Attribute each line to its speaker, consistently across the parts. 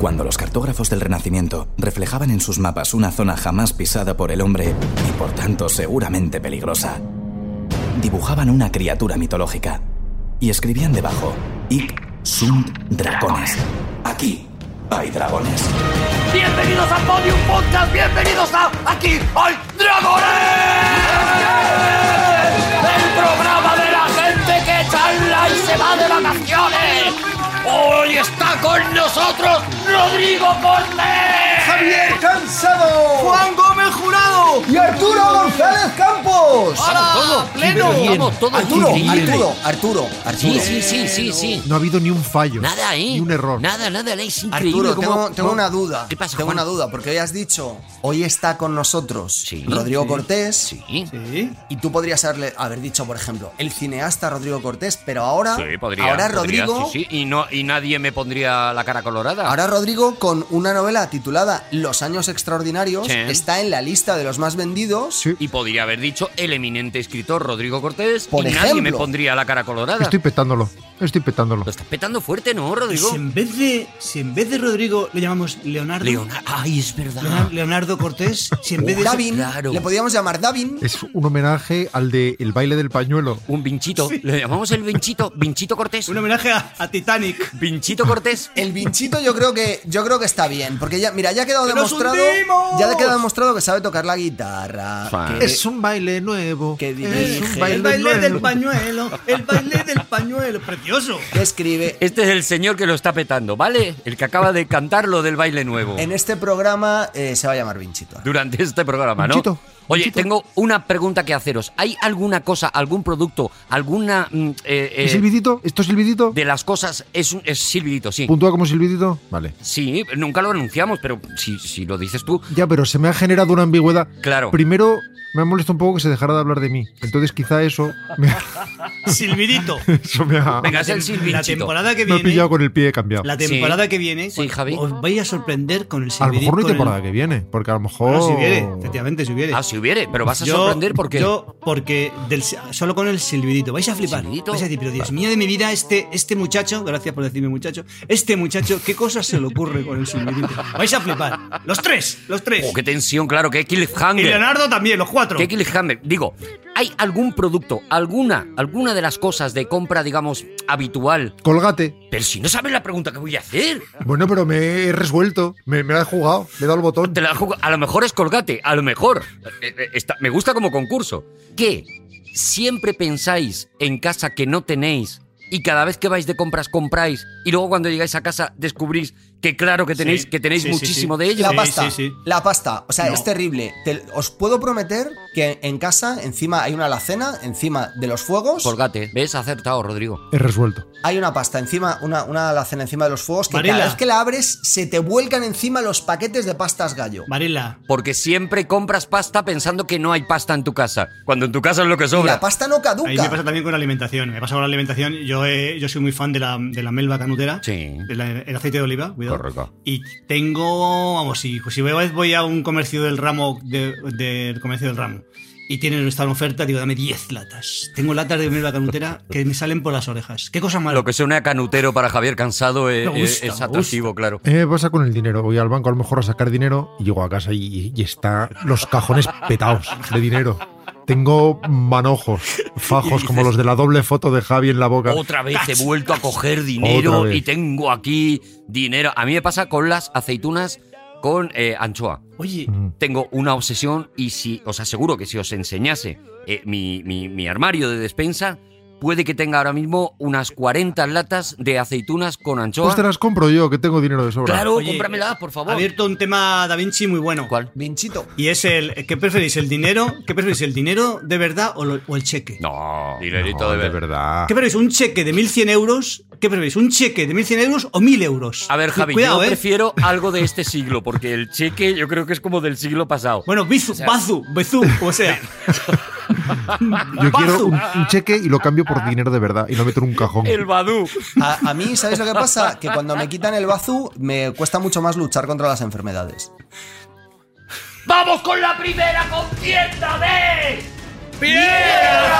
Speaker 1: Cuando los cartógrafos del Renacimiento reflejaban en sus mapas una zona jamás pisada por el hombre y por tanto seguramente peligrosa, dibujaban una criatura mitológica y escribían debajo: Ic sunt dragones. Aquí hay dragones.
Speaker 2: Bienvenidos a Podium Podcast, bienvenidos a Aquí hay dragones. El programa de la gente que charla y se va de vacaciones. Hoy está con nosotros Rodrigo Cortés.
Speaker 3: Javier Cansado, Juan Gómez Jurado y Arturo González Campos.
Speaker 2: ¡Hola! Ah, ¡Pleno! Vamos, todo
Speaker 3: Arturo,
Speaker 2: increíble.
Speaker 3: Arturo, Arturo,
Speaker 2: Sí,
Speaker 3: Arturo.
Speaker 2: sí, sí, sí, sí.
Speaker 4: No ha habido ni un fallo.
Speaker 2: Nada, ¿eh?
Speaker 4: Ni un error.
Speaker 2: Nada, nada, es increíble.
Speaker 3: Arturo, tengo,
Speaker 2: cómo-
Speaker 3: tengo una duda.
Speaker 2: ¿Qué pasa,
Speaker 3: Tengo
Speaker 2: Juan?
Speaker 3: una duda, porque hoy has dicho, hoy está con nosotros
Speaker 2: Sí.
Speaker 3: Rodrigo Cortés.
Speaker 2: Sí.
Speaker 3: Y tú podrías haberle, haber dicho, por ejemplo, el cineasta Rodrigo Cortés, pero ahora,
Speaker 5: Sí, podría.
Speaker 3: ahora
Speaker 5: podría,
Speaker 3: Rodrigo,
Speaker 5: sí, sí. Y, no, y nadie me pondría la cara colorada.
Speaker 3: ahora Rodrigo con una novela titulada Los años extraordinarios
Speaker 5: Sí.
Speaker 3: está en la lista de los más vendidos.
Speaker 4: Sí.
Speaker 5: Y podría haber dicho el eminente escritor Rodrigo Cortés.
Speaker 3: Por
Speaker 5: y nadie me
Speaker 3: ejemplo.
Speaker 5: pondría la cara colorada.
Speaker 4: Estoy petándolo. Estoy petándolo.
Speaker 5: Lo estás petando fuerte, ¿no,
Speaker 6: Y
Speaker 5: Rodrigo?
Speaker 6: si en vez de si en vez de Rodrigo le llamamos Leonardo
Speaker 5: Leonardo. Ay, es verdad.
Speaker 6: Leonardo, Leonardo Cortés, si en vez de
Speaker 3: Davin,
Speaker 5: claro.
Speaker 3: le podríamos llamar Davin.
Speaker 4: Es un homenaje al de El baile del pañuelo.
Speaker 5: Un vinchito. Le llamamos el vinchito. Vinchito Cortés.
Speaker 6: un homenaje a, a Titanic.
Speaker 5: Vinchito Cortés.
Speaker 3: El vinchito yo creo que yo creo que está bien, porque ya mira, ya ha quedado
Speaker 6: ¡Que nos
Speaker 3: demostrado
Speaker 6: hundimos!
Speaker 3: ya ha quedado demostrado que sabe tocar la guitarra.
Speaker 5: Fan.
Speaker 3: que-
Speaker 4: Es un baile nuevo.
Speaker 3: Qué
Speaker 4: es
Speaker 3: dirige.
Speaker 4: un baile,
Speaker 6: El baile del
Speaker 4: nuevo.
Speaker 6: pañuelo, el baile del pañuelo, precioso.
Speaker 3: que escribe.
Speaker 5: Este es el señor que lo está petando, ¿vale? El que acaba de cantar lo del baile nuevo.
Speaker 3: En este programa eh, se va a llamar Vinchito.
Speaker 5: Durante este programa, ¿no?
Speaker 4: Vinchito,
Speaker 5: Oye,
Speaker 4: Vinchito.
Speaker 5: tengo una pregunta que haceros. ¿Hay alguna cosa, algún producto, alguna... mm, eh,
Speaker 4: ¿Es
Speaker 5: eh,
Speaker 4: silbidito? ¿Esto es silbidito?
Speaker 5: de las cosas es, un- es silbidito, sí.
Speaker 4: ¿Puntúa como silbidito? Vale.
Speaker 5: Sí, nunca lo anunciamos, pero si, si lo dices tú,
Speaker 4: Ya, pero se me ha generado una ambigüedad.
Speaker 5: claro.
Speaker 4: Primero, me ha molestado un poco que se dejara de hablar de mí. Entonces, quizá eso me,
Speaker 6: Silvidito.
Speaker 4: eso me ha,
Speaker 5: Venga, es el
Speaker 6: La
Speaker 5: silbinchito.
Speaker 6: temporada que
Speaker 4: me ha pillado
Speaker 6: viene,
Speaker 4: con el pie cambiado.
Speaker 6: la temporada que viene,
Speaker 5: Sí, Javi.
Speaker 6: os vais a sorprender con el
Speaker 4: A lo
Speaker 6: silbidito.
Speaker 4: mejor no hay
Speaker 6: con el-
Speaker 4: temporada Oh. que viene, porque a lo mejor.
Speaker 6: Bueno, si viene, efectivamente, si viene.
Speaker 5: Ah, si hubiere, pero vas a sorprender porque...
Speaker 6: Yo, porque del- solo con el silbidito. Vais a flipar.
Speaker 5: Silbidito.
Speaker 6: Vais a decir, pero Dios mío de mi vida, este, este muchacho, gracias por decirme muchacho, este muchacho, ¿qué cosas se le ocurre con el silbidito? Vais a flipar. Los tres, los tres.
Speaker 5: Oh, qué tensión, claro, qué
Speaker 6: y
Speaker 5: cliffhanger.
Speaker 6: Leonardo también, los cuatro.
Speaker 5: Qué cliffhanger. Digo, ¿hay algún producto, alguna, alguna de las cosas de compra, digamos, habitual?
Speaker 4: Colgate.
Speaker 5: Pero si no sabes la pregunta que voy a hacer.
Speaker 4: Bueno, pero me he resuelto. Me, me la he jugado. Le he dado el botón.
Speaker 5: Te la juego- A lo mejor es colgate, a lo mejor. Eh, eh, está- me gusta como concurso. ¿Qué? Siempre pensáis en casa que no tenéis y cada vez que vais de compras compráis y luego cuando llegáis a casa descubrís que claro que tenéis,
Speaker 6: Sí,
Speaker 5: que tenéis
Speaker 6: sí, sí,
Speaker 5: muchísimo
Speaker 6: sí.
Speaker 5: de ello.
Speaker 3: La
Speaker 6: Sí,
Speaker 3: pasta,
Speaker 6: sí, sí.
Speaker 3: la pasta, o sea,
Speaker 6: No.
Speaker 3: es terrible. Te- os puedo prometer que en casa, encima hay una alacena, encima de los fuegos,
Speaker 5: Colgate, ¿ves? Acertado, Rodrigo.
Speaker 4: He resuelto.
Speaker 3: hay una pasta encima, una, una alacena encima de los fuegos que cada
Speaker 6: Marila.
Speaker 3: vez que la abres se te vuelcan encima los paquetes de pastas gallo.
Speaker 6: Varela.
Speaker 5: Porque siempre compras pasta pensando que no hay pasta en tu casa, cuando en tu casa es lo que
Speaker 3: Y
Speaker 5: sobra.
Speaker 3: la pasta no caduca.
Speaker 6: Ahí me pasa también con la alimentación. Me pasa con la alimentación. Yo, eh, yo soy muy fan de la, de la melva canutera.
Speaker 5: Sí.
Speaker 6: De la- el aceite de oliva, cuidado.
Speaker 5: Correcto.
Speaker 6: Y tengo, vamos, si, si voy, voy a un comercio del ramo, de- del comercio del ramo, y tienen esta oferta, digo, dame 10 latas. Tengo latas de melva canutera que me salen por las orejas. Qué cosa mala.
Speaker 5: Lo que suena a canutero para Javier Cansado es,
Speaker 6: Me gusta,
Speaker 5: es
Speaker 6: me
Speaker 5: atractivo, claro.
Speaker 4: A mí me pasa con el dinero. Eh, Voy al banco a lo mejor a sacar dinero y llego a casa y, y está los cajones petados de dinero. Tengo manojos, fajos como los de la doble foto de Javi en la boca.
Speaker 5: Otra vez he vuelto a coger dinero
Speaker 4: Otra vez.
Speaker 5: y tengo aquí dinero. A mí me pasa con las aceitunas con eh, anchoa.
Speaker 6: Oye,
Speaker 4: Mm.
Speaker 5: Tengo una obsesión y si os aseguro que si os enseñase eh, mi, mi- mi armario de despensa, puede que tenga ahora mismo unas 40 latas de aceitunas con anchoa.
Speaker 4: Pues te las compro yo, que tengo dinero de sobra.
Speaker 5: claro,
Speaker 6: Oye,
Speaker 5: cómpramelas, por
Speaker 6: ha
Speaker 5: favor.
Speaker 6: abierto un tema Da Vinci muy bueno.
Speaker 5: ¿Cuál?
Speaker 3: Vinchito.
Speaker 6: Y es el, ¿qué preferís? ¿El dinero? ¿Qué preferís? ¿El dinero de verdad o, lo- o el cheque?
Speaker 5: No,
Speaker 4: No,
Speaker 5: dinerito
Speaker 4: de
Speaker 5: de verdad.
Speaker 4: verdad.
Speaker 6: ¿Qué preferís? ¿Un cheque de 1.100 euros? ¿Qué preferís? ¿Un cheque de 1.100 euros o 1.000 euros?
Speaker 5: A ver, Javi,
Speaker 6: Cuidado,
Speaker 5: yo
Speaker 6: ¿eh?
Speaker 5: prefiero algo de este siglo, porque el cheque yo creo que es como del siglo pasado.
Speaker 6: Bueno, Bizu, Bazu, Bezú, o sea.
Speaker 4: Yo quiero
Speaker 6: Bazu.
Speaker 4: un, un cheque y lo cambio por dinero de verdad y lo meto en un cajón.
Speaker 5: el Badú.
Speaker 3: A, a mí, ¿sabéis lo que pasa? Que cuando me quitan el bazu, me cuesta mucho más luchar contra las enfermedades.
Speaker 2: Vamos con la primera contienda de
Speaker 6: ¡Piedra,
Speaker 2: ¡Piedra,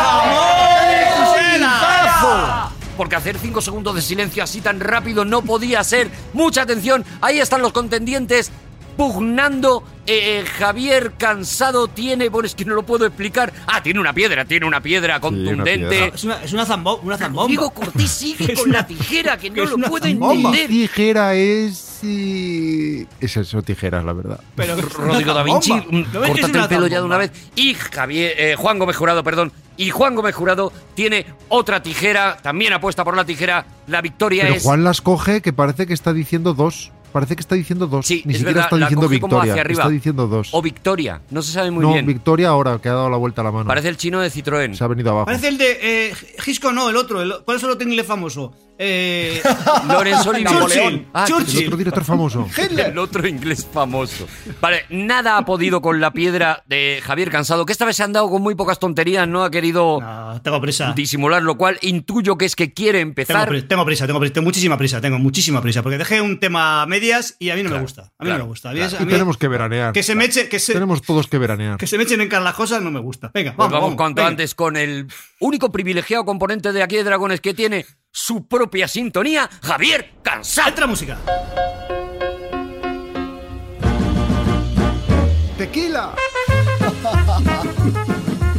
Speaker 6: papel, tijera!
Speaker 5: porque hacer cinco segundos de silencio así tan rápido no podía ser. Mucha atención, ahí están los contendientes pugnando. Eh, eh, Javier Cansado tiene, bueno, es que no lo puedo explicar. Ah, tiene una piedra, tiene una piedra
Speaker 4: una
Speaker 5: contundente.
Speaker 4: piedra.
Speaker 6: Es una, es una, zambo- una zambomba.
Speaker 5: Diego Cortés sigue
Speaker 6: Es
Speaker 5: con la
Speaker 6: una-
Speaker 5: tijera, que no
Speaker 6: es
Speaker 5: lo
Speaker 6: una
Speaker 5: puedo
Speaker 6: zambomba.
Speaker 5: entender.
Speaker 4: Tijera es. eh, Es eso, tijeras, la verdad.
Speaker 6: Pero
Speaker 5: Rodrigo da Vinci, mm,
Speaker 6: ¿No ves que es
Speaker 5: córtate
Speaker 6: una
Speaker 5: el pelo ya de una
Speaker 6: zambomba?
Speaker 5: vez. Y Javier, eh, Juan Gómez Jurado, perdón. Y Juan Gómez Jurado tiene otra tijera, también apuesta por la tijera. La victoria
Speaker 4: Pero
Speaker 5: es.
Speaker 4: Juan las coge que parece que está diciendo dos. Parece que está diciendo dos.
Speaker 5: Sí,
Speaker 4: Ni
Speaker 5: es
Speaker 4: siquiera
Speaker 5: verdad,
Speaker 4: está
Speaker 5: la
Speaker 4: diciendo
Speaker 5: coge como
Speaker 4: victoria.
Speaker 5: hacia arriba.
Speaker 4: Está diciendo dos.
Speaker 5: O victoria, no se sabe muy
Speaker 4: no,
Speaker 5: bien.
Speaker 4: victoria ahora, que ha dado la vuelta a la mano.
Speaker 5: Parece el chino de Citroën.
Speaker 4: Se ha venido abajo.
Speaker 6: Parece el de eh, Gisco, no, el otro. el- ¿Cuál es el otro inglés famoso? Eh,
Speaker 5: Lorenzo y
Speaker 6: Churchill.
Speaker 5: Ah, que-
Speaker 4: El otro
Speaker 6: Churchill.
Speaker 4: director famoso.
Speaker 5: El otro inglés famoso. Vale, nada ha podido con la piedra de Javier Cansado, que esta vez se han dado con muy pocas tonterías, no ha querido
Speaker 6: No, tengo prisa.
Speaker 5: disimular, lo cual intuyo que es que quiere
Speaker 6: Tengo,
Speaker 5: empezar.
Speaker 6: pri- tengo prisa, tengo prisa, tengo muchísima prisa, tengo muchísima prisa, porque dejé un tema a medias y a mí no me gusta. A mí
Speaker 5: claro,
Speaker 6: no me gusta. A mí
Speaker 5: claro.
Speaker 6: es- a
Speaker 4: Y
Speaker 6: mí-
Speaker 4: tenemos que veranear.
Speaker 6: que se me eche, que se,
Speaker 4: Tenemos todos que veranear.
Speaker 6: que se me echen en cara las cosas no me gusta. Venga,
Speaker 5: Pues
Speaker 6: vamos,
Speaker 5: vamos,
Speaker 6: vamos,
Speaker 5: cuanto
Speaker 6: venga.
Speaker 5: antes con el único privilegiado componente de aquí de Dragones que tiene su propia sintonía, Javier Cansado.
Speaker 6: Entra música.
Speaker 4: ¡Tequila!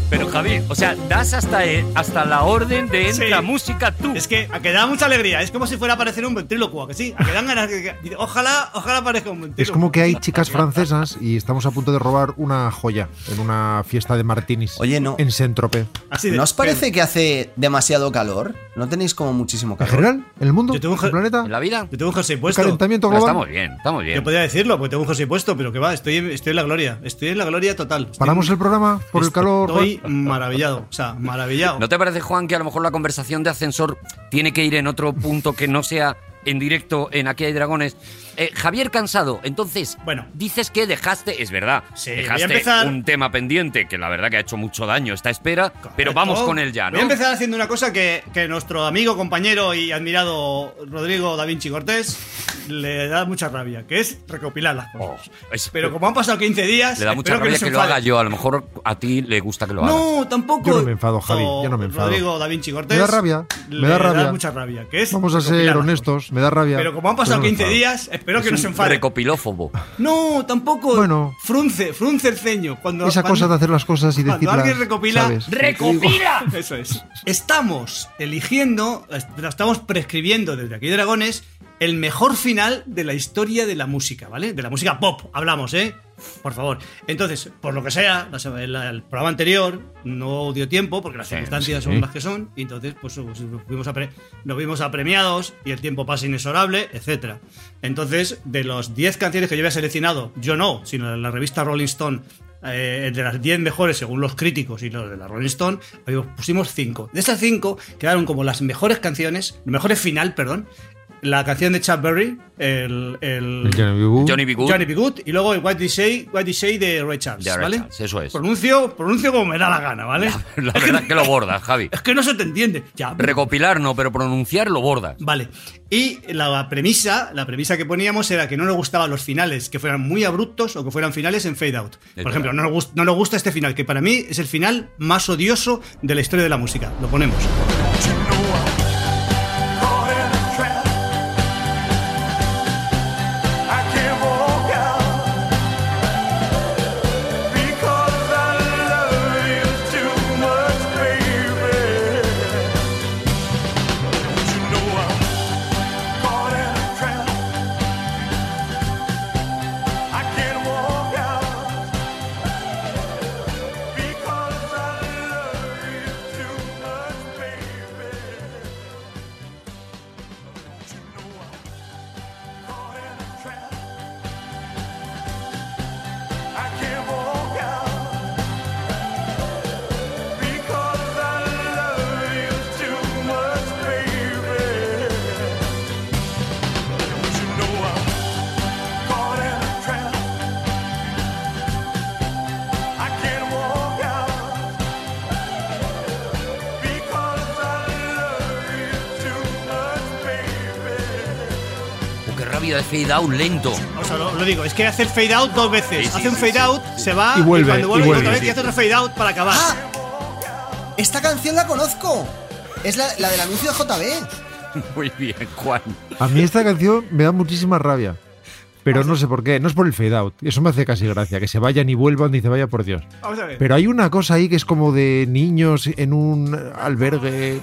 Speaker 5: Pero Javier, o sea, das hasta, eh, hasta la orden de
Speaker 6: Sí.
Speaker 5: entra música tú.
Speaker 6: Es que a que da mucha alegría, es como si fuera a aparecer un ventrílocuo, ¿a que sí, a que dan ganas de- de- ojalá, ojalá aparezca un ventrílocuo.
Speaker 4: Es como que hay chicas francesas y estamos a punto de robar una joya en una fiesta de martinis.
Speaker 3: Oye, no.
Speaker 4: En Saint-Tropez.
Speaker 6: Así de-
Speaker 3: ¿No os parece que hace demasiado calor? ¿No tenéis como muchísimo
Speaker 4: ¿En
Speaker 3: calor?
Speaker 4: general? ¿En el mundo?
Speaker 6: Yo tengo un
Speaker 4: ¿En el
Speaker 6: ge-
Speaker 4: planeta?
Speaker 5: ¿En la vida?
Speaker 6: Yo tengo un jersey puesto.
Speaker 4: ¿Calentamiento
Speaker 5: No,
Speaker 4: global?
Speaker 5: estamos bien, estamos
Speaker 6: Yo
Speaker 5: bien.
Speaker 6: podría decirlo, porque tengo un jersey puesto, pero que va, estoy, estoy en la gloria, estoy en la gloria total. Estoy-
Speaker 4: ¿Paramos el programa por el calor?
Speaker 6: Estoy maravillado, o sea, maravillado.
Speaker 5: ¿No te parece, Juan, que a lo mejor la conversación de ascensor tiene que ir en otro punto que no sea en directo en Aquí hay Dragones? Eh, Javier Cansado, entonces,
Speaker 6: Bueno.
Speaker 5: dices que dejaste, es verdad,
Speaker 6: Sí, voy a
Speaker 5: dejaste
Speaker 6: empezar-
Speaker 5: un tema pendiente que la verdad que ha hecho mucho daño esta espera, pero
Speaker 6: Correcto.
Speaker 5: vamos con él ya, ¿no?
Speaker 6: Voy a empezar haciendo una cosa que, que nuestro amigo, compañero y admirado Rodrigo da Vinci Cortés le da mucha rabia, que es recopilar las
Speaker 5: Oh,
Speaker 6: cosas.
Speaker 5: es-
Speaker 6: Pero como han pasado 15 días,
Speaker 5: le da mucha
Speaker 6: espero
Speaker 5: rabia
Speaker 6: no se
Speaker 5: que, lo haga
Speaker 6: enfade.
Speaker 5: yo, a lo mejor a ti le gusta que lo haga.
Speaker 6: No, tampoco.
Speaker 4: Yo no me enfado, Javi, yo no me enfado.
Speaker 6: Rodrigo da Vinci Cortés.
Speaker 4: Me da rabia, me
Speaker 6: le
Speaker 4: da rabia.
Speaker 6: mucha rabia. Que es
Speaker 4: Vamos a ser
Speaker 6: recopilar las
Speaker 4: honestos,
Speaker 6: cosas.
Speaker 4: me da rabia.
Speaker 6: Pero como han pasado
Speaker 4: pero no me
Speaker 6: 15
Speaker 4: enfado.
Speaker 6: días, espero
Speaker 5: Es
Speaker 6: que no
Speaker 5: un
Speaker 6: se enfade.
Speaker 5: Recopilófobo.
Speaker 6: No, tampoco.
Speaker 4: Bueno.
Speaker 6: Frunce, frunce el ceño. Cuando,
Speaker 4: Esa
Speaker 6: cuando-
Speaker 4: cosa de hacer las cosas y
Speaker 6: cuando
Speaker 4: decirlas.
Speaker 6: alguien recopila,
Speaker 4: ¿sabes?
Speaker 5: ¡Recopila!
Speaker 6: Eso es. Estamos eligiendo, est- estamos prescribiendo desde aquí Dragones el mejor final de la historia de la música, ¿vale? De la música pop, hablamos, ¿eh? Por favor. Entonces, por lo que sea, la se- la- el programa anterior no dio tiempo porque las
Speaker 5: Sí,
Speaker 6: circunstancias
Speaker 4: sí.
Speaker 6: son las que son y entonces pues nos fuimos, apre- nos vimos apremiados y el tiempo pasa inexorable, etcétera. Entonces, de los 10 canciones que yo había seleccionado, yo no, sino la revista Rolling Stone eh, de las 10 mejores según los críticos y los de la Rolling Stone, habíamos- pusimos 5. De esas 5 quedaron como las mejores canciones, mejores final, perdón, la canción de Chuck Berry, el, el-
Speaker 4: El Johnny B. Goode.
Speaker 5: Johnny B. Good.
Speaker 6: Johnny B. Good, y luego el What They Say, What They Say de Ray Charles,
Speaker 5: De Ray
Speaker 6: ¿vale?
Speaker 5: Charles, eso es.
Speaker 6: Pronuncio, pronuncio como me da la gana, ¿vale?
Speaker 5: La verdad es que lo bordas, Javi.
Speaker 6: Es que no se te entiende. Ya,
Speaker 5: Recopilar no, pero pronunciar lo bordas.
Speaker 6: Vale. Y la premisa, la premisa que poníamos era que no nos gustaban los finales, que fueran muy abruptos o que fueran finales en fade out. Por
Speaker 5: verdad.
Speaker 6: ejemplo, no nos, gust- no nos gusta este final, que para mí es el final más odioso de la historia de la música. Lo ponemos.
Speaker 5: Oh, qué rabia de fade out lento.
Speaker 6: O sea, lo, lo digo, es que hace el fade out dos veces.
Speaker 5: Sí, sí,
Speaker 6: hace un
Speaker 5: sí,
Speaker 6: fade
Speaker 5: sí.
Speaker 6: out, se va
Speaker 4: Y vuelve,
Speaker 6: cuando vuelve,
Speaker 4: y
Speaker 6: otra
Speaker 4: vuelve,
Speaker 6: vez
Speaker 4: sí.
Speaker 5: Ah,
Speaker 6: y hace otro fade out para acabar.
Speaker 3: ¡Ah! ¡Esta canción la conozco! Es la, la del anuncio de JB.
Speaker 5: Muy bien, Juan.
Speaker 4: A mí esta canción me da muchísima rabia. Pero no sé por qué, no es por el fade out. Eso me hace casi gracia, que se vayan y vuelvan, dice vaya por Dios.
Speaker 6: Vamos a ver.
Speaker 4: Pero hay una cosa ahí que es como de niños en un albergue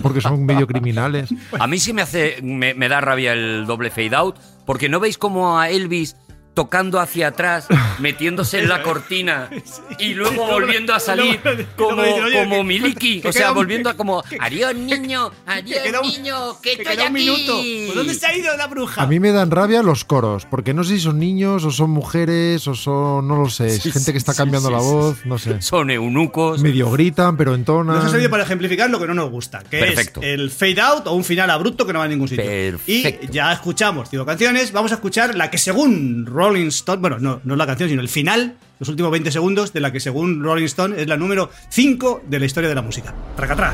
Speaker 4: porque son medio criminales.
Speaker 5: A mí sí me hace. Me, me da rabia el doble fade out, porque no veis como a Elvis tocando hacia atrás, metiéndose en la cortina y luego volviendo a salir
Speaker 6: Y luego- y luego
Speaker 5: como,
Speaker 6: dicen, "Oye,
Speaker 5: como
Speaker 6: que-
Speaker 5: Miliki,
Speaker 6: que
Speaker 5: o sea,
Speaker 6: queda un-
Speaker 5: volviendo a como adiós niño, adiós
Speaker 6: queda un-
Speaker 5: niño, que,
Speaker 6: que
Speaker 5: estoy
Speaker 6: queda un
Speaker 5: aquí".
Speaker 6: minuto. ¿Por dónde se ha ido la bruja?
Speaker 4: A mí me dan rabia los coros, porque no sé si son niños o son mujeres o son, no lo sé, es
Speaker 5: Sí,
Speaker 4: gente
Speaker 5: sí,
Speaker 4: que está
Speaker 5: sí,
Speaker 4: cambiando
Speaker 5: sí,
Speaker 4: la
Speaker 5: sí,
Speaker 4: voz, no sé.
Speaker 5: Son eunucos.
Speaker 4: Medio gritan, pero entonan.
Speaker 6: Nos ha servido para ejemplificar lo que no nos gusta, que
Speaker 5: Ah. Perfecto.
Speaker 6: es el fade out o un final abrupto que no va a ningún sitio.
Speaker 5: Perfecto.
Speaker 6: Y ya escuchamos cinco canciones, vamos a escuchar la que según Rolling Stone, bueno, no, no es la canción, sino el final, los últimos 20 segundos de la que según Rolling Stone es la número 5 de la historia de la música. Tracatrá.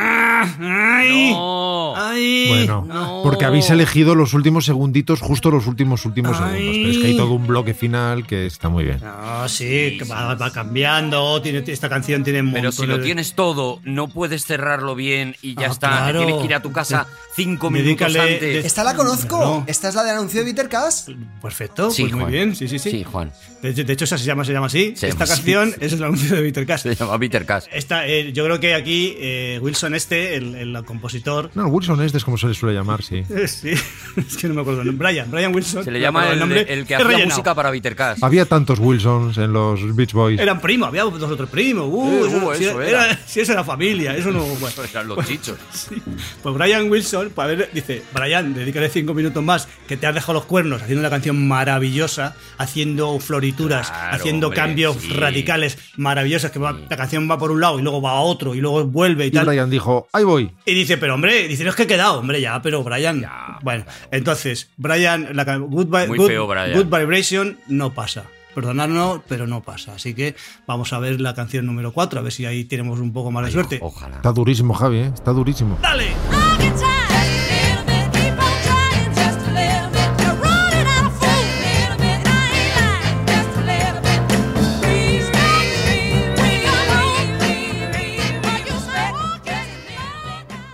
Speaker 6: ¡Ay!
Speaker 5: No.
Speaker 6: ¡Ay!
Speaker 4: Bueno,
Speaker 5: No.
Speaker 4: porque habéis elegido los últimos segunditos, justo los últimos últimos
Speaker 6: Ay.
Speaker 4: segundos. Pero es que hay todo un bloque final que está muy bien.
Speaker 6: No, sí, que va, va cambiando, tiene, esta canción tiene un
Speaker 5: Pero si
Speaker 6: montón
Speaker 5: lo
Speaker 6: de-
Speaker 5: tienes todo, no puedes cerrarlo bien y ya
Speaker 6: Ah,
Speaker 5: está.
Speaker 6: claro.
Speaker 5: Tienes que ir a tu casa cinco minutos
Speaker 6: Dedícale-
Speaker 5: antes.
Speaker 6: des-
Speaker 3: Esta la conozco.
Speaker 6: No.
Speaker 3: Esta es la del anuncio de Peter Cass.
Speaker 6: Perfecto,
Speaker 5: Sí,
Speaker 6: pues muy
Speaker 5: Juan.
Speaker 6: bien, sí, sí, sí.
Speaker 5: Sí, Juan.
Speaker 6: De, hecho- de hecho, esa se llama, se llama así.
Speaker 5: Se llama
Speaker 6: esta
Speaker 5: así,
Speaker 6: canción
Speaker 5: sí.
Speaker 6: es el anuncio de Peter Cass.
Speaker 5: Se llama Peter Cass.
Speaker 6: Esta, eh, yo creo que aquí eh, Wilson este, el, el compositor,
Speaker 4: No, Wilson este es como se le suele llamar, sí.
Speaker 6: eh, sí, es que no me acuerdo el nombre, Brian, Brian Wilson.
Speaker 5: Se le
Speaker 6: no me
Speaker 5: llama
Speaker 6: acuerdo
Speaker 5: el,
Speaker 6: nombre,
Speaker 5: el que
Speaker 6: he
Speaker 5: hacía
Speaker 6: rellenado.
Speaker 5: música para Peter Cass.
Speaker 4: Había tantos Wilsons en los Beach Boys.
Speaker 6: Eran primos, había dos o tres primos. Uh,
Speaker 5: Eh,
Speaker 6: eso,
Speaker 5: uh,
Speaker 6: si
Speaker 5: eso
Speaker 6: era-
Speaker 5: era.
Speaker 6: si eso era familia, eso no. bueno.
Speaker 5: Eran los chichos.
Speaker 6: Sí. Pues Brian Wilson, para ver, dice, Brian, dedícale cinco minutos más, que te has dejado los cuernos haciendo una canción maravillosa, haciendo florituras,
Speaker 5: Claro,
Speaker 6: haciendo
Speaker 5: hombre,
Speaker 6: cambios
Speaker 5: sí.
Speaker 6: radicales maravillosos, que va- la canción va por un lado y luego va a otro y luego vuelve y
Speaker 4: Y
Speaker 6: tal.
Speaker 4: Brian dijo, ahí voy.
Speaker 6: Y dice, pero hombre, dice, no es que he quedado, hombre, ya, pero Brian.
Speaker 5: Ya,
Speaker 6: bueno, entonces, Brian, la ca- good, vi-
Speaker 5: Muy
Speaker 6: good-
Speaker 5: feo, Brian.
Speaker 6: Good Vibration no pasa. Perdonadnos, pero no pasa. Así que vamos a ver la canción número 4, a ver si ahí tenemos un poco más de suerte.
Speaker 5: Ojalá.
Speaker 4: Está durísimo, Javi, ¿eh? está durísimo.
Speaker 6: ¡Dale!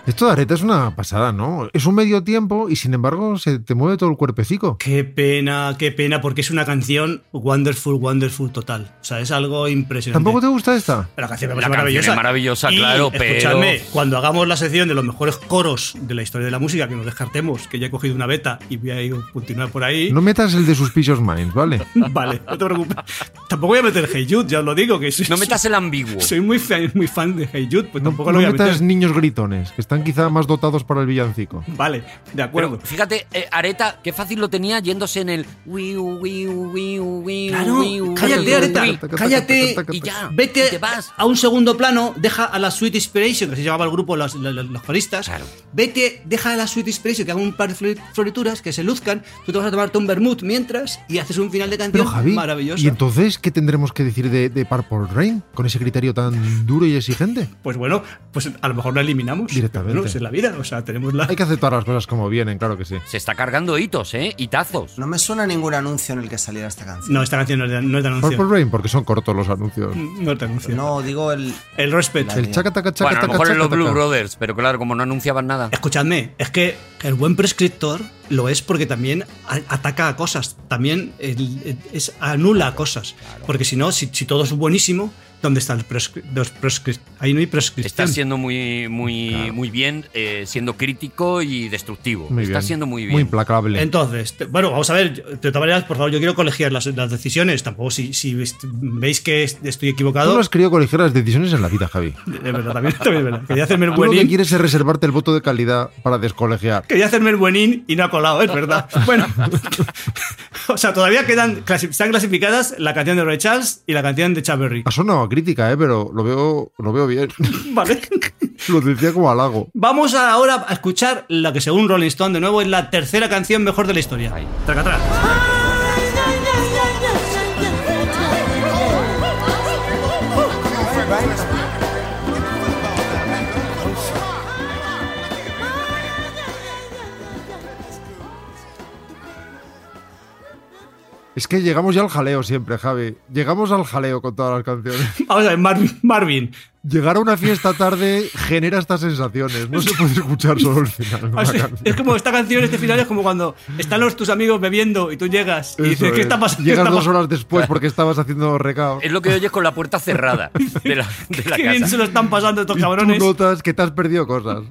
Speaker 4: Esto de areta es una pasada, ¿no? Es un medio tiempo y sin embargo se te mueve todo el cuerpecico.
Speaker 6: Qué pena, qué pena, porque es una canción wonderful, wonderful total. O sea, es algo impresionante.
Speaker 4: ¿Tampoco te gusta esta?
Speaker 6: Pero La canción, me
Speaker 5: La
Speaker 6: parece
Speaker 5: canción
Speaker 6: maravillosa.
Speaker 5: es maravillosa,
Speaker 6: Y,
Speaker 5: claro, pero-
Speaker 6: escuchadme, cuando hagamos la sección de los mejores coros de la historia de la música, que nos descartemos, que ya he cogido una beta y voy a ir a continuar por ahí.
Speaker 4: No metas el de Suspicious Minds, ¿vale?
Speaker 6: Vale, no te preocupes. Tampoco voy a meter Hey Jude, ya os lo digo, que soy,
Speaker 5: No metas el ambiguo.
Speaker 6: soy muy fan, muy fan de Hey Jude, pues
Speaker 4: No,
Speaker 6: tampoco
Speaker 4: no
Speaker 6: lo voy a meter.
Speaker 4: metas niños gritones, que están quizá más dotados para el villancico.
Speaker 6: Vale, de acuerdo.
Speaker 5: Pero fíjate, eh, Areta, qué fácil lo tenía yéndose en el. wiu, wiu, wiu, wiu,
Speaker 6: Claro,
Speaker 5: wiu,
Speaker 6: cállate,
Speaker 5: wiu,
Speaker 6: Areta,
Speaker 5: wiu,
Speaker 6: cállate
Speaker 5: Y ya.
Speaker 6: Vete
Speaker 5: y te vas.
Speaker 6: a un segundo plano, deja a la Sweet Inspiration, que se llamaba el grupo los, los, los coristas.
Speaker 5: Claro.
Speaker 6: Vete, deja a la Sweet Inspiration que haga un par de flor- florituras, que se luzcan. Tú te vas a tomarte un vermut mientras y haces un final de
Speaker 4: Pero
Speaker 6: canción
Speaker 4: Javi,
Speaker 6: maravilloso.
Speaker 4: ¿y entonces qué tendremos que decir de, de Purple Rain con ese criterio tan duro y exigente?
Speaker 6: Pues bueno, pues a lo mejor la eliminamos.
Speaker 4: Directamente.
Speaker 6: Pero, bueno, es la vida, o sea, tenemos la.
Speaker 4: Hay que aceptar las cosas como vienen, claro que sí.
Speaker 5: Se está cargando hitos, ¿eh? Hitazos.
Speaker 3: No me suena ningún anuncio en el que saliera esta canción.
Speaker 6: No, esta canción no es de, no es de anuncio.
Speaker 4: Purple Rain, porque son cortos los
Speaker 5: Mm,
Speaker 4: anuncios.
Speaker 6: No es de anuncio.
Speaker 3: No, digo el.
Speaker 6: El Respect.
Speaker 3: La-
Speaker 4: El chacataca,
Speaker 5: Bueno,
Speaker 4: chacataca,
Speaker 5: a lo mejor en los
Speaker 4: chacataca.
Speaker 5: Blue Brothers, pero claro, como no anunciaban nada.
Speaker 6: Eh, Escuchadme, es que el buen prescriptor lo es porque también a- ataca a cosas, también el- el- es, anula cosas. Porque si no, si, si todo es buenísimo, ¿dónde están los, prescri- los prescri- Ahí no hay prescripción.
Speaker 5: Estás siendo muy, muy, muy bien, eh, siendo crítico y destructivo.
Speaker 4: Muy
Speaker 5: Estás
Speaker 4: bien.
Speaker 5: siendo muy bien.
Speaker 4: Muy implacable.
Speaker 6: Entonces, te- bueno, vamos a ver, yo- de todas maneras, por favor, yo quiero colegiar las, las decisiones. Tampoco si, si est- veis que est- estoy
Speaker 4: Tú no
Speaker 6: equivocado.
Speaker 4: has querido colegir las decisiones en la vida, Javi.
Speaker 6: De de verdad, también, también es verdad. Quería hacerme el
Speaker 4: Tú lo que
Speaker 6: buenín.
Speaker 4: quieres es reservarte el voto de calidad para descolegiar.
Speaker 6: Quería hacerme el buenín y no ha colado, es verdad. Bueno, o sea, todavía quedan, clasi- están clasificadas la canción de Ray Charles y la canción de Chaberry.
Speaker 4: Ha sonado a crítica, ¿eh? pero lo veo, lo veo bien.
Speaker 6: Vale.
Speaker 4: lo decía como halago.
Speaker 6: Vamos ahora a escuchar la que, según Rolling Stone, de nuevo es la tercera canción mejor de la historia. Tracatrá.
Speaker 7: Ay, ay, ay, ay, ay,
Speaker 4: Es que llegamos ya al jaleo siempre, Javi. Llegamos al jaleo con todas las canciones.
Speaker 6: Vamos a ver, Marvin, Marvin,
Speaker 4: Llegar a una fiesta tarde genera estas sensaciones. No se puede escuchar solo el final. de una
Speaker 6: Así-
Speaker 4: canción.
Speaker 6: es como esta canción, este final es como cuando están los, tus amigos bebiendo y tú llegas y
Speaker 4: Eso
Speaker 6: dices, ¿qué
Speaker 4: es.
Speaker 6: está pasando? ¿Qué
Speaker 4: Llegas
Speaker 6: está
Speaker 4: dos
Speaker 6: pasando?
Speaker 4: horas después porque estabas haciendo recao.
Speaker 5: Es lo que oyes con la puerta cerrada de la, de la
Speaker 6: Qué bien se
Speaker 5: casa.
Speaker 6: lo están pasando estos
Speaker 4: Y tú
Speaker 6: cabrones.
Speaker 4: notas que te has perdido cosas.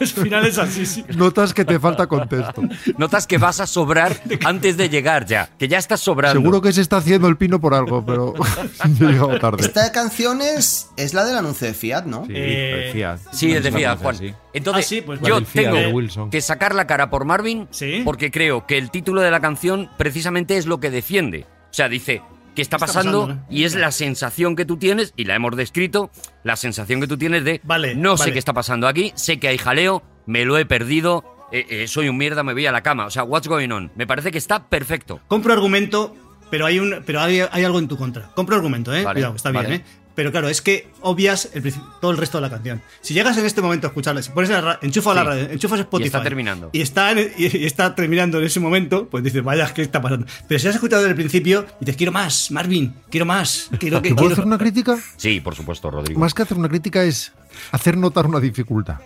Speaker 6: Los finales así, sí.
Speaker 4: Notas que te falta contexto.
Speaker 5: Notas que vas a sobrar antes de llegar ya, que ya estás sobrando.
Speaker 4: Seguro que se está haciendo el pino por algo, pero yo he llegado tarde.
Speaker 3: Esta canción es, es la del anuncio de Fiat, ¿no?
Speaker 7: Sí,
Speaker 6: Eh,
Speaker 7: parecía.
Speaker 5: Sí, es de
Speaker 7: Una
Speaker 5: Fiat,
Speaker 7: cosa
Speaker 5: Juan.
Speaker 7: así.
Speaker 5: Entonces,
Speaker 6: Ah, sí, pues
Speaker 5: yo
Speaker 4: vale, Fiat
Speaker 5: tengo
Speaker 4: de Wilson.
Speaker 5: que sacar la cara por Marvin
Speaker 6: Sí.
Speaker 5: porque creo que el título de la canción precisamente es lo que defiende. O sea, dice que está
Speaker 6: ¿Qué está
Speaker 5: pasando,
Speaker 6: pasando, no?
Speaker 5: y es la sensación que tú tienes, y la hemos descrito, la sensación que tú tienes de
Speaker 6: Vale,
Speaker 5: no sé
Speaker 6: vale.
Speaker 5: qué está pasando aquí, sé que hay jaleo, me lo he perdido, eh, eh, soy un mierda, me voy a la cama. O sea, what's going on? Me parece que está perfecto.
Speaker 6: Compro argumento, pero hay un pero hay, hay algo en tu contra. Compro argumento, eh.
Speaker 5: Vale,
Speaker 6: Cuidado, está bien,
Speaker 5: vale.
Speaker 6: eh. Pero claro, es que obvias el princi- todo el resto de la canción. Si llegas en este momento a escucharla, si pones la ra- enchufa la
Speaker 5: Sí.
Speaker 6: radio, enchufas Spotify.
Speaker 5: Y está terminando.
Speaker 6: Y está, en- y- y está terminando en ese momento, pues dices, vaya, ¿qué está pasando? Pero si has escuchado desde el principio y dices, quiero más, Marvin, quiero más, quiero que.
Speaker 4: ¿Te puedo
Speaker 6: quiero-
Speaker 4: hacer una crítica?
Speaker 5: Sí, por supuesto, Rodrigo.
Speaker 4: Más que hacer una crítica es hacer notar una dificultad.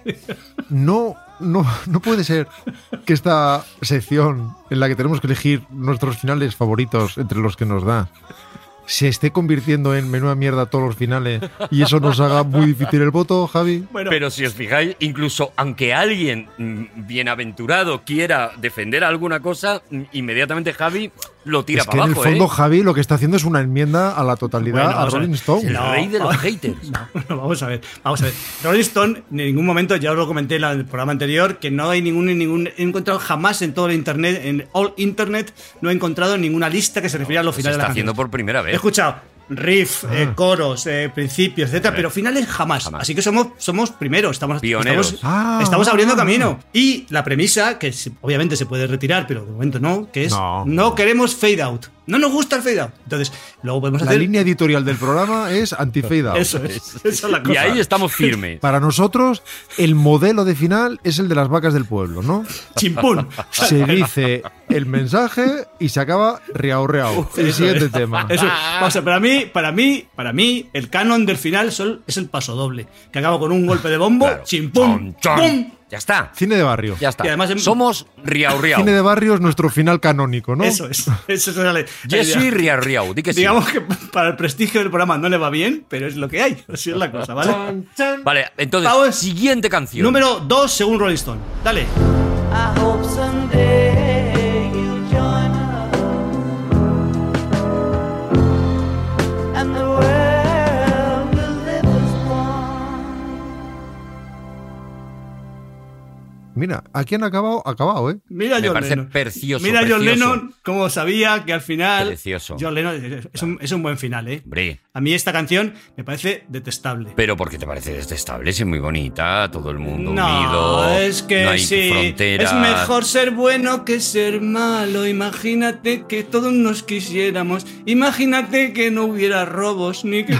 Speaker 4: No, no, no puede ser que esta sección en la que tenemos que elegir nuestros finales favoritos entre los que nos da se esté convirtiendo en menuda mierda todos los finales y eso nos haga muy difícil el voto, Javi.
Speaker 6: Bueno,
Speaker 5: Pero si os fijáis, incluso aunque alguien mm, bienaventurado quiera defender alguna cosa, mm, inmediatamente Javi lo tira
Speaker 4: es que
Speaker 5: para
Speaker 4: en el
Speaker 5: abajo,
Speaker 4: fondo
Speaker 5: ¿eh?
Speaker 4: Javi lo que está haciendo es una enmienda a la totalidad
Speaker 6: Bueno,
Speaker 4: a
Speaker 6: vamos a ver.
Speaker 4: Rolling Stone.
Speaker 5: El
Speaker 6: No.
Speaker 5: rey de los haters.
Speaker 6: Bueno, vamos a ver, vamos a ver. Rolling Stone, en ningún momento, ya os lo comenté en el programa anterior, que no hay ningún, ningún, he encontrado jamás en todo el internet, en all internet, no he encontrado ninguna lista que se refiera a los
Speaker 5: Se
Speaker 6: finales
Speaker 5: está
Speaker 6: de la
Speaker 5: haciendo por primera
Speaker 6: He
Speaker 5: vez.
Speaker 6: escuchado riff, eh, coros, eh, principios, etcétera, pero finales jamás.
Speaker 5: Jamás.
Speaker 6: Así que somos, somos primeros, estamos,
Speaker 5: Pioneros.
Speaker 6: estamos,
Speaker 4: Ah.
Speaker 6: estamos abriendo camino. Y la premisa, que se- obviamente se puede retirar, pero de momento no, que es
Speaker 4: No.
Speaker 6: no, queremos fade out. No nos gusta el fade out. Entonces, luego podemos
Speaker 4: La
Speaker 6: hacer.
Speaker 4: línea editorial del programa es anti-fade out.
Speaker 6: eso es, esa es la cosa.
Speaker 5: Y ahí estamos firmes.
Speaker 4: Para nosotros, el modelo de final es el de las vacas del pueblo, ¿no?
Speaker 6: Chimpún.
Speaker 4: Se dice el mensaje y se acaba riao riao. El siguiente tema.
Speaker 6: Eso es. O sea, para mí, para mí, para mí, el canon del final son- es el paso doble, que acaba con un golpe de bombo,
Speaker 5: Claro.
Speaker 6: chimpum,
Speaker 5: Chon, chon.
Speaker 6: pum.
Speaker 5: Ya está.
Speaker 4: Cine de barrio.
Speaker 5: Ya está.
Speaker 6: Y además en-
Speaker 5: Somos Riau Riau.
Speaker 4: Cine de barrio es nuestro final canónico, ¿no?
Speaker 6: Eso es. Eso es la-
Speaker 5: Yo soy Riau Riau. Di que sí.
Speaker 6: Digamos que para el prestigio del programa no le va bien, pero es lo que hay. Así es la cosa, ¿vale?
Speaker 5: Vale, entonces,
Speaker 6: Vamos.
Speaker 5: siguiente canción.
Speaker 6: Número 2 según Rolling Stone. Dale.
Speaker 8: I hope someday you'll join us and the world will live as one.
Speaker 4: Mira, aquí han acabado, acabado, ¿eh?
Speaker 6: Mira a
Speaker 5: Me
Speaker 6: John
Speaker 5: parece
Speaker 6: Lennon.
Speaker 5: precioso,
Speaker 6: Mira a John
Speaker 5: precioso.
Speaker 6: Lennon, como sabía que al final.
Speaker 5: Precioso.
Speaker 6: John Lennon es un, es un buen final, ¿eh?
Speaker 5: Hombre,
Speaker 6: A mí esta canción me parece detestable.
Speaker 5: pero porque te parece desestable, es muy bonita, todo el mundo
Speaker 6: No,
Speaker 5: unido.
Speaker 6: es que
Speaker 5: no hay
Speaker 6: sí.
Speaker 5: fronteras.
Speaker 6: Es mejor ser bueno que ser malo. Imagínate que todos nos quisiéramos. Imagínate que no hubiera robos ni que.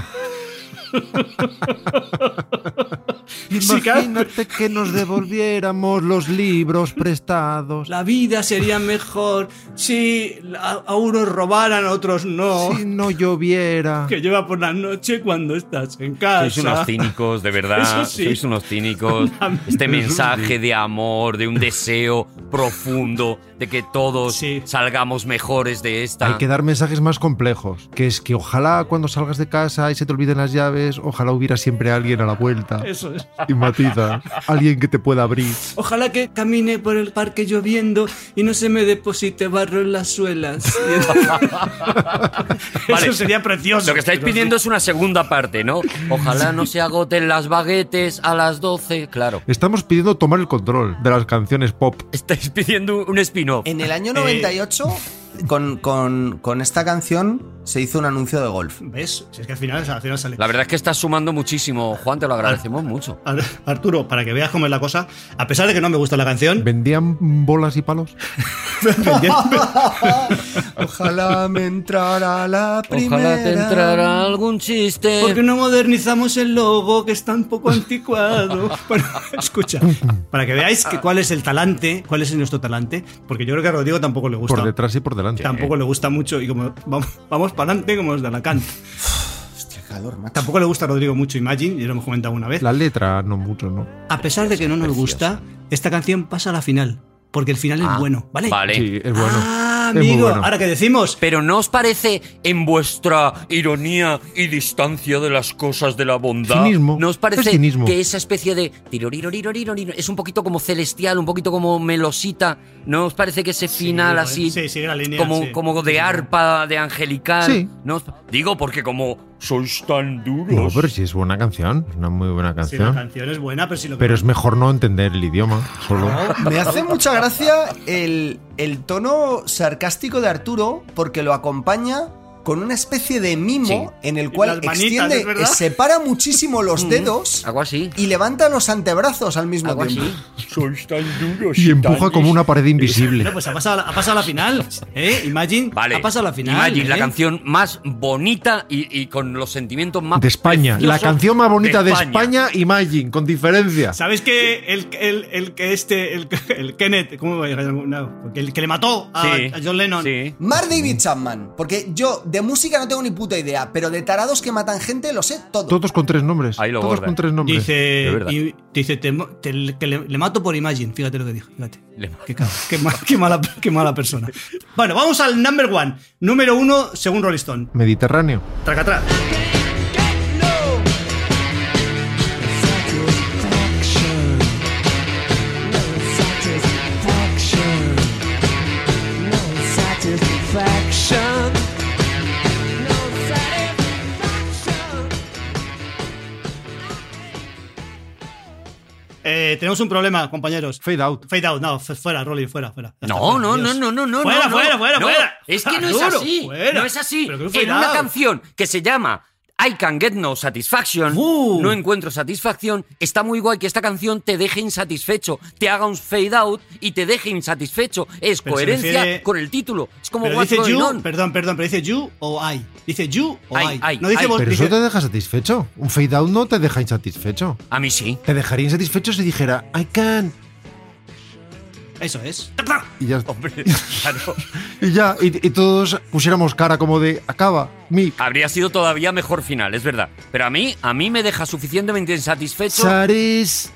Speaker 6: Sí, claro.
Speaker 4: Imagínate que nos devolviéramos los libros prestados.
Speaker 6: La vida sería mejor si a, a unos robaran, a otros no.
Speaker 4: Si no lloviera.
Speaker 6: Que lleva por la noche cuando estás en
Speaker 5: Sois unos
Speaker 6: casa.
Speaker 5: cínicos, de verdad.
Speaker 6: Eso sí.
Speaker 5: Sois unos cínicos. Este mensaje de amor, de un deseo profundo, de que todos
Speaker 6: Sí.
Speaker 5: salgamos mejores de esta.
Speaker 4: Hay que dar mensajes más complejos, que es que ojalá cuando salgas de casa y se te olviden las llaves, ojalá hubiera siempre alguien a la vuelta.
Speaker 6: Eso es.
Speaker 4: Y matiza, alguien que te pueda abrir.
Speaker 6: Ojalá que camine por el parque lloviendo y no se me deposite barro en las suelas.
Speaker 5: Vale.
Speaker 6: Eso sería precioso.
Speaker 5: Lo que estáis
Speaker 6: Pero sí.
Speaker 5: pidiendo es una segunda parte, ¿no? Ojalá no se agoten las baguetes a las 12, claro.
Speaker 4: Estamos pidiendo tomar el control de las canciones pop.
Speaker 5: Estáis pidiendo un spin-off.
Speaker 3: En el año 98, con, con- con esta canción, se hizo un anuncio de golf.
Speaker 6: ¿Ves? Si es que al final, al final sale.
Speaker 5: La verdad es que estás sumando muchísimo, Juan, te lo agradecemos mucho.
Speaker 6: Ar- Arturo, para que veas cómo es la cosa, a pesar de que no me gusta la canción,
Speaker 4: ¿Vendían bolas y palos?
Speaker 3: Ojalá me entrara la primera.
Speaker 5: Ojalá te entrara algún chiste.
Speaker 6: ¿por qué no modernizamos el logo que está un poco anticuado? Bueno, escucha, para que veáis que cuál es el talante, cuál es nuestro talante, porque yo creo que a Rodrigo tampoco le gusta.
Speaker 4: Por detrás y por delante.
Speaker 6: Tampoco le gusta mucho y como vamos, vamos para adelante como nos da la canta.
Speaker 3: Hostia, calor, macho.
Speaker 6: Tampoco le gusta a Rodrigo mucho Imagine, ya lo hemos comentado una vez.
Speaker 4: La letra, no mucho, ¿no?
Speaker 6: A pesar de que no nos gusta, esta canción pasa a la final, porque el final es bueno, ¿vale?
Speaker 5: Ah, Vale.
Speaker 4: Sí, es bueno.
Speaker 6: Ah,
Speaker 4: Es muy
Speaker 6: amigo,
Speaker 4: bueno.
Speaker 6: ahora que decimos,
Speaker 5: Pero ¿no os parece, en vuestra ironía y distancia de las cosas de la bondad,
Speaker 4: Cinismo.
Speaker 5: no os
Speaker 4: Es
Speaker 5: parece
Speaker 4: cinismo.
Speaker 5: que esa especie de tiroriroriroriroriroriro es un poquito como celestial, un poquito como melosita? ¿No os parece que ese final
Speaker 6: ¿eh?
Speaker 5: así,
Speaker 6: Sí, sigue la línea,
Speaker 5: como,
Speaker 6: sí.
Speaker 5: como de arpa, de angelical?
Speaker 4: Sí.
Speaker 5: ¿No os- Digo porque como sois tan
Speaker 4: No,
Speaker 5: duros.
Speaker 4: pero sí es buena canción, es una muy buena
Speaker 6: si la
Speaker 4: canción.
Speaker 6: canción es buena, Ah, pero si lo que-
Speaker 4: Pero es mejor no entender el idioma, solo.
Speaker 3: Me hace mucha gracia el, el tono sarcástico de Arturo porque lo acompaña con una especie de mimo
Speaker 5: Sí.
Speaker 3: en el cual
Speaker 6: Las manitas,
Speaker 3: extiende,
Speaker 6: ¿es verdad?
Speaker 3: separa muchísimo
Speaker 5: Mm.
Speaker 3: los dedos
Speaker 5: Algo así.
Speaker 3: y levanta los antebrazos al mismo
Speaker 5: Algo
Speaker 3: tiempo.
Speaker 5: así.
Speaker 2: Sois tan duros.
Speaker 4: Y empuja como una pared
Speaker 6: Bueno,
Speaker 4: invisible.
Speaker 6: pues ha pasado, a la- ha pasado a la final, ¿eh? Imagine,
Speaker 5: Vale.
Speaker 6: ha pasado a la final.
Speaker 5: Imagine, la
Speaker 6: ¿eh?
Speaker 5: canción más bonita y, y con los sentimientos más.
Speaker 4: De España. La
Speaker 5: preciosos
Speaker 4: canción más bonita de
Speaker 5: España.
Speaker 4: España, Imagine, con diferencia.
Speaker 6: ¿Sabes que el, el, el que este, el, el Kenneth, ¿cómo me no, el que le mató a,
Speaker 5: Sí,
Speaker 6: a John Lennon?
Speaker 5: Sí.
Speaker 3: Mar
Speaker 5: Mm.
Speaker 3: David Chapman, porque yo de música no tengo ni puta idea, pero de tarados que matan gente lo sé todo.
Speaker 4: Todos con tres nombres.
Speaker 5: Ahí lo
Speaker 4: Todos
Speaker 5: borda.
Speaker 4: con tres nombres.
Speaker 5: de
Speaker 6: Dice,
Speaker 5: verdad.
Speaker 6: y- dice te mo- te- que le, le mato por Imagine, fíjate lo que dijo, fíjate.
Speaker 5: Le-
Speaker 6: Qué, cabrón, qué mal- qué mala, qué mala persona. Bueno, vamos al number one. Número uno, según Rolling Stone.
Speaker 4: Mediterráneo.
Speaker 6: Tracatrá. Eh, tenemos un problema, compañeros.
Speaker 4: Fade out.
Speaker 6: Fade out, no, fu- fuera, Rolly, fuera, fuera. Ya está,
Speaker 5: No,
Speaker 6: fuera,
Speaker 5: no, no,
Speaker 6: Dios.
Speaker 5: no, no, no.
Speaker 6: Fuera,
Speaker 5: no, no.
Speaker 6: fuera, fuera,
Speaker 5: No,
Speaker 6: fuera. Ah,
Speaker 5: Es que no es
Speaker 6: Duro,
Speaker 5: así.
Speaker 6: fuera.
Speaker 5: No es así.
Speaker 6: Pero que un fade
Speaker 5: En una
Speaker 6: out.
Speaker 5: canción que se llama I Can Get No Satisfaction,
Speaker 6: Uh.
Speaker 5: no encuentro satisfacción, está muy guay que esta canción te deje insatisfecho, te haga un fade out y te deje insatisfecho. Es
Speaker 6: Pero se
Speaker 5: coherencia
Speaker 6: refiere-
Speaker 5: con el título. Es como
Speaker 6: Pero
Speaker 5: What's
Speaker 6: dice
Speaker 5: Going
Speaker 6: you,
Speaker 5: On.
Speaker 6: perdón, perdón, pero dice you o I. Dice you o
Speaker 5: I,
Speaker 6: I.
Speaker 5: I,
Speaker 6: no dice
Speaker 5: I.
Speaker 6: vos.
Speaker 4: Pero
Speaker 6: dice-
Speaker 4: eso te deja satisfecho. Un fade out no te deja insatisfecho.
Speaker 5: A mí sí.
Speaker 4: Te dejaría insatisfecho si dijera I can.
Speaker 6: Eso es.
Speaker 4: Y ya,
Speaker 5: Hombre, claro.
Speaker 4: y, ya y, y todos pusiéramos cara como de acaba, mi
Speaker 5: Habría sido todavía mejor final, es verdad. Pero a mí, a mí me deja suficientemente insatisfecho
Speaker 4: saris.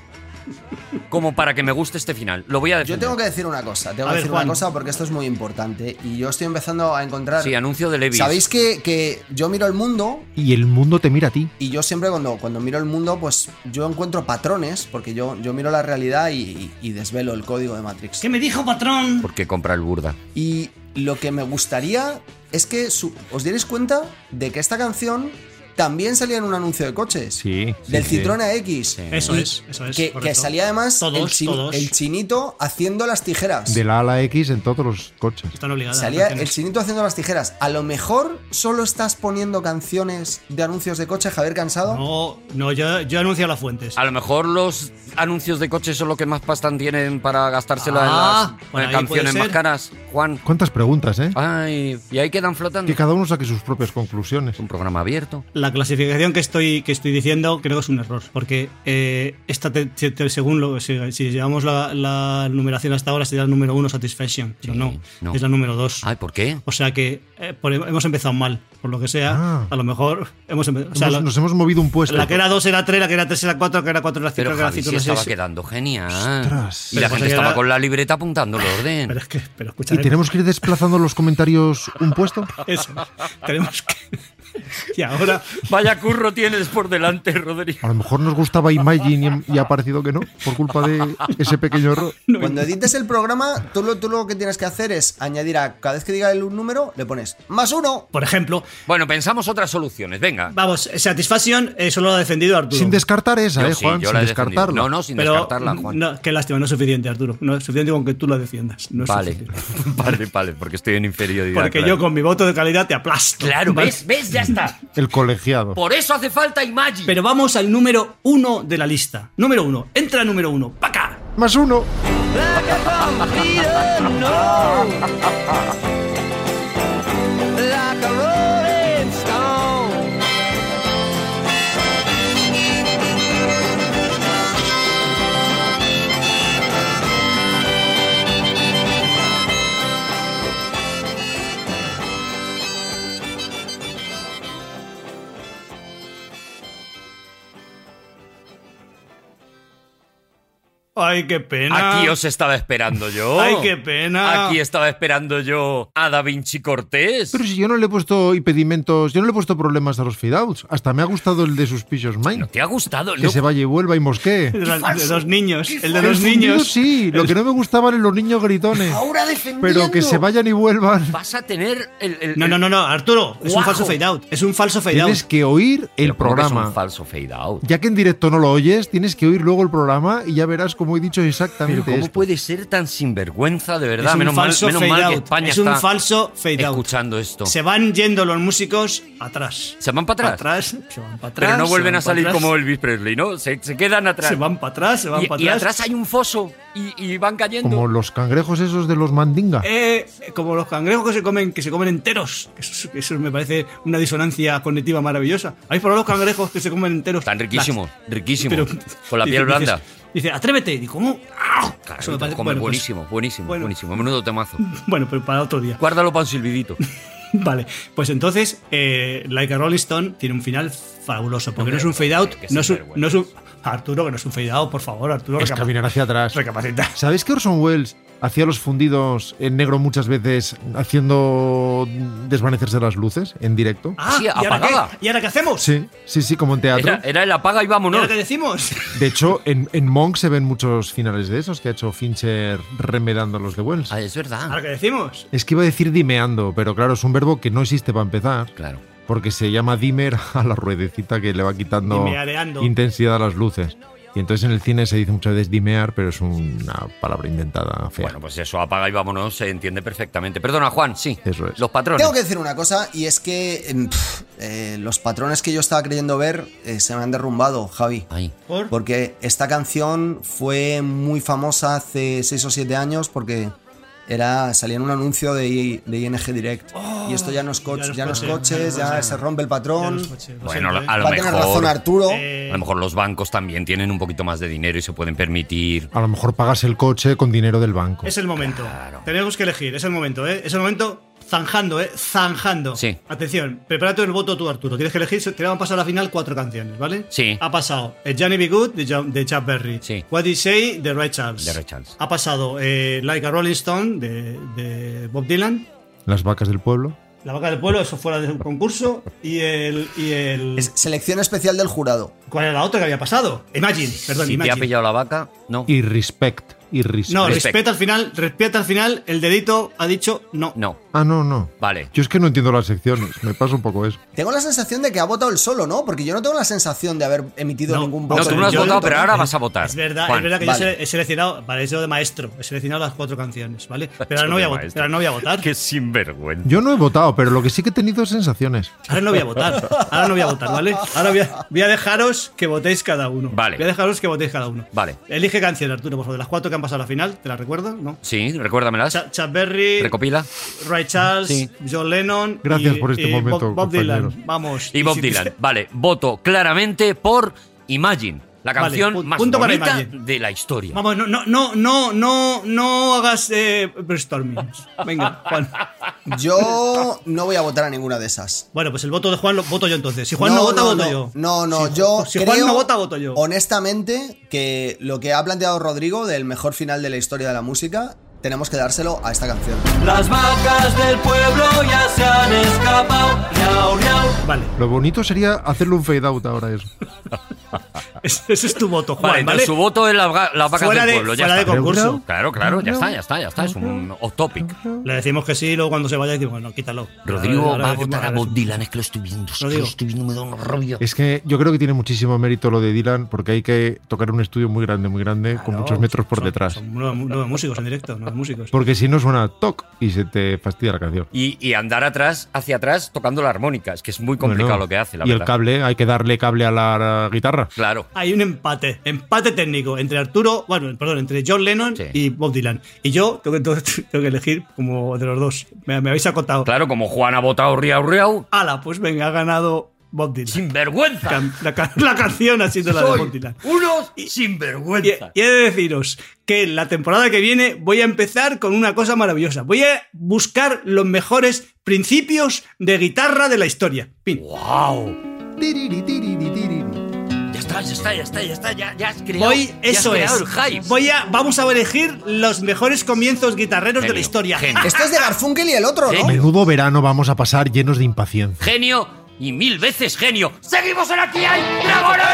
Speaker 5: como para que me guste este final. Lo voy a decir.
Speaker 3: Yo tengo que decir una cosa, tengo
Speaker 6: A
Speaker 3: que
Speaker 6: ver,
Speaker 3: decir
Speaker 6: Juan.
Speaker 3: una cosa porque esto es muy importante y yo estoy empezando a encontrar...
Speaker 5: Sí, anuncio de Levis.
Speaker 3: Sabéis que, que yo miro el mundo
Speaker 4: Y el mundo te mira a ti.
Speaker 3: Y yo siempre cuando, cuando miro el mundo, pues yo encuentro patrones, porque yo, yo miro la realidad y, y- y desvelo el código de Matrix.
Speaker 6: ¿Qué me dijo, patrón?
Speaker 5: Porque compra el burda.
Speaker 3: Y lo que me gustaría es que su- os dierais cuenta de que esta canción también salía en un anuncio de coches.
Speaker 4: Sí, sí,
Speaker 3: Del
Speaker 4: sí.
Speaker 3: Citroën AX.
Speaker 6: Eso
Speaker 3: Y
Speaker 6: es, Pues, eso es,
Speaker 3: Que, que
Speaker 6: correcto.
Speaker 3: salía además el,
Speaker 6: Todos,
Speaker 3: chi-
Speaker 6: todos.
Speaker 3: el chinito haciendo las tijeras.
Speaker 4: De la ala X en todos los coches.
Speaker 6: Están obligadas.
Speaker 3: Salía el
Speaker 6: las canciones.
Speaker 3: chinito haciendo las tijeras. A lo mejor solo estás poniendo canciones de anuncios de coche, Javier Cansado.
Speaker 6: No, no, yo, yo anuncio las fuentes.
Speaker 5: A lo mejor los anuncios de coches son lo que más pasta tienen para gastársela
Speaker 6: Ah,
Speaker 5: en las
Speaker 6: por
Speaker 5: eh,
Speaker 6: ahí
Speaker 5: canciones
Speaker 6: puede ser.
Speaker 5: más caras, Juan.
Speaker 4: ¿Cuántas preguntas, eh?
Speaker 5: Ah. Ay, y ahí quedan flotando.
Speaker 4: Que cada uno saque sus propias conclusiones.
Speaker 5: Es un programa abierto.
Speaker 6: La clasificación que estoy, que estoy diciendo creo que es un error, porque eh, esta te- te- te- según lo si, si llevamos la, la numeración hasta ahora sería el número uno Satisfaction, pero
Speaker 5: Sí,
Speaker 6: no,
Speaker 5: no. Ah.
Speaker 6: es la número dos.
Speaker 5: Ay, ¿por qué?
Speaker 6: O sea que eh, por- hemos empezado mal, por lo que sea,
Speaker 4: Ah.
Speaker 6: a lo mejor hemos empezado. O sea,
Speaker 4: Hemos-
Speaker 6: lo-
Speaker 4: nos hemos movido un puesto.
Speaker 6: la que era dos era tres, la que era tres era cuatro, la que era cuatro era cinco,
Speaker 5: Pero
Speaker 6: la que era
Speaker 5: Javi
Speaker 6: cinco
Speaker 5: se
Speaker 6: era
Speaker 5: estaba
Speaker 6: seis.
Speaker 5: quedando genial.
Speaker 4: Ostras.
Speaker 5: Y la gente
Speaker 6: Pero pasa que
Speaker 5: estaba
Speaker 6: era-
Speaker 5: con la libreta apuntando el orden.
Speaker 6: Pero es que, pero escucha, eh,
Speaker 4: ¿Y tenemos que ir desplazando los comentarios un puesto?
Speaker 6: eso. Tenemos que. Y ahora,
Speaker 5: Vaya curro tienes por delante, Rodrigo.
Speaker 4: A lo mejor nos gustaba Imagine y, y ha parecido que no, por culpa de ese pequeño error.
Speaker 3: Cuando edites el programa, tú lo, tú lo que tienes que hacer es añadir a cada vez que diga el un número, le pones más uno.
Speaker 6: por ejemplo,
Speaker 5: Bueno, pensamos otras soluciones, venga.
Speaker 6: vamos, Satisfaction eh, solo lo ha defendido Arturo.
Speaker 4: Sin descartar esa, ¿eh,
Speaker 5: sí,
Speaker 4: Juan?
Speaker 5: yo
Speaker 4: sin
Speaker 5: la he defendido.
Speaker 4: descartarla.
Speaker 5: No, no, sin
Speaker 6: Pero,
Speaker 5: descartarla, Juan.
Speaker 6: no, qué lástima, no es suficiente, Arturo. No es suficiente con que tú la defiendas. No es
Speaker 5: vale,
Speaker 6: suficiente.
Speaker 5: vale, vale, porque estoy en inferioridad.
Speaker 6: Porque
Speaker 5: claro.
Speaker 6: yo con mi voto de calidad te aplasto.
Speaker 5: Claro,
Speaker 6: ¿vale?
Speaker 5: ¿ves? ¿Ves? Ya está.
Speaker 4: El colegiado.
Speaker 5: Por eso hace falta Imagi.
Speaker 6: Pero vamos al número uno de la lista. Número uno. Entra número uno. ¡Paca!
Speaker 4: Más uno.
Speaker 8: like a complete unknown, like a rolling stone.
Speaker 6: ¡Ay, qué pena!
Speaker 5: Aquí os estaba esperando yo.
Speaker 6: Ay, qué pena.
Speaker 5: Aquí estaba esperando yo a Da Vinci Cortés.
Speaker 4: Pero si yo no le he puesto impedimentos, yo no le he puesto problemas a los fidouts. Hasta me ha gustado el de Suspicious Mind.
Speaker 5: ¿Te ha gustado?
Speaker 4: que
Speaker 5: No,
Speaker 4: se vaya y vuelva y
Speaker 6: De,
Speaker 4: mosquee.
Speaker 6: la- de los niños. El de
Speaker 4: El
Speaker 6: los
Speaker 4: fundido
Speaker 6: niños.
Speaker 4: sí, lo que no me gustaban eran los niños gritones.
Speaker 3: Ahora defendiendo.
Speaker 4: Pero que se vayan y vuelvan.
Speaker 5: Vas a tener el. el-
Speaker 6: No, no, no, no, Arturo. Es un
Speaker 5: Guajo.
Speaker 6: falso fade out. Es un falso fade out.
Speaker 4: Tienes que oír el
Speaker 5: Pero ¿cómo que es
Speaker 4: programa.
Speaker 5: un falso fade out.
Speaker 4: Ya que en directo no lo oyes, tienes que oír luego el programa y ya verás cómo he dicho exactamente
Speaker 5: Pero ¿cómo
Speaker 4: esto.
Speaker 5: puede ser tan sinvergüenza, de verdad?
Speaker 6: Es un
Speaker 5: menos mal,
Speaker 6: falso
Speaker 5: menos
Speaker 6: fade
Speaker 5: mal que
Speaker 6: out.
Speaker 5: España
Speaker 6: Es un
Speaker 5: está
Speaker 6: falso fade out.
Speaker 5: escuchando esto.
Speaker 6: Se van yendo los músicos atrás.
Speaker 5: ¿Se van para atrás?
Speaker 6: Se van para atrás.
Speaker 5: Pero no
Speaker 6: se
Speaker 5: vuelven
Speaker 6: van
Speaker 5: a salir
Speaker 6: para atrás,
Speaker 5: como Elvis Presley, ¿no? Se, se quedan atrás.
Speaker 6: Se van para atrás, se van
Speaker 5: y,
Speaker 6: para
Speaker 5: y
Speaker 6: atrás.
Speaker 5: atrás hay un foso y, y van cayendo.
Speaker 4: Como los cangrejos esos de los mandinga.
Speaker 6: Eh, como los cangrejos que se comen, que se comen enteros. Eso, eso me parece una disonancia cognitiva maravillosa. ¿Habéis probado los cangrejos que se comen enteros?
Speaker 5: Tan riquísimos, riquísimos.
Speaker 6: Pero-
Speaker 5: con la
Speaker 6: dice-
Speaker 5: piel blanda.
Speaker 6: Dice, dice, atrévete. Y digo, ¿cómo? ¡Ah!
Speaker 5: Claro,
Speaker 6: Eso me parece-
Speaker 5: come,
Speaker 6: bueno, pues-
Speaker 5: buenísimo, buenísimo,
Speaker 6: bueno.
Speaker 5: buenísimo. Menudo temazo.
Speaker 6: bueno, pero para otro día.
Speaker 5: Guárdalo para un silbidito.
Speaker 6: Vale, pues entonces, eh, Like a Rolling Stone tiene un final fabuloso, porque no, es un fade out,
Speaker 5: que
Speaker 6: no es un,
Speaker 5: sinvergüenza.
Speaker 6: no es un- Arturo, que no es un fade out, por favor, Arturo,
Speaker 4: Es
Speaker 6: recapa-
Speaker 4: caminar hacia atrás.
Speaker 6: recapacita.
Speaker 4: ¿Sabéis que Orson Welles hacía los fundidos en negro muchas veces haciendo desvanecerse las luces en directo?
Speaker 6: Ah,
Speaker 5: Sí,
Speaker 6: ¿y, ahora
Speaker 5: apagaba.
Speaker 6: qué, ¿y ahora qué hacemos?
Speaker 4: Sí, sí, sí, como en teatro.
Speaker 5: Era, eh. era el apaga y
Speaker 6: ¿Y
Speaker 5: vámonos.
Speaker 6: ahora qué decimos?
Speaker 4: De hecho, en, en Monk se ven muchos finales de esos que ha hecho Fincher remedando los de Wells.
Speaker 5: Ah, es verdad.
Speaker 6: ¿Ahora qué decimos?
Speaker 4: Es que iba a decir dimeando, pero claro, es un verbo que no existe para empezar,
Speaker 5: Claro.
Speaker 4: porque se llama dimer a la ruedecita que le va quitando
Speaker 6: Dimeareando.
Speaker 4: intensidad a las luces. Y entonces en el cine se dice muchas veces dimear, pero es una palabra inventada fea.
Speaker 5: Bueno, pues eso, apaga y vámonos, se entiende perfectamente. Perdona, Juan, sí.
Speaker 4: Eso es.
Speaker 5: Los patrones.
Speaker 3: Tengo que decir una cosa, y es que em, pf, eh, los patrones que yo estaba creyendo ver eh, se me han derrumbado, Javi.
Speaker 5: Ay.
Speaker 6: Por-
Speaker 3: Porque esta canción fue muy famosa hace 6 o 7 años porque era, salía en un anuncio de, I- de ING Direct. y esto ya no es, coche-
Speaker 6: ya los
Speaker 3: Oh, ya no es
Speaker 6: coches,
Speaker 3: coches,
Speaker 6: ya no
Speaker 3: ya
Speaker 6: pasa
Speaker 3: se
Speaker 6: nada.
Speaker 3: rompe el
Speaker 6: Ya
Speaker 3: patrón.
Speaker 6: los coches, lo
Speaker 5: Bueno,
Speaker 6: siento, ¿eh?
Speaker 5: a lo
Speaker 3: Va a tener
Speaker 5: mejor-
Speaker 3: razón Arturo.
Speaker 5: A lo mejor los bancos también tienen un poquito más de dinero y se pueden permitir.
Speaker 4: A lo mejor pagas el coche con dinero del banco.
Speaker 6: pues- Es el momento.
Speaker 5: Claro.
Speaker 6: Tenemos que elegir, es el momento, ¿eh? Es el momento zanjando, ¿eh? Zanjando.
Speaker 5: Sí.
Speaker 6: Atención, prepárate el voto tú, Arturo. Tienes que elegir, se- te van a pasar a la final cuatro canciones, ¿vale?
Speaker 5: Sí.
Speaker 6: Ha pasado eh, Johnny Be Good de, Ja- de Chuck Berry.
Speaker 5: Sí.
Speaker 6: What Do You Say de Ray Charles.
Speaker 5: De Ray Charles.
Speaker 6: Ha pasado eh, Like a Rolling Stone de, de Bob Dylan.
Speaker 4: Las vacas del pueblo.
Speaker 6: La vaca del pueblo, eso fuera de un concurso. Y el. Y el
Speaker 3: Es selección especial del jurado.
Speaker 6: ¿Cuál era la otra que había pasado? Imagine, perdón,
Speaker 5: si te ha
Speaker 6: Imagine.
Speaker 5: pillado la vaca, no.
Speaker 4: Y respect. Y respect.
Speaker 6: No,
Speaker 5: Respect.
Speaker 6: respeta al final, respeta al final, el dedito ha dicho no.
Speaker 5: No.
Speaker 4: Ah, no, no.
Speaker 5: Vale.
Speaker 4: Yo es que no entiendo las secciones. Me pasa un poco eso.
Speaker 3: Tengo la sensación de que ha votado el solo, ¿no? Porque yo no tengo la sensación de haber emitido
Speaker 6: No,
Speaker 3: ningún
Speaker 6: no,
Speaker 3: voto.
Speaker 5: No, tú no has
Speaker 6: yo-
Speaker 5: votado, pero ahora
Speaker 6: es-
Speaker 5: vas a votar.
Speaker 6: Es verdad,
Speaker 5: Juan.
Speaker 6: es verdad que yo
Speaker 3: Vale.
Speaker 6: se- he seleccionado, para eso de maestro, he seleccionado las cuatro canciones, ¿vale? Pero ahora no voy a,
Speaker 5: de
Speaker 6: vot-
Speaker 5: maestro.
Speaker 6: pero ahora no voy a votar.
Speaker 5: Qué sinvergüenza.
Speaker 4: Yo no he votado, pero lo que sí que he tenido es sensaciones.
Speaker 6: Ahora no voy a votar. Ahora no voy a votar, ¿vale? Ahora voy a, voy a dejaros que votéis cada uno.
Speaker 5: Vale.
Speaker 6: Voy a dejaros que votéis cada uno.
Speaker 5: Vale.
Speaker 6: Elige canción, Arturo, por favor. De las cuatro que han pasado a la final, te las recuerdo, ¿no?
Speaker 5: Sí, recuérdamelas.
Speaker 6: Cha- Chuck Berry,
Speaker 5: Recopila.
Speaker 6: Ray Charles,
Speaker 5: Sí.
Speaker 6: John Lennon.
Speaker 4: Gracias
Speaker 6: y-
Speaker 4: por este
Speaker 6: y
Speaker 4: momento,
Speaker 6: Bob, Bob Dylan,
Speaker 4: compañeros.
Speaker 6: vamos.
Speaker 5: Y Bob
Speaker 6: si-
Speaker 5: Dylan. Vale, voto claramente por Imagine, la
Speaker 6: Vale,
Speaker 5: canción
Speaker 6: pu-
Speaker 5: más
Speaker 6: punto para
Speaker 5: bonita
Speaker 6: Imagine.
Speaker 5: de la historia.
Speaker 6: Vamos, no, no, no, no, no, no hagas eh, brainstorming. Venga, Juan.
Speaker 3: Yo no voy a votar a ninguna de esas.
Speaker 6: Bueno, pues el voto de Juan lo voto yo entonces. Si Juan no, vota, voto
Speaker 3: no,
Speaker 6: yo.
Speaker 3: No, no,
Speaker 6: Si-
Speaker 3: yo.
Speaker 6: si
Speaker 3: creo,
Speaker 6: Juan no vota, voto yo.
Speaker 3: Honestamente, que lo que ha planteado Rodrigo del mejor final de la historia de la música tenemos que dárselo a esta canción.
Speaker 8: Las vacas del pueblo ya se han escapado. Miau, miau.
Speaker 6: Vale,
Speaker 4: Lo bonito sería hacerle un fade out ahora a eso.
Speaker 6: ese, ese es tu voto, Juan,
Speaker 5: Vale,
Speaker 6: ¿vale?
Speaker 5: entonces su voto es las ga- las vacas
Speaker 6: Fuera
Speaker 5: del
Speaker 6: de-
Speaker 5: pueblo. ya
Speaker 6: fuera
Speaker 5: está.
Speaker 6: de concurso.
Speaker 5: Claro, claro, ya está, ya está, ya está. Es un off topic.
Speaker 6: Le decimos que sí, luego cuando se vaya decimos, bueno, quítalo.
Speaker 5: Rodrigo
Speaker 6: Ahora
Speaker 5: va a
Speaker 6: decimos,
Speaker 5: votar a
Speaker 6: ahora
Speaker 5: Bob
Speaker 6: es-
Speaker 5: Dylan, es que lo estoy viendo, es que
Speaker 6: Rodrigo.
Speaker 5: lo estoy viendo, me da una rabia.
Speaker 4: Es que yo creo que tiene muchísimo mérito lo de Dylan porque hay que tocar un estudio muy grande, muy grande, con
Speaker 6: Claro,
Speaker 4: muchos metros por
Speaker 6: son-
Speaker 4: detrás.
Speaker 6: Son nueve, nueve músicos en directo, nueve músicos.
Speaker 4: Porque si no suena toc y se te fastidia la canción.
Speaker 5: Y, y andar atrás, hacia atrás, tocando la armónica. Es que es muy complicado
Speaker 4: Bueno,
Speaker 5: lo que hace, la
Speaker 4: Y el
Speaker 5: verdad.
Speaker 4: cable, hay que darle cable a la, la guitarra.
Speaker 5: Claro.
Speaker 6: Hay un empate, empate técnico entre Arturo, bueno, perdón, entre John Lennon
Speaker 5: Sí.
Speaker 6: y Bob Dylan. Y yo tengo que, tengo que elegir como de los dos. Me, me habéis acotado.
Speaker 5: Claro, como Juan ha votado Riau Riau,
Speaker 6: Ala, pues venga, ha ganado Bob Dylan.
Speaker 5: sin vergüenza.
Speaker 6: Can- la, ca- la canción ha sido la de Bob Dylan.
Speaker 5: unos
Speaker 6: Y,
Speaker 5: sinvergüenza.
Speaker 6: y he de deciros que la temporada que viene voy a empezar con una cosa maravillosa. Voy a buscar los mejores principios de guitarra de la historia. Fin.
Speaker 5: ¡Wow!
Speaker 4: Tiriri, tiriri, tiriri.
Speaker 5: Ya está, ya está, ya está, ya está, ya, ya has creado,
Speaker 6: Voy,
Speaker 5: ya has
Speaker 6: eso es.
Speaker 5: creado el hype.
Speaker 6: Voy a, vamos a elegir los mejores comienzos guitarreros de la
Speaker 5: Genio,
Speaker 6: historia.
Speaker 5: genio.
Speaker 3: Este es de Garfunkel y el otro, ¿no?
Speaker 5: Sí.
Speaker 4: Menudo verano vamos a pasar llenos de impaciencia.
Speaker 5: genio y mil veces genio. ¡Seguimos en Aquí hay Dragones!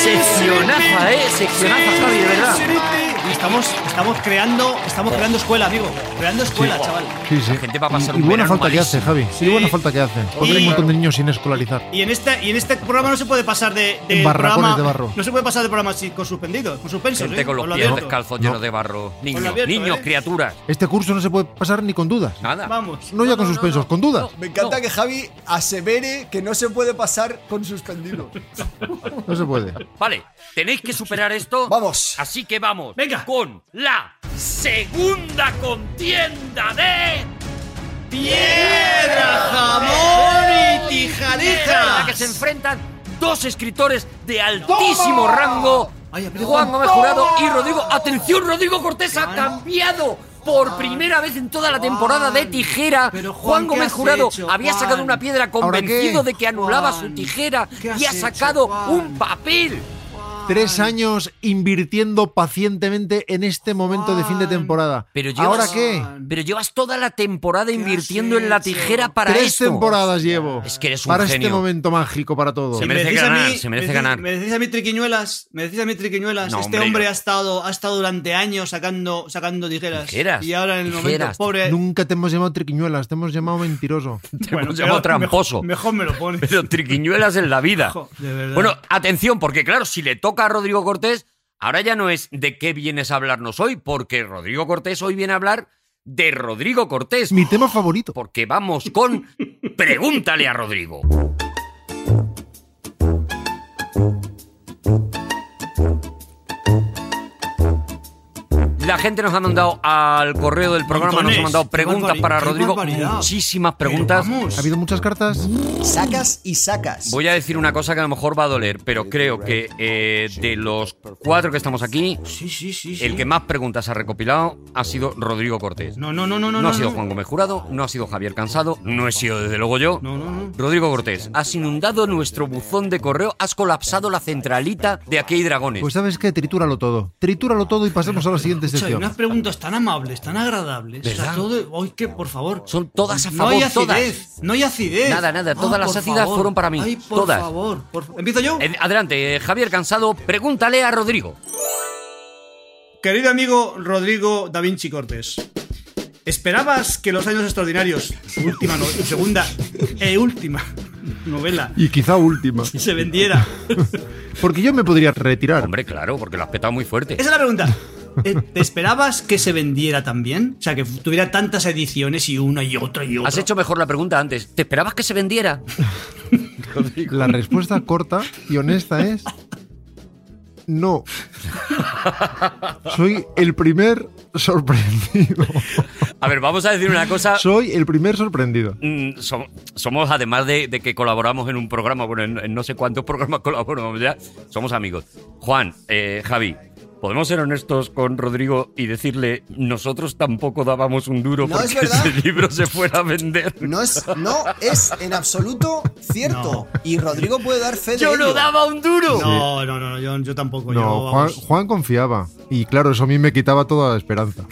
Speaker 5: Seccionaza, eh, seccionaza, Javi, de verdad.
Speaker 6: Y Estamos, estamos creando, estamos creando escuela, amigo. Creando escuela, chaval.
Speaker 4: Sí, sí.
Speaker 5: La gente va a pasar
Speaker 4: y, y
Speaker 5: un
Speaker 4: buena
Speaker 5: verano
Speaker 4: falta que hace,
Speaker 5: malísimo.
Speaker 4: Javi.
Speaker 6: Sí.
Speaker 4: Y buena falta que hace. Porque hay un montón de niños sin escolarizar.
Speaker 6: Y en, esta, y en este programa no se puede pasar de, de
Speaker 4: Barracones
Speaker 6: programa,
Speaker 4: de barro.
Speaker 6: No se puede pasar de programa así con suspendidos, con suspensos.
Speaker 5: Gente
Speaker 6: ¿eh?
Speaker 5: con
Speaker 6: Os
Speaker 5: los
Speaker 6: lo
Speaker 5: pies
Speaker 6: advierto.
Speaker 5: descalzos llenos de barro. Niños,
Speaker 6: abierto,
Speaker 5: niños,
Speaker 6: ¿eh?
Speaker 5: criaturas.
Speaker 4: Este curso no se puede pasar ni con dudas.
Speaker 5: Nada.
Speaker 6: Vamos.
Speaker 4: No ya con suspensos, con dudas.
Speaker 5: no.
Speaker 3: Me encanta que Javi asevere que no se puede pasar con suspendido.
Speaker 4: No, se puede.
Speaker 5: Vale, tenéis que superar esto.
Speaker 3: Vamos.
Speaker 5: Así que vamos.
Speaker 6: Venga.
Speaker 5: Con la segunda contienda de.
Speaker 6: Piedra, jamón y
Speaker 5: En la que se enfrentan dos escritores de altísimo rango.
Speaker 6: Ay, apellido
Speaker 5: Juan
Speaker 6: Juan.
Speaker 5: Gómez Jurado y Rodrigo. Atención, Rodrigo Cortés ha cambiado. Por primera vez en toda la temporada de tijera,
Speaker 6: Pero,
Speaker 5: Juan
Speaker 6: Juan, ¿qué
Speaker 5: Gómez
Speaker 6: has
Speaker 5: Jurado
Speaker 6: hecho,
Speaker 5: había
Speaker 6: Juan?
Speaker 5: sacado una piedra
Speaker 4: ¿Ahora qué?
Speaker 5: convencido de que anulaba su
Speaker 6: Juan,
Speaker 5: tijera
Speaker 6: ¿qué has
Speaker 5: y ha
Speaker 6: hecho,
Speaker 5: sacado
Speaker 6: Juan?
Speaker 5: un papel.
Speaker 4: Tres años invirtiendo pacientemente en este momento de fin de temporada.
Speaker 5: Pero llevas-
Speaker 4: ¿Ahora qué?
Speaker 5: Pero llevas toda la temporada invirtiendo en la tijera para
Speaker 4: Tres
Speaker 5: esto.
Speaker 4: temporadas llevo.
Speaker 5: Es que eres un
Speaker 4: Para este
Speaker 5: genio.
Speaker 4: momento mágico para todos.
Speaker 5: Se
Speaker 6: Y
Speaker 5: merece
Speaker 6: decís a
Speaker 5: ganar, se merece
Speaker 6: me decís-
Speaker 5: ganar.
Speaker 6: Me decís a mí triquiñuelas, me decís a mí triquiñuelas.
Speaker 5: No,
Speaker 6: este
Speaker 5: hombre,
Speaker 6: hombre
Speaker 5: yo-
Speaker 6: ha estado, ha estado durante años sacando, sacando tijeras,
Speaker 5: Tijeras,
Speaker 6: Y ahora en el
Speaker 5: tijeras.
Speaker 6: momento, pobre.
Speaker 4: Nunca te hemos llamado triquiñuelas, te hemos llamado mentiroso.
Speaker 5: Te
Speaker 6: bueno,
Speaker 5: hemos
Speaker 6: pero
Speaker 5: llamado tramposo.
Speaker 6: Mejor, mejor me lo pones.
Speaker 5: Pero triquiñuelas en la vida.
Speaker 6: Jo, de verdad.
Speaker 5: Bueno, atención, porque claro, si le toca a Rodrigo Cortés, ahora ya no es de qué vienes a hablarnos hoy, porque Rodrigo Cortés hoy viene a hablar de Rodrigo Cortés.
Speaker 4: Es mi tema favorito.
Speaker 5: Porque vamos con Pregúntale a Rodrigo. La gente nos ha mandado al correo del programa, nos ha
Speaker 6: Montones.
Speaker 5: mandado
Speaker 6: Qué
Speaker 5: preguntas
Speaker 6: barbaridad,
Speaker 5: para
Speaker 6: qué
Speaker 5: Rodrigo.
Speaker 6: barbaridad.
Speaker 5: Muchísimas
Speaker 6: Pero
Speaker 5: preguntas.
Speaker 6: vamos.
Speaker 4: Ha habido muchas cartas.
Speaker 3: Sacas y sacas.
Speaker 5: Voy a decir una cosa que a lo mejor va a doler, pero creo que eh, de los cuatro que estamos aquí,
Speaker 6: Sí, sí, sí. sí.
Speaker 5: el que más preguntas ha recopilado ha sido Rodrigo Cortés.
Speaker 6: No, no, no, no, no.
Speaker 5: No ha sido Juan Gómez Jurado, no ha sido Javier Cansado, no he sido desde luego yo.
Speaker 6: No, no, no.
Speaker 5: Rodrigo Cortés, has inundado nuestro buzón de correo, has colapsado la centralita de Aquí hay Dragones.
Speaker 4: Pues sabes qué, tritúralo todo. Tritúralo todo y pasemos a la siguiente
Speaker 6: Escucha, hay unas
Speaker 4: sección.
Speaker 6: preguntas tan amables, tan agradables.
Speaker 5: ¿Verdad?
Speaker 6: O sea, todo- ay, que, por favor.
Speaker 5: Son todas a
Speaker 6: No hay
Speaker 5: favor,
Speaker 6: acidez.
Speaker 5: todas.
Speaker 6: No hay acidez. Ah,
Speaker 5: Nada, nada, todas las
Speaker 6: por
Speaker 5: ácidas fueron para mí,
Speaker 6: Ay, por
Speaker 5: todas.
Speaker 6: favor. por fa- ¿Empiezo yo?
Speaker 5: Eh, Adelante, eh, Javier Cansado, pregúntale a Rodrigo.
Speaker 6: Querido amigo Rodrigo Da Vinci Cortés, ¿esperabas que Los Años Extraordinarios, su última, no- su segunda e última novela,
Speaker 4: Y quizá última.
Speaker 6: se vendiera?
Speaker 4: Porque yo me podría retirar.
Speaker 5: Hombre, claro, porque lo has petado muy fuerte.
Speaker 6: Esa es la pregunta. Eh, ¿Te esperabas que se vendiera también? O sea, que tuviera tantas ediciones y una y otra y otra.
Speaker 5: Has hecho mejor la pregunta antes. ¿Te esperabas que se vendiera?
Speaker 4: La respuesta corta y honesta es no. Soy el primer sorprendido.
Speaker 5: A ver, vamos a decir una cosa.
Speaker 4: Soy el primer sorprendido.
Speaker 5: Mm, som- somos, además de, de que colaboramos en un programa, bueno, en, en no sé cuántos programas colaboramos ya, somos amigos. Juan, eh, Javi, podemos ser honestos con Rodrigo y decirle, nosotros tampoco dábamos un duro
Speaker 3: No, es
Speaker 5: porque
Speaker 3: verdad.
Speaker 5: ese libro se fuera a vender.
Speaker 3: No es, no es en absoluto cierto.
Speaker 6: No.
Speaker 3: Y Rodrigo puede dar fe de
Speaker 5: Yo no
Speaker 3: ello.
Speaker 5: daba un duro.
Speaker 6: No, no, no, no, yo, yo tampoco. Pues yo,
Speaker 4: No, Juan,
Speaker 6: vamos.
Speaker 4: Juan confiaba. Y claro, eso a mí me quitaba toda la esperanza.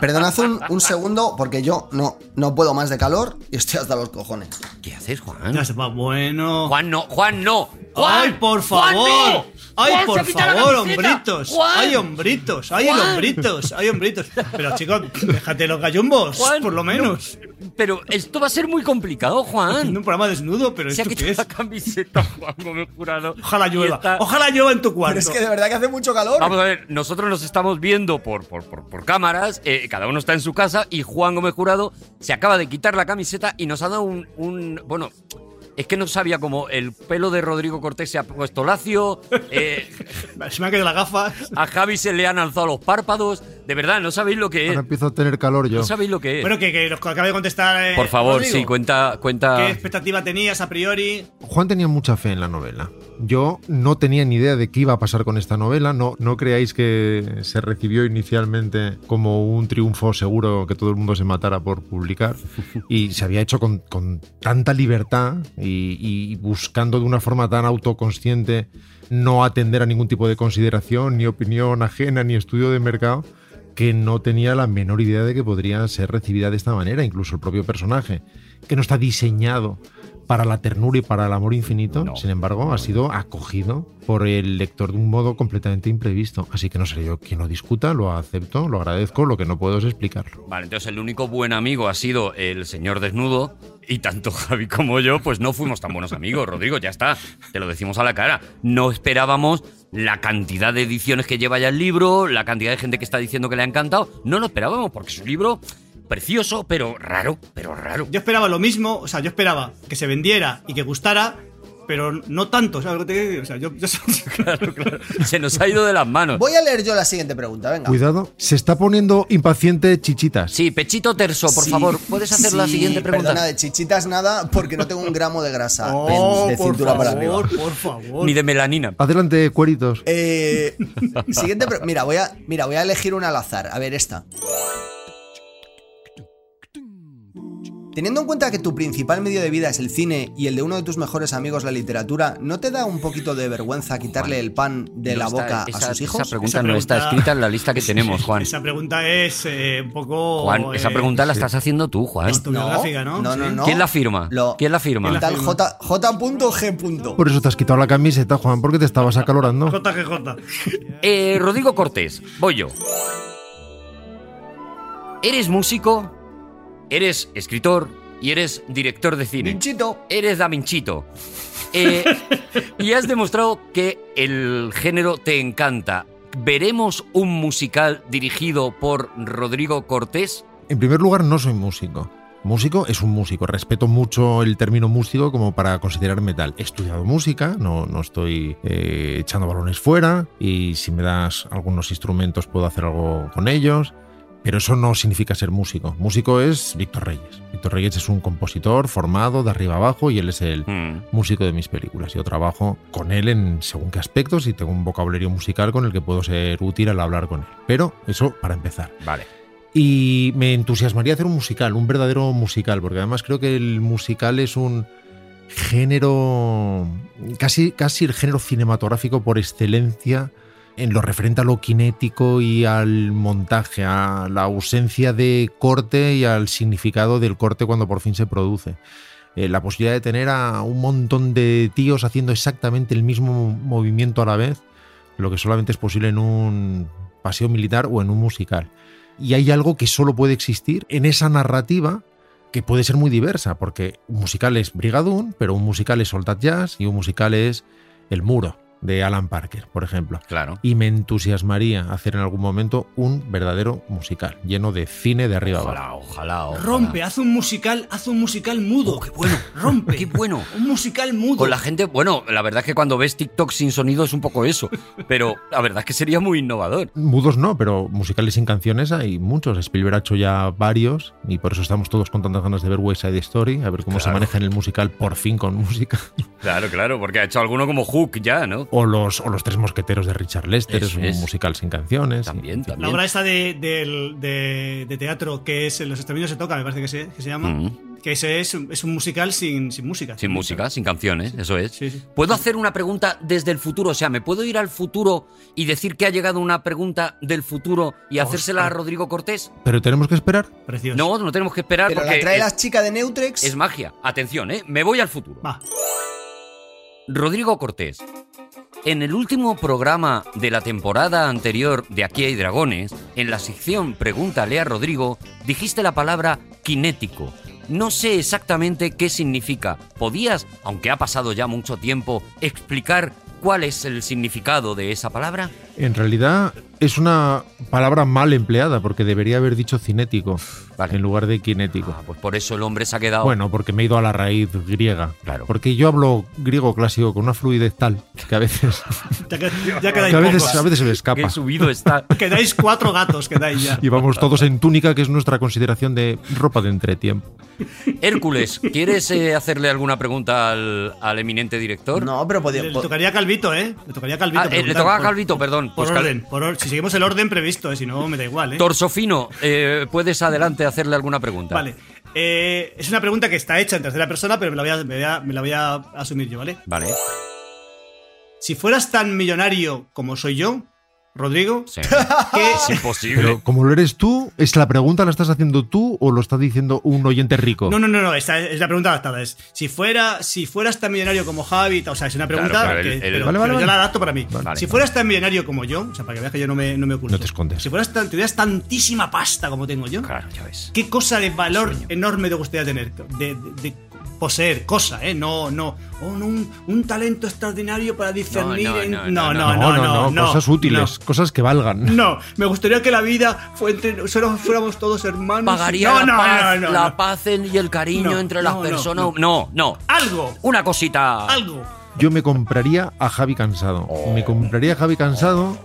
Speaker 3: Perdonad un, un segundo, porque yo no, no puedo más de calor y estoy hasta los cojones.
Speaker 5: ¿Qué haces,
Speaker 6: Ya
Speaker 5: Juan?
Speaker 6: se va, bueno.
Speaker 5: Juan no, Juan no. Juan,
Speaker 6: ¡Ay, por
Speaker 5: Juan,
Speaker 6: favor!
Speaker 5: no.
Speaker 6: ¡Ay,
Speaker 5: Juan,
Speaker 6: por
Speaker 5: se quita la
Speaker 6: favor,
Speaker 5: camiseta.
Speaker 6: hombritos!
Speaker 5: Juan.
Speaker 6: ¡Ay, hombritos! ¡Ay,
Speaker 5: Juan.
Speaker 6: hombritos! ¡Ay, hombritos! Pero chicos, déjate los gallumbos,
Speaker 5: Juan,
Speaker 6: por lo menos.
Speaker 5: Pero esto va a ser muy complicado,
Speaker 6: Haciendo
Speaker 5: Juan.
Speaker 6: un programa desnudo, pero
Speaker 5: Se ha
Speaker 6: ¿esto qué
Speaker 5: quitado
Speaker 6: es?
Speaker 5: la camiseta, Juan Gómez Jurado.
Speaker 6: Ojalá
Speaker 5: Y
Speaker 6: llueva.
Speaker 5: está-
Speaker 6: Ojalá llueva en tu cuarto.
Speaker 3: Pero es que de verdad que hace mucho calor.
Speaker 5: Vamos a ver, nosotros nos estamos viendo por, por, por, por cámaras, eh, cada uno está en su casa y Juan Gómez Jurado se acaba de quitar la camiseta y nos ha dado un... un- bueno, es que no sabía cómo el pelo de Rodrigo Cortés se ha puesto lacio, eh,
Speaker 6: Se me ha caído la gafa.
Speaker 5: a Javi se le han alzado los párpados, de verdad, no sabéis lo que es.
Speaker 4: Ahora empiezo a tener calor yo.
Speaker 5: No sabéis lo que es.
Speaker 6: Bueno, que, que nos acaba de contestar. eh,
Speaker 5: por favor,
Speaker 6: Rodrigo.
Speaker 5: sí, cuenta... cuenta
Speaker 6: ¿Qué expectativa tenías a priori?
Speaker 4: Juan tenía mucha fe en la novela. Yo no tenía ni idea de qué iba a pasar con esta novela. No, no creáis que se recibió inicialmente como un triunfo seguro que todo el mundo se matara por publicar. Y se había hecho con, con tanta libertad y, y buscando de una forma tan autoconsciente no atender a ningún tipo de consideración, ni opinión ajena, ni estudio de mercado que no tenía la menor idea de que podría ser recibida de esta manera, incluso el propio personaje, que no está diseñado para la ternura y para el amor infinito, sin embargo, ha sido acogido por el lector de un modo completamente imprevisto. Así que no seré yo quien lo discuta, lo acepto, lo agradezco, lo que no puedo es explicarlo.
Speaker 5: Vale, entonces el único buen amigo ha sido el señor desnudo y tanto Javi como yo pues no fuimos tan buenos amigos, Rodrigo, ya está, te lo decimos a la cara. No esperábamos la cantidad de ediciones que lleva ya el libro, la cantidad de gente que está diciendo que le ha encantado, no lo esperábamos porque es un libro precioso, pero raro, pero raro.
Speaker 6: Yo esperaba lo mismo, o sea, yo esperaba que se vendiera y que gustara, pero no tanto, ¿sabes lo que te quiero decir? O sea, yo, yo-
Speaker 5: Claro, claro. Se nos ha ido de las manos.
Speaker 3: Voy a leer yo la siguiente pregunta, venga.
Speaker 4: Cuidado, se está poniendo impaciente chichitas.
Speaker 5: Sí, Pechito Terso, por
Speaker 3: Sí,
Speaker 5: favor, ¿puedes hacer la
Speaker 3: sí,
Speaker 5: siguiente pregunta?
Speaker 3: Perdona, de chichitas nada, porque no tengo un gramo de grasa
Speaker 6: Oh,
Speaker 3: en- de
Speaker 6: por
Speaker 3: cintura para arriba.
Speaker 6: favor, por favor.
Speaker 5: Ni de melanina.
Speaker 4: Adelante, cueritos.
Speaker 3: Eh, siguiente pre- mira, voy a, mira, voy a elegir una al azar. A ver, esta. Teniendo en cuenta que tu principal medio de vida es el cine y el de uno de tus mejores amigos la literatura, ¿no te da un poquito de vergüenza quitarle el pan de
Speaker 5: No
Speaker 3: la
Speaker 5: está-
Speaker 3: boca
Speaker 5: esa-
Speaker 3: a sus hijos?
Speaker 5: Esa pregunta
Speaker 6: Esa
Speaker 5: no está
Speaker 6: pregunta-
Speaker 5: escrita en la lista que tenemos, Juan.
Speaker 6: Esa pregunta es eh, un poco.
Speaker 5: Juan, esa
Speaker 6: eh,
Speaker 5: pregunta la estás haciendo tú, Juan.
Speaker 6: autobiográfica, ¿no?
Speaker 3: no, no,
Speaker 6: Sí.
Speaker 3: no.
Speaker 5: ¿Quién la firma?
Speaker 3: Lo-
Speaker 5: ¿Quién la firma?
Speaker 6: ¿Quién la-
Speaker 3: Tal J. J.G.
Speaker 4: Por eso te has quitado la camiseta, Juan, porque te estabas acalorando.
Speaker 6: JGJ.
Speaker 5: Eh, Rodrigo Cortés, voy yo. Eres músico, eres escritor y eres director de cine.
Speaker 3: Pinchito.
Speaker 5: Eres Daminchito. Eh, y has demostrado que el género te encanta. ¿Veremos un musical dirigido por Rodrigo Cortés?
Speaker 4: En primer lugar, no soy músico. Músico es un músico. Respeto mucho el término músico como para considerarme tal. He estudiado música, no, no estoy eh, echando balones fuera y si me das algunos instrumentos puedo hacer algo con ellos. Pero eso no significa ser músico. Músico es Víctor Reyes. Víctor Reyes es un compositor formado de arriba abajo y él es el
Speaker 5: Hmm.
Speaker 4: músico de mis películas. Yo trabajo con él en según qué aspectos y tengo un vocabulario musical con el que puedo ser útil al hablar con él. Pero eso para empezar.
Speaker 5: Vale.
Speaker 4: Y me entusiasmaría hacer un musical, un verdadero musical, porque además creo que el musical es un género, casi, casi el género cinematográfico por excelencia en lo referente a lo kinético y al montaje, a la ausencia de corte y al significado del corte cuando por fin se produce. Eh, la posibilidad de tener a un montón de tíos haciendo exactamente el mismo movimiento a la vez, lo que solamente es posible en un paseo militar o en un musical y hay algo que solo puede existir en esa narrativa que puede ser muy diversa, porque un musical es Brigadoon, pero un musical es Soldat Jazz y un musical es El Muro de Alan Parker, por ejemplo.
Speaker 5: Claro.
Speaker 4: Y me entusiasmaría hacer en algún momento un verdadero musical, lleno de cine de arriba abajo.
Speaker 5: Ojalá, ojalá, ojalá.
Speaker 6: Rompe, haz un musical, haz un musical mudo. qué bueno. Rompe.
Speaker 5: Oh, Qué bueno.
Speaker 6: Un musical mudo.
Speaker 5: Con la gente, bueno, la verdad es que cuando ves TikTok sin sonido es un poco eso, pero la verdad es que sería muy innovador.
Speaker 4: Mudos no, pero musicales sin canciones hay muchos. Spielberg ha hecho ya varios y por eso estamos todos con tantas ganas de ver West Side Story, a ver cómo se
Speaker 5: Claro.
Speaker 4: maneja en el musical por fin con música.
Speaker 5: Claro, claro, porque ha hecho alguno como Hook ya, ¿no?
Speaker 4: O los, o los Tres Mosqueteros de Richard Lester,
Speaker 5: Eso
Speaker 4: es un
Speaker 5: es.
Speaker 4: musical sin canciones.
Speaker 5: También,
Speaker 4: Sí.
Speaker 6: La
Speaker 5: también.
Speaker 6: obra esta de, del- de- de teatro que es Los exterminios se toca, me parece que se, que se llama.
Speaker 5: Ujú.
Speaker 6: Que ese es, es un musical sin, sin música.
Speaker 5: Mm. Sin música, sin canciones, eso es.
Speaker 6: Sí, sí.
Speaker 5: ¿Puedo hacer una pregunta desde el futuro? O sea, ¿me puedo ir al futuro y decir que ha llegado una pregunta del futuro y hacérsela a Rodrigo Cortés?
Speaker 4: Pero tenemos que esperar.
Speaker 6: Precioso.
Speaker 5: No, no tenemos que esperar
Speaker 3: Pero
Speaker 5: porque
Speaker 3: la trae
Speaker 5: es,
Speaker 3: la chica de Neutrex.
Speaker 5: es magia. Atención, ¿eh? Me voy al futuro.
Speaker 6: Va.
Speaker 5: Rodrigo Cortés. En el último programa de la temporada anterior de Aquí hay Dragones, en la sección Pregúntale a Rodrigo, dijiste la palabra kinético. No sé exactamente qué significa. ¿Podías, aunque ha pasado ya mucho tiempo, explicar cuál es el significado de esa palabra?
Speaker 4: En realidad es una palabra mal empleada porque debería haber dicho cinético
Speaker 5: Vale.
Speaker 4: en lugar de kinético.
Speaker 5: Ah, pues por eso el hombre se ha quedado.
Speaker 4: Bueno, porque me he ido a la raíz griega.
Speaker 5: Claro.
Speaker 4: Porque yo hablo griego clásico con una fluidez tal que a veces,
Speaker 6: Ya, que-
Speaker 4: que
Speaker 6: ya quedáis
Speaker 4: a veces,
Speaker 6: pocos.
Speaker 4: a veces se me
Speaker 5: Qué
Speaker 4: escapa.
Speaker 5: subido está.
Speaker 6: Quedáis cuatro gatos, quedáis ya.
Speaker 4: Y vamos todos en túnica, que es nuestra consideración de ropa de entretiempo.
Speaker 5: Hércules, ¿quieres eh, hacerle alguna pregunta al, al eminente director?
Speaker 3: No, pero podía.
Speaker 6: Le, le
Speaker 3: po-
Speaker 6: tocaría a Calvito, ¿eh? Le tocaría a Calvito.
Speaker 5: Ah, eh, le
Speaker 6: preguntar
Speaker 5: tocaba a
Speaker 6: por-
Speaker 5: Calvito, perdón.
Speaker 6: Por
Speaker 5: Pues Cal-
Speaker 6: orden. por or- si seguimos el orden previsto, eh, si no, me da igual, ¿eh?
Speaker 5: Torsofino, eh, puedes adelante hacerle alguna pregunta.
Speaker 6: Vale. Eh, es una pregunta que está hecha en tercera persona, pero me la voy a, me voy a- me la voy a asumir yo, ¿vale?
Speaker 5: Vale.
Speaker 6: Si fueras tan millonario como soy yo, Rodrigo,
Speaker 5: sí.
Speaker 6: ¿qué,
Speaker 5: Es imposible.
Speaker 4: Pero como lo eres tú, ¿es la pregunta la estás haciendo tú o lo está diciendo un oyente rico?
Speaker 6: No, no, no, no, esta es la pregunta adaptada. Es si fuera, si fueras tan millonario como Javi, o sea, es una pregunta
Speaker 5: Claro, claro,
Speaker 6: que
Speaker 5: el- el-
Speaker 6: pero-
Speaker 4: Vale,
Speaker 6: pero
Speaker 4: vale,
Speaker 6: yo
Speaker 4: vale.
Speaker 6: la adapto para mí.
Speaker 5: Vale.
Speaker 6: Si fueras tan millonario como yo, o sea, para que veas que yo no me, no me oculto.
Speaker 4: No te escondes.
Speaker 6: Si fueras tan, tuvieras tantísima pasta como tengo yo,
Speaker 5: Claro, ya ves.
Speaker 6: ¿qué cosa de valor
Speaker 5: Sueño.
Speaker 6: enorme te gustaría tener? De, de- de poseer, cosa, ¿eh? No, no. Oh, no, un, un talento extraordinario para discernir.
Speaker 5: no,
Speaker 6: en-
Speaker 5: no,
Speaker 6: no,
Speaker 5: no,
Speaker 6: no, no, no,
Speaker 4: cosas útiles, cosas que valgan.
Speaker 6: No, me gustaría que la vida fue entre- solo fuéramos todos hermanos.
Speaker 5: Pagaría
Speaker 6: No,
Speaker 5: la,
Speaker 6: no,
Speaker 5: paz,
Speaker 6: no, no,
Speaker 5: la
Speaker 6: no.
Speaker 5: paz en- y el cariño
Speaker 6: No,
Speaker 5: entre las
Speaker 6: no, no,
Speaker 5: personas. No, no.
Speaker 6: Algo,
Speaker 5: Una cosita.
Speaker 6: algo.
Speaker 4: Yo me compraría a Javi Cansado.
Speaker 6: Oh.
Speaker 4: Me compraría a Javi Cansado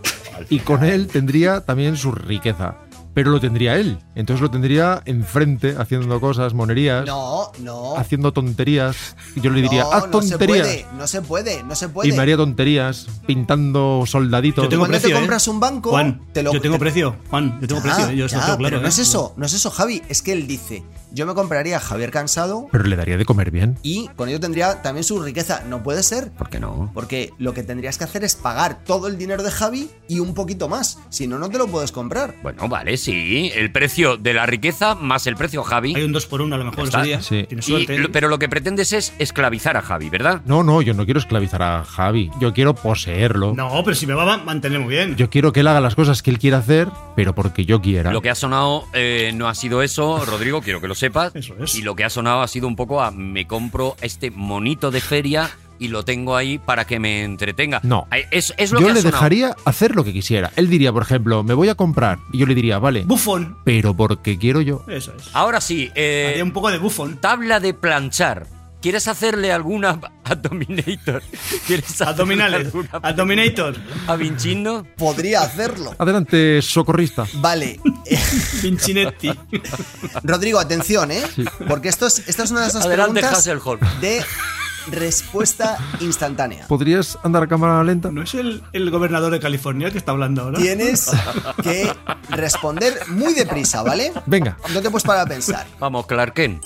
Speaker 4: y con él tendría también su riqueza. Pero lo tendría él. Entonces lo tendría enfrente, haciendo cosas, monerías,
Speaker 3: No, no.
Speaker 4: haciendo tonterías. Y yo le diría,
Speaker 3: no,
Speaker 4: haz
Speaker 3: no se
Speaker 4: tonterías.
Speaker 3: puede, no se puede, no se puede.
Speaker 4: y me haría tonterías, pintando soldaditos.
Speaker 6: Yo tengo
Speaker 3: Cuando
Speaker 6: precio,
Speaker 3: te
Speaker 6: ¿eh?
Speaker 3: compras un banco,
Speaker 6: Juan,
Speaker 3: te lo
Speaker 6: yo tengo
Speaker 3: te-
Speaker 6: precio, Juan, yo tengo precio,
Speaker 3: Ya,
Speaker 6: eh, yo eso lo
Speaker 3: ya,
Speaker 6: tengo claro.
Speaker 3: pero no
Speaker 6: eh.
Speaker 3: es eso, no es eso, Javi. Es que él dice: Yo me compraría a Javier Cansado
Speaker 4: Pero le daría de comer bien.
Speaker 3: y con ello tendría también su riqueza. No puede ser.
Speaker 5: ¿Por qué no?
Speaker 3: Porque lo que tendrías que hacer es pagar todo el dinero de Javi y un poquito más. Si no, no te lo puedes comprar.
Speaker 5: Bueno, vale, sí. El precio de la riqueza más el precio Javi.
Speaker 6: Hay un 2 por 1 a lo mejor
Speaker 5: Está,
Speaker 6: ese día.
Speaker 4: sí.
Speaker 6: Tienes
Speaker 5: Y
Speaker 6: suerte. ¿eh?
Speaker 5: lo- pero lo que pretendes es esclavizar a Javi, ¿verdad?
Speaker 4: No, no, yo no quiero esclavizar a Javi. Yo quiero poseerlo.
Speaker 6: No, pero si me va a mantener muy bien.
Speaker 4: Yo quiero que él haga las cosas que él quiera hacer, pero porque yo quiera.
Speaker 5: Lo que ha sonado eh, no ha sido eso, Rodrigo, quiero que lo sepas.
Speaker 6: Eso es.
Speaker 5: Y lo que ha sonado ha sido un poco a me compro este monito de feria y lo tengo ahí para que me entretenga.
Speaker 4: No.
Speaker 5: Eh, Es, es lo
Speaker 4: Yo
Speaker 5: que ha
Speaker 4: le
Speaker 5: sonado.
Speaker 4: dejaría hacer lo que quisiera. Él diría, por ejemplo, me voy a comprar. Y yo le diría, vale,
Speaker 6: Bufón.
Speaker 4: pero porque quiero yo.
Speaker 6: Eso es.
Speaker 5: Ahora sí, eh,
Speaker 6: Haría un poco de bufón.
Speaker 5: tabla de planchar. ¿Quieres hacerle alguna a Dominator? ¿Quieres hacerle
Speaker 6: Abdominales.
Speaker 5: alguna
Speaker 6: Abdominator.
Speaker 5: a Vinchino?
Speaker 3: Podría hacerlo.
Speaker 4: Adelante, socorrista.
Speaker 3: Vale.
Speaker 6: Vincinetti.
Speaker 3: Rodrigo, atención, ¿eh? Porque esto es, esta es una de esas
Speaker 5: Adelante,
Speaker 3: preguntas
Speaker 5: Hasselhoff.
Speaker 3: de respuesta instantánea.
Speaker 4: ¿Podrías andar a cámara lenta?
Speaker 6: ¿No es el, el gobernador de California el que está hablando ahora?
Speaker 3: Tienes que responder muy deprisa, ¿vale?
Speaker 4: Venga.
Speaker 3: No te puedes parar a pensar.
Speaker 5: Vamos, Clark Kent.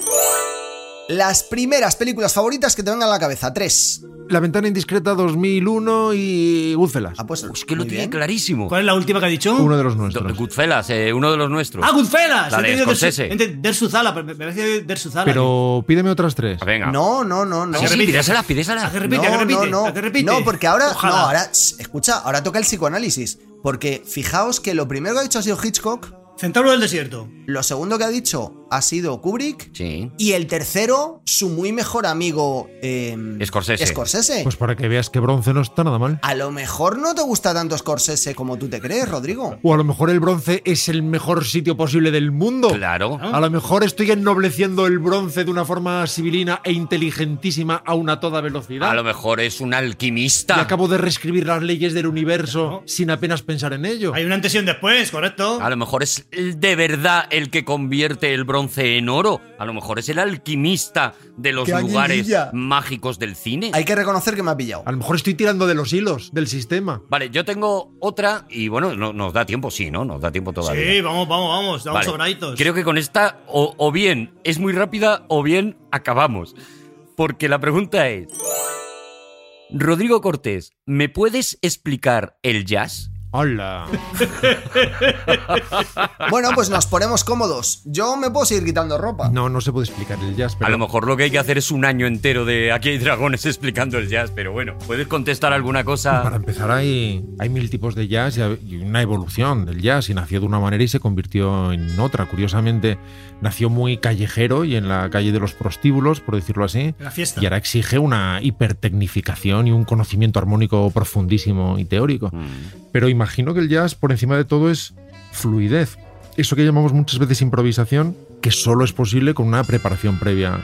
Speaker 3: Las primeras películas favoritas que te vengan a la cabeza. Tres.
Speaker 4: La ventana indiscreta 2001 y búcelas.
Speaker 3: Ah, pues,
Speaker 5: Es que lo
Speaker 3: muy
Speaker 5: tiene
Speaker 3: bien.
Speaker 5: clarísimo.
Speaker 6: ¿Cuál es la última que ha dicho?
Speaker 4: Uno de los
Speaker 5: Do-
Speaker 4: nuestros.
Speaker 5: Goodfellas, eh, uno de los nuestros.
Speaker 6: ¡Ah, Goodfellas!
Speaker 5: La
Speaker 6: He
Speaker 5: de
Speaker 6: tenido que-
Speaker 5: Scorsese.
Speaker 6: ente- Dersuzala, pero me me parecía Dersuzala.
Speaker 4: Pero pídeme otras tres.
Speaker 5: Venga.
Speaker 3: No, no, no, no.
Speaker 5: Sí, sí,
Speaker 6: repite.
Speaker 5: pídeselas,
Speaker 6: ¿A
Speaker 5: pídeselas.
Speaker 6: que repite? ¿A que
Speaker 3: no,
Speaker 6: repite?
Speaker 3: no, no.
Speaker 6: ¿A que repite?
Speaker 3: No, porque ahora,
Speaker 6: Ojalá.
Speaker 3: no, ahora, shh, escucha, ahora toca el psicoanálisis. Porque fijaos que lo primero que ha dicho ha sido Hitchcock,
Speaker 6: Centauro del desierto.
Speaker 3: lo segundo que ha dicho ha sido Kubrick,
Speaker 5: Sí.
Speaker 3: y el tercero, su muy mejor amigo eh,
Speaker 5: Scorsese.
Speaker 3: Scorsese.
Speaker 4: Pues para que veas que bronce no está nada mal.
Speaker 3: a lo mejor no te gusta tanto Scorsese como tú te crees, Rodrigo.
Speaker 4: O a lo mejor el bronce es el mejor sitio posible del mundo.
Speaker 5: Claro.
Speaker 4: A lo mejor estoy ennobleciendo el bronce de una forma sibilina e inteligentísima a una toda velocidad.
Speaker 5: A lo mejor es un
Speaker 4: Y
Speaker 5: alquimista.
Speaker 4: acabo de reescribir las leyes del universo sin apenas pensar en ello.
Speaker 6: Hay un antes y un después, correcto.
Speaker 5: A lo mejor es el- de verdad el que convierte el bronce bronce en oro. A lo mejor es el alquimista de los
Speaker 3: ¡Qué
Speaker 5: lugares
Speaker 3: aguililla!
Speaker 5: mágicos del cine.
Speaker 3: Hay que reconocer que me ha pillado.
Speaker 4: A lo mejor estoy tirando de los hilos del sistema.
Speaker 5: Vale, yo tengo otra y bueno, no- nos da tiempo, sí, ¿no? Nos da tiempo todavía.
Speaker 6: Sí, vamos, vamos, vamos. Damos
Speaker 5: Vale.
Speaker 6: sobraditos.
Speaker 5: Creo que con esta o, o bien es muy rápida o bien acabamos. Porque la pregunta es, Rodrigo Cortés, ¿me puedes explicar el jazz?
Speaker 4: ¡Hola!
Speaker 3: Bueno, pues nos ponemos cómodos. Yo me puedo seguir quitando ropa.
Speaker 4: No, no se puede explicar el jazz, pero
Speaker 5: A lo mejor lo que hay que hacer es un año entero de aquí hay dragones explicando el jazz, pero bueno, ¿puedes contestar alguna
Speaker 4: para
Speaker 5: cosa?
Speaker 4: empezar hay, hay mil tipos de jazz y ha- y una evolución del jazz. Y nació de una manera y se convirtió en otra. Curiosamente, nació muy callejero y en la calle de los prostíbulos, por decirlo así.
Speaker 6: En la fiesta.
Speaker 4: Y ahora exige una hipertecnificación y un conocimiento armónico profundísimo y teórico.
Speaker 5: Mm,
Speaker 4: Pero imagino que el jazz, por encima de todo, es fluidez. Eso que llamamos muchas veces improvisación, que solo es posible con una preparación previa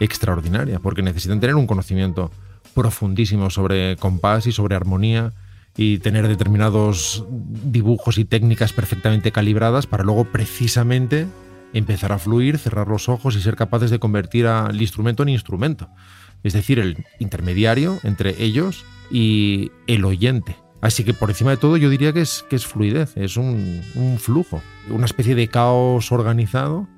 Speaker 4: extraordinaria, porque necesitan tener un conocimiento profundísimo sobre compás y sobre armonía y tener determinados dibujos y técnicas perfectamente calibradas para luego precisamente empezar a fluir, cerrar los ojos y ser capaces de convertir al instrumento en instrumento. Es decir, el intermediario entre ellos y el oyente. Así que por encima de todo yo diría que es, que es fluidez, es un, un flujo, una especie de caos organizado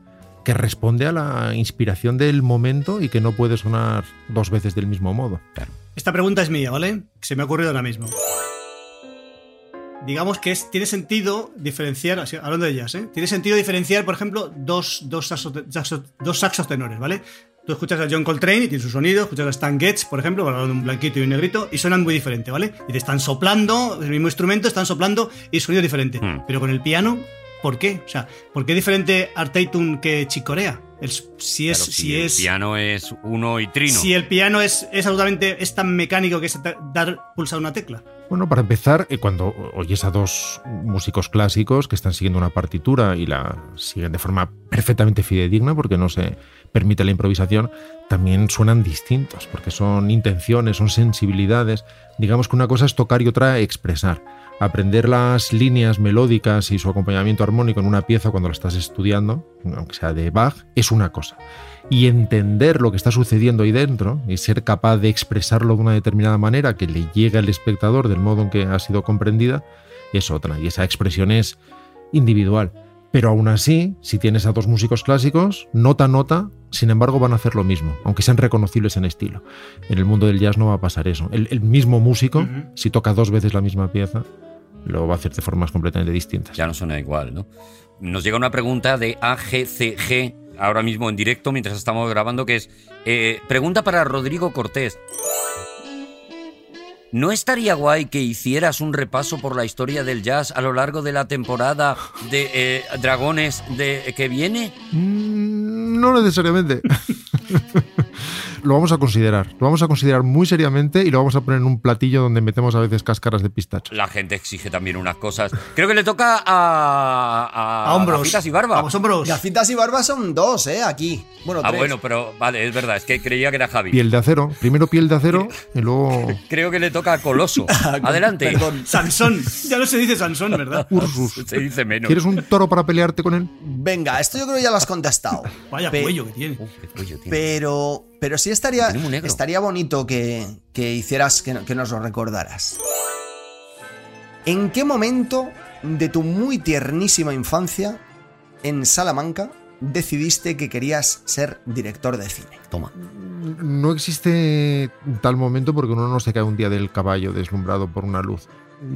Speaker 4: que responde a la inspiración del momento y que no puede sonar dos veces del mismo modo.
Speaker 6: Esta pregunta es mía, ¿vale? Se me ha ocurrido ahora mismo. Digamos que es, tiene sentido diferenciar, así, hablando de jazz, ¿eh? Tiene sentido diferenciar, por ejemplo, dos, dos, saxo- saxo- dos saxos tenores, ¿vale? Tú escuchas a John Coltrane y tiene su sonido, escuchas a Stan Getz, por ejemplo, hablando de un blanquito y un negrito, y suenan muy diferente, ¿vale? Y te están soplando, el mismo instrumento, están soplando y sonido diferente.
Speaker 5: Mm.
Speaker 6: Pero con el piano, ¿por qué? O sea, ¿por qué diferente Arteitum que Chicorea? El- si es,
Speaker 5: Claro,
Speaker 6: si
Speaker 5: el
Speaker 6: es,
Speaker 5: piano es uno y trino.
Speaker 6: si el piano es, es absolutamente es tan mecánico que es ta- dar pulsar una tecla.
Speaker 4: Bueno, para empezar, eh, cuando o- oyes a dos músicos clásicos que están siguiendo una partitura y la siguen de forma perfectamente fidedigna porque no se permite la improvisación, también suenan distintos porque son intenciones, son sensibilidades. Digamos que una cosa es tocar y otra expresar. Aprender las líneas melódicas y su acompañamiento armónico en una pieza cuando la estás estudiando, aunque sea de Bach, es una cosa y entender lo que está sucediendo ahí dentro y ser capaz de expresarlo de una determinada manera que le llegue al espectador del modo en que ha sido comprendida es otra y esa expresión es individual. Pero aún así, si tienes a dos músicos clásicos, nota nota, sin embargo van a hacer lo mismo, aunque sean reconocibles en estilo. En el mundo del jazz no va a pasar eso. El, el mismo músico,
Speaker 6: Ujú.
Speaker 4: si toca dos veces la misma pieza, lo va a hacer de formas completamente distintas.
Speaker 5: Ya no suena igual, ¿no? Nos llega una pregunta de AGCG ahora mismo en directo mientras estamos grabando que es eh, pregunta para Rodrigo Cortés. ¿No estaría guay que hicieras un repaso por la historia del jazz a lo largo de la temporada de eh, Dragones de eh, que viene?
Speaker 4: Mm, No necesariamente. lo vamos a considerar. Lo vamos a considerar muy seriamente y lo vamos a poner en un platillo donde metemos a veces cáscaras de pistacho.
Speaker 5: La gente exige también unas cosas. Creo que le toca a a,
Speaker 6: A hombros.
Speaker 5: Gafitas y barba.
Speaker 6: A los hombros.
Speaker 3: Gafitas y barbas son dos, ¿eh? Aquí. Bueno,
Speaker 5: ah,
Speaker 3: tres.
Speaker 5: bueno, pero vale, es verdad, es que creía que era Javi.
Speaker 4: Piel de acero. Primero piel de acero y luego
Speaker 5: Creo que le toca a Coloso.
Speaker 6: Ah,
Speaker 5: Adelante.
Speaker 3: Perdón.
Speaker 6: Sansón. Ya no se dice Sansón, ¿verdad?
Speaker 4: Ursus.
Speaker 5: Se dice menos.
Speaker 4: ¿Quieres un toro para pelearte con él?
Speaker 3: Venga, esto yo creo que ya lo has contestado.
Speaker 6: Vaya
Speaker 3: Pe-
Speaker 6: cuello que tiene.
Speaker 5: Uf, Uh, qué cuello tiene.
Speaker 3: Pero, pero sí estaría,
Speaker 5: Tiene muy negro.
Speaker 3: estaría bonito que, que hicieras, que, no- que nos lo recordaras. ¿En qué momento de tu muy tiernísima infancia en Salamanca decidiste que querías ser director de cine? Toma.
Speaker 4: No existe tal momento porque uno no se cae un día del caballo deslumbrado por una luz.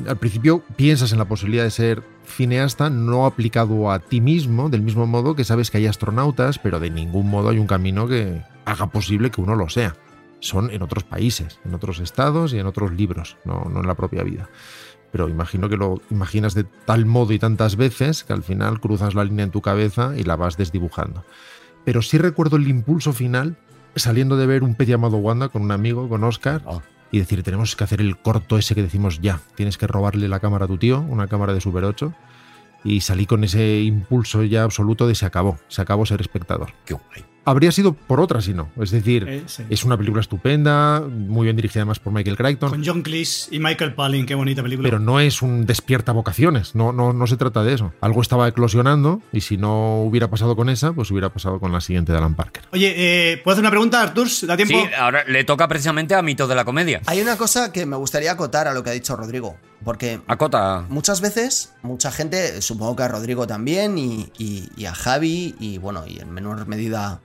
Speaker 4: Al principio piensas en la posibilidad de ser cineasta, no aplicado a ti mismo, del mismo modo que sabes que hay astronautas, pero de ningún modo hay un camino que haga posible que uno lo sea. Son en otros países, en otros estados y en otros libros, no, no en la propia vida. Pero imagino que lo imaginas de tal modo y tantas veces que al final cruzas la línea en tu cabeza y la vas desdibujando. Pero sí recuerdo el impulso final saliendo de ver un pez llamado Wanda con un amigo, con Oscar,
Speaker 5: Ah.
Speaker 4: y decir, tenemos que hacer el corto ese que decimos ya, tienes que robarle la cámara a tu tío, una cámara de Super 8, y salí con ese impulso ya absoluto de se acabó, se acabó ser espectador.
Speaker 5: Qué guay.
Speaker 4: habría sido por otra si no. Es decir,
Speaker 6: Eh, sí.
Speaker 4: es una película estupenda, muy bien dirigida además por Michael Crichton.
Speaker 6: Con John Cleese y Michael Palin, qué bonita película.
Speaker 4: Pero no es un despierta vocaciones, no, no, no se trata de eso. Algo estaba eclosionando y si no hubiera pasado con esa, pues hubiera pasado con la siguiente de Alan Parker.
Speaker 6: Oye, eh, ¿puedo hacer una pregunta, Artur? ¿Da tiempo?
Speaker 5: Sí, ahora le toca precisamente a mitos de la comedia.
Speaker 3: Hay una cosa que me gustaría acotar a lo que ha dicho Rodrigo, porque
Speaker 5: Acota.
Speaker 6: Ah.
Speaker 3: muchas veces, mucha gente, supongo que a Rodrigo también, y, y- y a Javi, y bueno, y en menor medida,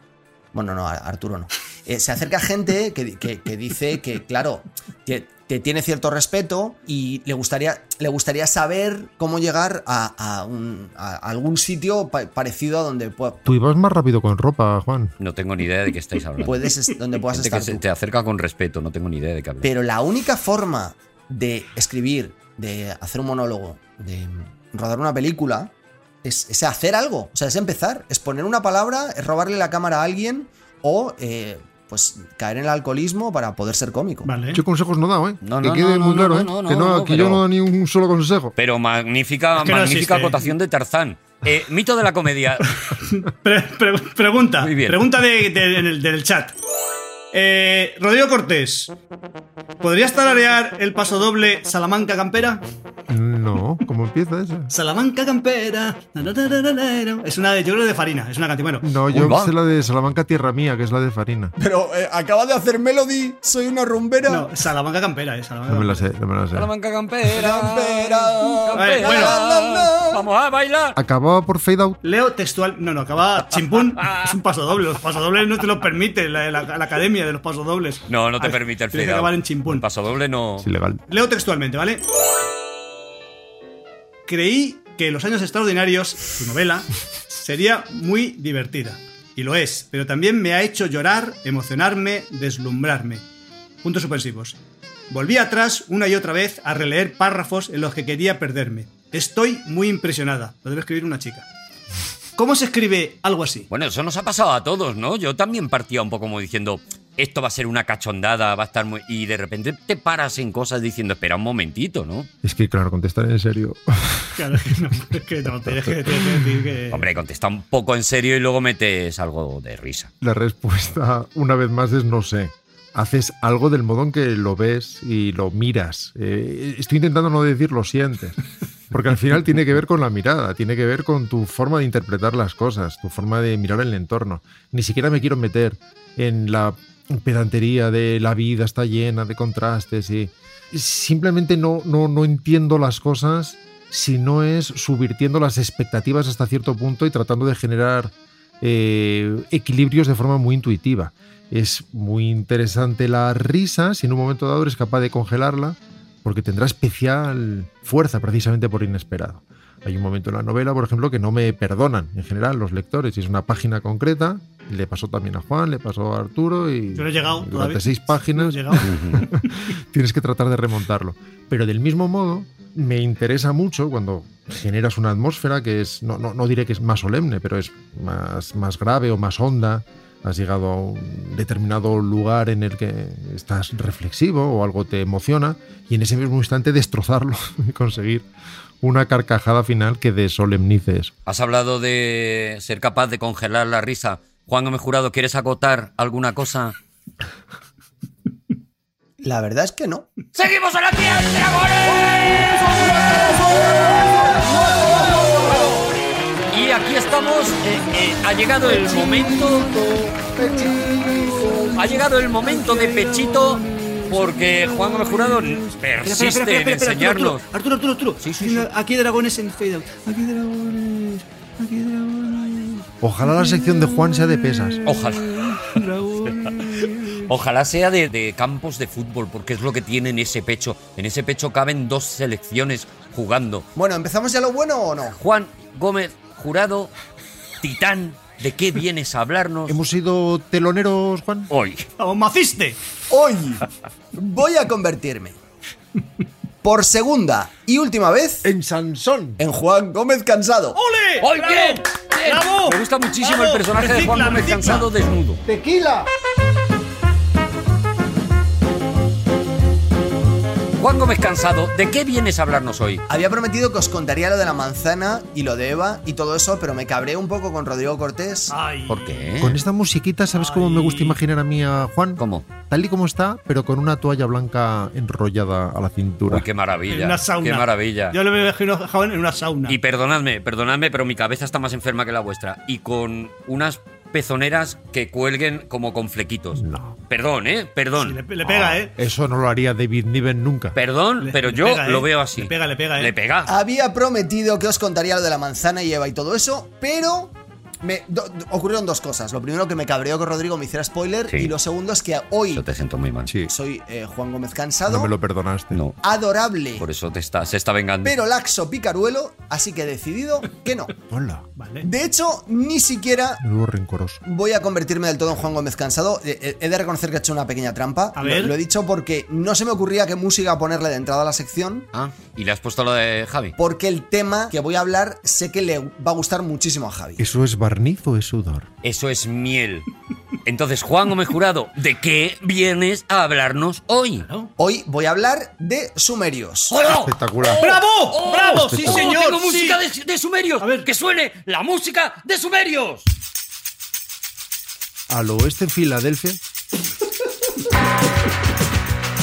Speaker 3: bueno, no, a Arturo no. Eh, se acerca gente que, que- que dice que, claro, que te tiene cierto respeto y le gustaría, le gustaría saber cómo llegar a, a un- a algún sitio pa- parecido a donde pueda-
Speaker 4: Tú ibas más rápido con ropa, Juan.
Speaker 5: No tengo ni idea de qué estáis hablando.
Speaker 3: puedes, es- donde puedas
Speaker 5: Gente que
Speaker 3: estar
Speaker 5: se
Speaker 3: tú.
Speaker 5: te acerca con respeto, no tengo ni idea de qué hablar.
Speaker 3: Pero la única forma de escribir, de hacer un monólogo, de rodar una película, es, es hacer algo. O sea, es empezar. Es poner una palabra, es robarle la cámara a alguien o eh, pues caer en el alcoholismo para poder ser cómico.
Speaker 6: Vale.
Speaker 4: Yo consejos no he dado, ¿eh?
Speaker 5: No,
Speaker 4: que
Speaker 5: no, no,
Speaker 4: quede
Speaker 5: no,
Speaker 4: muy claro,
Speaker 5: no,
Speaker 4: ¿eh?
Speaker 5: no, no,
Speaker 4: que no,
Speaker 5: no,
Speaker 4: aquí
Speaker 5: pero-
Speaker 4: yo no doy ni un solo consejo.
Speaker 5: Pero magnífica,
Speaker 6: Es que no
Speaker 5: magnífica
Speaker 6: existe.
Speaker 5: acotación de Tarzán. Eh, mito de la comedia.
Speaker 6: Pre- pre- pregunta.
Speaker 5: Muy bien.
Speaker 6: Pregunta de- de- del, del chat. Eh, Rodrigo Cortés, ¿podrías tararear el paso doble Salamanca Campera?
Speaker 4: No, ¿cómo empieza esa?
Speaker 6: Salamanca Campera. na, na, na, na, na, na. Es una de, yo creo de Farina, es una canción. Bueno,
Speaker 4: No,
Speaker 5: Uy,
Speaker 4: yo
Speaker 5: va.
Speaker 4: sé la de Salamanca Tierra Mía, que es la de Farina.
Speaker 3: Pero eh, acaba de hacer Melody, soy una rumbera.
Speaker 6: no, Salamanca Campera, es Salamanca
Speaker 4: No me la
Speaker 6: Campera.
Speaker 4: sé, no me la sé.
Speaker 5: Salamanca campera.
Speaker 3: Campera.
Speaker 5: campera.
Speaker 6: Bueno.
Speaker 5: Vamos a bailar.
Speaker 4: Acababa por Fade Out.
Speaker 6: Leo textual. No, no, acaba chimpún. Es un paso doble. Los pasodobles no te lo permite la, la- la academia de los pasodobles.
Speaker 5: No, no te
Speaker 6: Ah,
Speaker 5: permite el
Speaker 6: Tienes que
Speaker 5: fade out.
Speaker 6: acabar en
Speaker 5: El
Speaker 6: chimpún.
Speaker 5: paso doble no.
Speaker 4: Es ilegal.
Speaker 6: Leo textualmente, ¿vale? Creí que Los Años Extraordinarios, tu novela, sería muy divertida. Y lo es, pero también me ha hecho llorar, emocionarme, deslumbrarme. Puntos suspensivos. Volví atrás una y otra vez a releer párrafos en los que quería perderme. Estoy muy impresionada. Lo debe escribir una chica. ¿Cómo se escribe algo así?
Speaker 5: Bueno, eso nos ha pasado a todos, ¿no? Yo también partía un poco como diciendo, esto va a ser una cachondada, va a estar muy. Y de repente te paras en cosas diciendo, espera un momentito, ¿no?
Speaker 4: Es que, claro, contestar en serio.
Speaker 6: Claro, es que no, es que no, tienes que, tienes que decir que-
Speaker 5: Hombre, contesta un poco en serio y luego metes algo de risa.
Speaker 4: La respuesta, una vez más, es no sé. Haces algo del modo en que lo ves y lo miras. Eh, estoy intentando no decir lo sientes. Porque al final tiene que ver con la mirada, tiene que ver con tu forma de interpretar las cosas, tu forma de mirar el entorno. Ni siquiera me quiero meter en la pedantería de la vida está llena de contrastes y simplemente no, no, no entiendo las cosas si no es subvirtiendo las expectativas hasta cierto punto y tratando de generar eh, equilibrios de forma muy intuitiva. Es muy interesante la risa, si en un momento dado eres capaz de congelarla, porque tendrá especial fuerza precisamente por inesperado. Hay un momento en la novela, por ejemplo, que no me perdonan en general los lectores. y Es una página concreta. Le pasó también a Juan, le pasó a Arturo y
Speaker 6: Yo no he llegado
Speaker 4: durante
Speaker 6: todavía.
Speaker 4: seis
Speaker 6: No he
Speaker 4: páginas
Speaker 6: llegado.
Speaker 4: tienes que tratar de remontarlo. Pero del mismo modo, me interesa mucho cuando generas una atmósfera que es, no, no, no diré que es más solemne, pero es más, más grave o más honda. Has llegado a un determinado lugar en el que estás reflexivo o algo te emociona y en ese mismo instante destrozarlo y conseguir una carcajada final que desolemnice eso.
Speaker 5: Has hablado de ser capaz de congelar la risa. Juan Gómez Jurado, ¿quieres acotar alguna cosa?
Speaker 3: La verdad es que no.
Speaker 2: ¡Seguimos en la tierra, dragones!
Speaker 5: Y aquí estamos, eh, eh, ha llegado el momento. Ha llegado el momento de pechito porque Juan Gómez Jurado persiste
Speaker 6: Espera, espera, espera, espera,
Speaker 5: en
Speaker 6: espera,
Speaker 5: enseñarnos.
Speaker 6: Arturo, Arturo, Arturo, Arturo. Aquí hay dragones en fade out. Aquí hay dragones. Aquí hay dragones.
Speaker 4: Ojalá la sección de Juan sea de pesas.
Speaker 5: Ojalá. Ojalá sea de, de campos de fútbol, porque es lo que tiene en ese pecho. En ese pecho caben dos selecciones jugando.
Speaker 3: Bueno, ¿empezamos ya lo bueno o no?
Speaker 5: Juan Gómez Jurado, titán, ¿de qué vienes a hablarnos
Speaker 4: ¿Hemos sido teloneros, Juan?
Speaker 5: hoy?
Speaker 6: ¡Vamos, maciste!
Speaker 3: Hoy voy a convertirme por segunda y última vez
Speaker 4: En Sansón.
Speaker 3: en Juan Gómez Cansado.
Speaker 6: ¡Ole!
Speaker 5: ¡Hoy
Speaker 6: ¡Bravo!
Speaker 5: bien! bien.
Speaker 6: ¡Bravo!
Speaker 5: Me gusta muchísimo
Speaker 6: ¡Bravo!
Speaker 5: el personaje de Juan
Speaker 6: Recicla,
Speaker 5: Gómez
Speaker 6: recicla.
Speaker 5: Cansado desnudo.
Speaker 4: ¡Tequila!
Speaker 5: Juan Gómez Cansado, ¿de qué vienes a hablarnos hoy?
Speaker 3: Había prometido que os contaría lo de la manzana y lo de Eva y todo eso, pero me cabré un poco con Rodrigo Cortés.
Speaker 4: Ah.
Speaker 6: Ay.
Speaker 5: ¿Por qué?
Speaker 7: Con esta musiquita, ¿sabes cómo me gusta imaginar a mí a Juan?
Speaker 5: ¿Cómo?
Speaker 7: Tal y como está, pero con una toalla blanca enrollada a la cintura.
Speaker 5: Uy, qué maravilla.
Speaker 6: En una sauna.
Speaker 5: Qué maravilla.
Speaker 6: Yo lo imagino a Juan en una sauna.
Speaker 5: Y perdonadme, perdonadme, pero mi cabeza está más enferma que la vuestra. Y con unas pezoneras que cuelguen como con flequitos.
Speaker 7: No.
Speaker 5: Perdón, ¿eh? Perdón.
Speaker 6: Sí, le, le pega, ¿eh?
Speaker 7: Eso no lo haría David Niven nunca.
Speaker 5: Perdón,
Speaker 6: Le-
Speaker 5: pero
Speaker 6: le
Speaker 5: yo
Speaker 6: pega, ¿eh?
Speaker 5: lo veo así.
Speaker 6: Le pega, le pega, ¿eh?
Speaker 5: Le pega.
Speaker 3: Había prometido que os contaría lo de la manzana y Eva y todo eso, pero me do- do- ocurrieron dos cosas. Lo primero que me cabreó que Rodrigo me hiciera spoiler
Speaker 5: Sí.
Speaker 3: y lo segundo es que hoy
Speaker 5: Yo te siento muy mal.
Speaker 7: Sí,
Speaker 3: soy eh, Juan Gómez
Speaker 7: no
Speaker 3: Cansado,
Speaker 7: me lo perdonaste.
Speaker 5: No.
Speaker 3: adorable,
Speaker 5: Por eso te está, se está vengando.
Speaker 3: pero laxo picaruelo, así que he decidido que no.
Speaker 7: Hola.
Speaker 6: Vale.
Speaker 3: De hecho, ni siquiera
Speaker 7: Menudo rencoroso.
Speaker 3: voy a convertirme del todo en Juan Gómez Cansado. Eh, eh, He de reconocer que he hecho una pequeña trampa.
Speaker 6: A
Speaker 3: Lo-
Speaker 6: ver.
Speaker 3: Lo, he dicho porque no se me ocurría qué música ponerle de entrada a la sección.
Speaker 5: Ah, y le has puesto lo de Javi.
Speaker 3: Porque el tema que voy a hablar sé que le va a gustar muchísimo a Javi.
Speaker 7: ¿Eso es barniz o es sudor?
Speaker 5: Eso es miel. Entonces, Juan Gómez Jurado, ¿de qué vienes a hablarnos hoy?
Speaker 3: Hoy voy a hablar de sumerios.
Speaker 5: ¡Hola!
Speaker 7: Espectacular.
Speaker 6: ¡Bravo! ¡Bravo! ¡Sí,
Speaker 5: ¡Oh,
Speaker 6: señor!
Speaker 5: tengo
Speaker 6: sí.
Speaker 5: música de, de sumerios!
Speaker 6: A ver.
Speaker 5: ¡Que suene la música de sumerios!
Speaker 7: Al oeste de Filadelfia,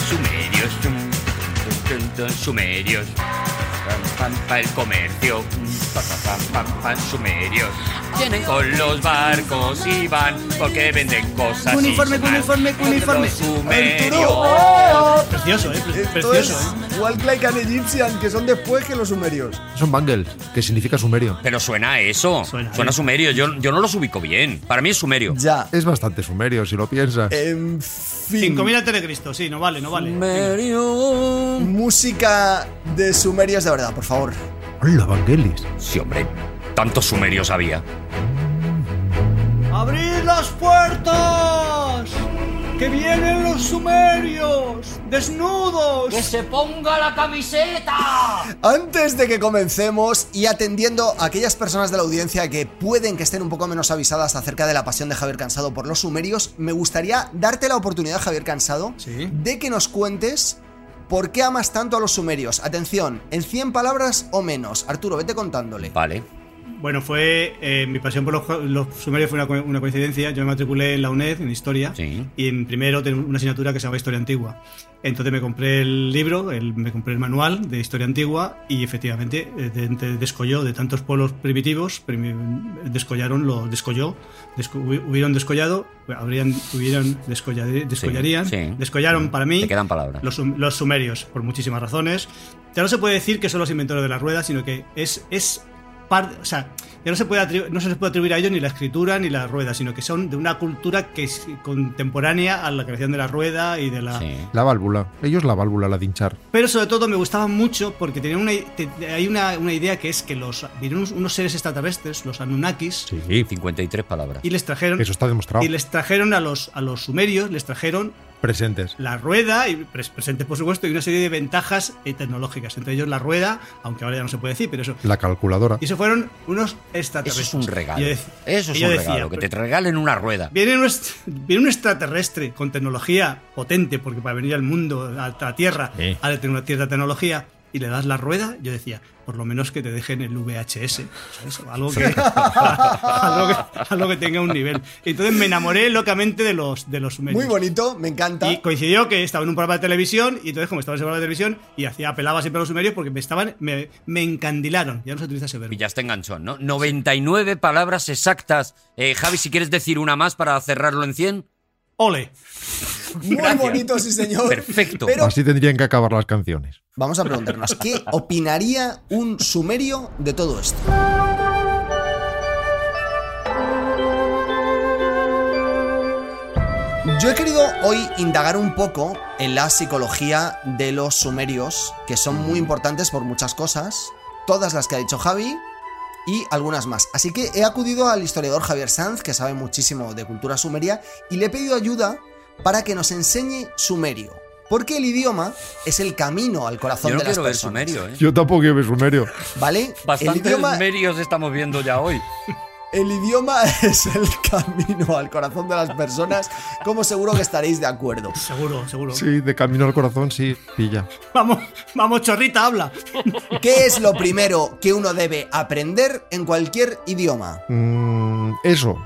Speaker 5: Sumerios. tum, tum, tum, tum, Sumerios. Para el comercio. Mm, pa, pa, pa, pa, pa, Sumerios. Vienen con los barcos y van porque venden cosas.
Speaker 6: Cuneiforme,
Speaker 5: y son
Speaker 6: cuneiforme, cuneiforme.
Speaker 5: los Sumerios.
Speaker 6: Precioso, ¿eh? Pre- Precioso, ¿eh?
Speaker 3: Walk Like an Egyptian, que son después que los sumerios.
Speaker 7: son bangles, que significa sumerio.
Speaker 5: Pero suena a eso.
Speaker 6: Suena a
Speaker 5: Suena,
Speaker 6: eso.
Speaker 5: sumerio. Yo, yo no los ubico bien. Para mí es sumerio.
Speaker 3: Ya.
Speaker 7: Es bastante sumerio, si lo
Speaker 3: Eh.
Speaker 7: piensas.
Speaker 3: En fin.
Speaker 6: 5000 antes de Cristo, sí, no vale, no vale.
Speaker 5: Sumerio.
Speaker 3: Música de sumerios de verdad, por favor.
Speaker 7: Hola, bangelis.
Speaker 5: Sí, hombre. Tantos sumerios había.
Speaker 6: ¡Abrid las puertas! ¡Que vienen los sumerios! ¡Desnudos!
Speaker 2: se ponga la camiseta!
Speaker 3: Antes de que comencemos y atendiendo a aquellas personas de la audiencia que pueden que estén un poco menos avisadas acerca de la pasión de Javier Cansado por los sumerios, me gustaría darte la oportunidad, Javier Cansado,
Speaker 6: Sí.
Speaker 3: de que nos cuentes por qué amas tanto a los sumerios. Atención, en 100 palabras o menos. Arturo, vete contándole.
Speaker 5: Vale.
Speaker 6: Bueno, fue. eh, mi pasión por los, jo- los sumerios fue una, co- una coincidencia. Yo me matriculé en la UNED, en Historia.
Speaker 5: Sí.
Speaker 6: Y en primero tenía una asignatura que se llama Historia Antigua. Entonces me compré el libro, el- me compré el manual de Historia Antigua y efectivamente eh, de- de- descolló de tantos pueblos primitivos, primi- descollaron, lo descolló, desco- hubi- hubieron descollado, habrían, hubieran descollade- descollarían,
Speaker 5: sí.
Speaker 6: descollaron para mí
Speaker 5: Te quedan palabras.
Speaker 6: los, sum- los sumerios, por muchísimas razones. Ya no se puede decir que son los inventores de la rueda, sino que es, es par- o sea, ya no se, puede atribu- no se les puede atribuir a ellos ni la escritura ni la rueda, sino que son de una cultura que es contemporánea a la creación de la rueda y de la...
Speaker 5: Sí.
Speaker 7: La válvula. Ellos la válvula, la de hinchar.
Speaker 6: Pero sobre todo me gustaban mucho porque tenían una, te- hay una, una idea que es que los vinieron unos, unos seres extraterrestres, los Anunnakis,
Speaker 7: Sí.
Speaker 5: 53 palabras.
Speaker 6: y les trajeron...
Speaker 7: Eso está demostrado.
Speaker 6: Y les trajeron a los, a los sumerios, les trajeron
Speaker 7: Presentes.
Speaker 6: la rueda, y pres- presente por supuesto, y una serie de ventajas eh, tecnológicas. Entre ellos la rueda, aunque ahora ya no se puede decir, pero eso.
Speaker 7: La calculadora.
Speaker 6: Y eso fueron unos
Speaker 5: Eso
Speaker 6: extraterrestres.
Speaker 5: es un regalo.
Speaker 6: Y yo dec-
Speaker 5: Eso
Speaker 6: y
Speaker 5: es
Speaker 6: yo
Speaker 5: un
Speaker 6: decía,
Speaker 5: regalo. Que te regalen una rueda.
Speaker 6: Viene un, est- viene un extraterrestre con tecnología potente, porque para venir al mundo, a la Tierra,
Speaker 7: Sí.
Speaker 6: ha de tener una cierta tecnología, y le das la rueda, yo decía, por lo menos que te dejen el VHS, ¿sabes? O Algo, que, algo, que, algo que tenga un nivel. Entonces me enamoré locamente de los, de los sumerios.
Speaker 3: Muy bonito, me encanta.
Speaker 6: Y coincidió que estaba en un programa de televisión y entonces como estaba en ese programa de televisión y hacía apelaba siempre a los sumerios porque me estaban me, me encandilaron. Ya no se utiliza ese verbo.
Speaker 5: Pillaste enganchón, ¿no? 99 palabras exactas. Eh, Javi, si quieres decir una más para cerrarlo en 100.
Speaker 6: Ole.
Speaker 3: Muy
Speaker 5: gracias.
Speaker 3: bonito, sí señor.
Speaker 5: Perfecto.
Speaker 3: Pero
Speaker 7: Así tendrían que acabar las canciones.
Speaker 3: vamos a preguntarnos, ¿qué opinaría un sumerio de todo esto? Yo he querido hoy indagar un poco en la psicología de los sumerios, que son muy importantes por muchas cosas, todas las que ha dicho Javi y algunas más. Así que he acudido al historiador Javier Sanz, que sabe muchísimo de cultura sumeria, y le he pedido ayuda para que nos enseñe sumerio. Porque el idioma es el camino al corazón
Speaker 5: Yo no
Speaker 3: de las
Speaker 5: quiero ver
Speaker 3: personas.
Speaker 5: sumerio, ¿eh?
Speaker 7: Yo tampoco quiero ver sumerio.
Speaker 3: ¿Vale? El
Speaker 5: Bastantes
Speaker 3: idioma,
Speaker 5: sumerios estamos viendo ya hoy.
Speaker 3: El idioma es el camino al corazón de las personas, como seguro que estaréis de acuerdo.
Speaker 6: Seguro, seguro.
Speaker 4: Sí, de camino al corazón, sí, pilla.
Speaker 6: Vamos, vamos, chorrita, habla.
Speaker 3: ¿Qué es lo primero que uno debe aprender en cualquier idioma?
Speaker 4: Mm, eso,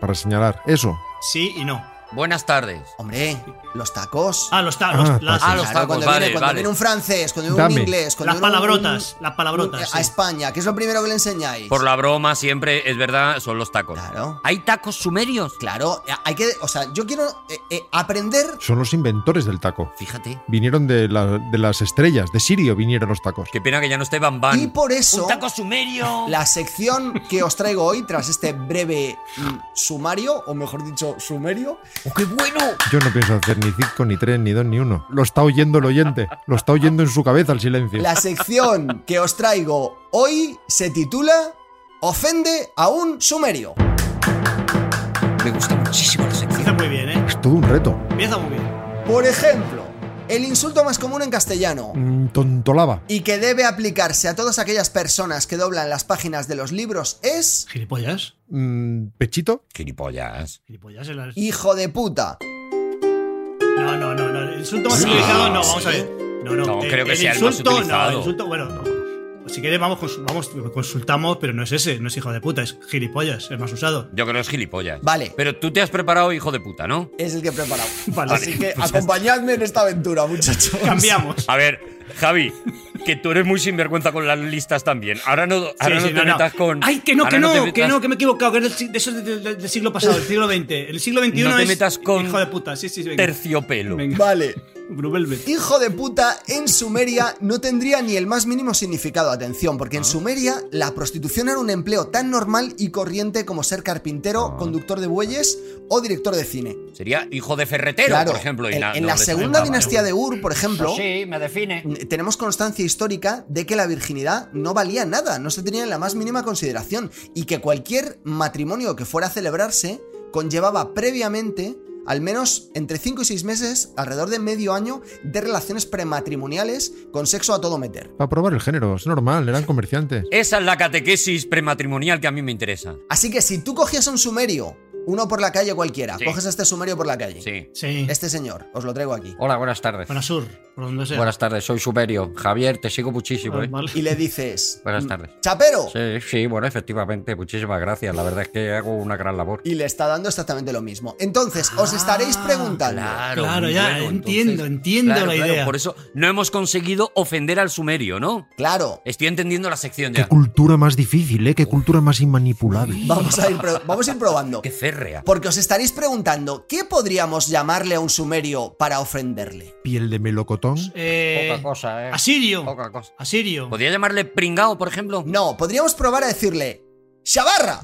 Speaker 4: para señalar, eso.
Speaker 6: Sí y no.
Speaker 5: Buenas tardes.
Speaker 3: Hombre, los tacos.
Speaker 6: Ah, los tacos.
Speaker 4: Ah,
Speaker 6: las,
Speaker 5: Ah,
Speaker 3: Claro,
Speaker 5: los tacos,
Speaker 3: cuando,
Speaker 5: vale,
Speaker 3: viene, cuando
Speaker 5: vale.
Speaker 3: viene un francés, cuando viene
Speaker 4: Dame.
Speaker 3: un inglés, cuando
Speaker 6: las
Speaker 3: viene un-
Speaker 6: palabrotas. las palabrotas.
Speaker 3: a
Speaker 6: sí.
Speaker 5: este
Speaker 3: España, ¿qué es lo primero que le enseñáis?
Speaker 5: Por la broma, siempre, es verdad, son los tacos.
Speaker 3: Claro.
Speaker 5: ¿Hay tacos sumerios?
Speaker 3: Claro, eh, hay que, o sea, yo quiero eh, eh, aprender
Speaker 4: Son los inventores del taco.
Speaker 5: Fíjate.
Speaker 4: Vinieron de, la- de las estrellas, de Sirio vinieron los tacos.
Speaker 5: Qué pena que ya no esté Van Van.
Speaker 3: y por eso
Speaker 5: ¡Un taco sumerio!
Speaker 3: la sección que os traigo hoy tras este breve mm, sumario, o mejor dicho, sumerio,
Speaker 5: ¡Qué bueno!
Speaker 4: Yo no pienso hacer ni cinco, ni tres, ni dos, ni uno. Lo está oyendo el oyente. Lo está oyendo en su cabeza el silencio.
Speaker 3: la sección que os traigo hoy se titula Ofende a un sumerio.
Speaker 5: Me gusta muchísimo la sección.
Speaker 6: Empieza muy bien, ¿eh?
Speaker 4: Es todo un reto.
Speaker 6: Empieza muy bien.
Speaker 3: Por ejemplo, el insulto más común en castellano.
Speaker 4: Mm, tontolaba.
Speaker 3: Y que debe aplicarse a todas aquellas personas que doblan las páginas de los libros es
Speaker 6: Gilipollas.
Speaker 4: Mm, pechito.
Speaker 5: Gilipollas.
Speaker 6: Gilipollas en las-
Speaker 3: hijo de puta.
Speaker 6: No, no, no, no. El insulto más
Speaker 5: Sí,
Speaker 6: utilizado, no, vamos
Speaker 3: sí.
Speaker 6: a ver. No, no,
Speaker 5: No, creo que sea el más
Speaker 6: insulto,
Speaker 5: utilizado.
Speaker 6: No, el insulto, bueno, no. Si quieres, vamos, cons- vamos, consultamos, pero no es ese, no es hijo de puta, es gilipollas, el más usado.
Speaker 5: Yo creo que es gilipollas.
Speaker 3: Vale.
Speaker 5: Pero tú te has preparado, hijo de puta, ¿no?
Speaker 3: Es el que he preparado.
Speaker 6: Vale.
Speaker 3: Así que acompañadme en esta aventura, muchachos.
Speaker 6: Cambiamos.
Speaker 5: A ver, Javi, que tú eres muy sinvergüenza con las listas también. Ahora no, ahora
Speaker 6: Sí,
Speaker 5: no
Speaker 6: sí,
Speaker 5: te metas con.
Speaker 6: Ay, que no,
Speaker 5: ahora
Speaker 6: que no,
Speaker 5: te
Speaker 6: que
Speaker 5: metas-
Speaker 6: no, que me he equivocado, que es del, si- de eso es del, del siglo pasado, del siglo XX. El siglo XXI
Speaker 5: No te
Speaker 6: es
Speaker 5: metas con
Speaker 6: hijo de puta, sí, sí, sí, venga.
Speaker 5: Terciopelo.
Speaker 6: Venga.
Speaker 3: Vale.
Speaker 6: Blue Velvet.
Speaker 3: Hijo de puta en Sumeria no tendría ni el más mínimo significado, atención, porque
Speaker 6: Ah.
Speaker 3: en Sumeria la prostitución era un empleo tan normal y corriente como ser
Speaker 6: Ah.
Speaker 3: carpintero, conductor de bueyes o director de cine.
Speaker 5: Sería hijo de ferretero,
Speaker 3: Claro,
Speaker 5: por ejemplo. y
Speaker 3: en,
Speaker 5: na-
Speaker 3: en
Speaker 5: no
Speaker 3: la
Speaker 5: le
Speaker 3: segunda
Speaker 5: sonaba,
Speaker 3: dinastía
Speaker 5: ¿no?
Speaker 3: de Ur, por ejemplo,
Speaker 5: Sí, me define.
Speaker 3: N- tenemos constancia histórica de que la virginidad no valía nada, no se tenía en la más mínima consideración y que cualquier matrimonio que fuera a celebrarse conllevaba previamente al menos entre 5 y 6 meses, alrededor de medio año, de relaciones prematrimoniales con sexo a todo meter.
Speaker 4: Para probar el género. Es normal, eran comerciantes.
Speaker 5: Esa es la catequesis prematrimonial que a mí me interesa.
Speaker 3: Así que si tú cogías un sumerio, uno por la calle cualquiera,
Speaker 5: Sí.
Speaker 3: coges este sumerio por la calle,
Speaker 5: Sí. Oh.
Speaker 6: Sí.
Speaker 3: este señor, os lo traigo aquí,
Speaker 5: Hola, buenas tardes.
Speaker 6: Para Sur, por donde sea.
Speaker 5: Buenas tardes, soy Sumerio. Javier, te sigo muchísimo,
Speaker 6: Ah,
Speaker 5: ¿eh?
Speaker 6: vale.
Speaker 3: y le dices...
Speaker 5: Buenas
Speaker 3: "Mm,
Speaker 5: tardes.
Speaker 3: Chapero.
Speaker 5: Sí, sí, bueno, efectivamente, muchísimas gracias. La verdad es que hago una gran labor.
Speaker 3: Y le está dando exactamente lo mismo. Entonces, os estaréis preguntando...
Speaker 6: Claro,
Speaker 5: muy
Speaker 6: ya, entiendo, entiendo
Speaker 5: claro,
Speaker 6: la
Speaker 5: claro,
Speaker 6: idea.
Speaker 5: por eso no hemos conseguido ofender al sumerio, ¿no?
Speaker 3: Claro,
Speaker 5: Estoy entendiendo la sección
Speaker 4: Qué
Speaker 5: ya.
Speaker 4: cultura más difícil, ¿eh? Qué cultura más inmanipulable.
Speaker 3: Vamos a ir, pro- vamos a ir probando.
Speaker 5: Qué férrea.
Speaker 3: Porque os estaréis preguntando, ¿qué podríamos llamarle a un sumerio para ofenderle?
Speaker 4: Piel de melocotón.
Speaker 6: Eh,
Speaker 5: cosa,
Speaker 6: Asirio.
Speaker 5: cosa.
Speaker 6: Asirio.
Speaker 5: ¿Podría llamarle pringao, por ejemplo?
Speaker 3: No, podríamos probar a decirle, ¡Shabarra!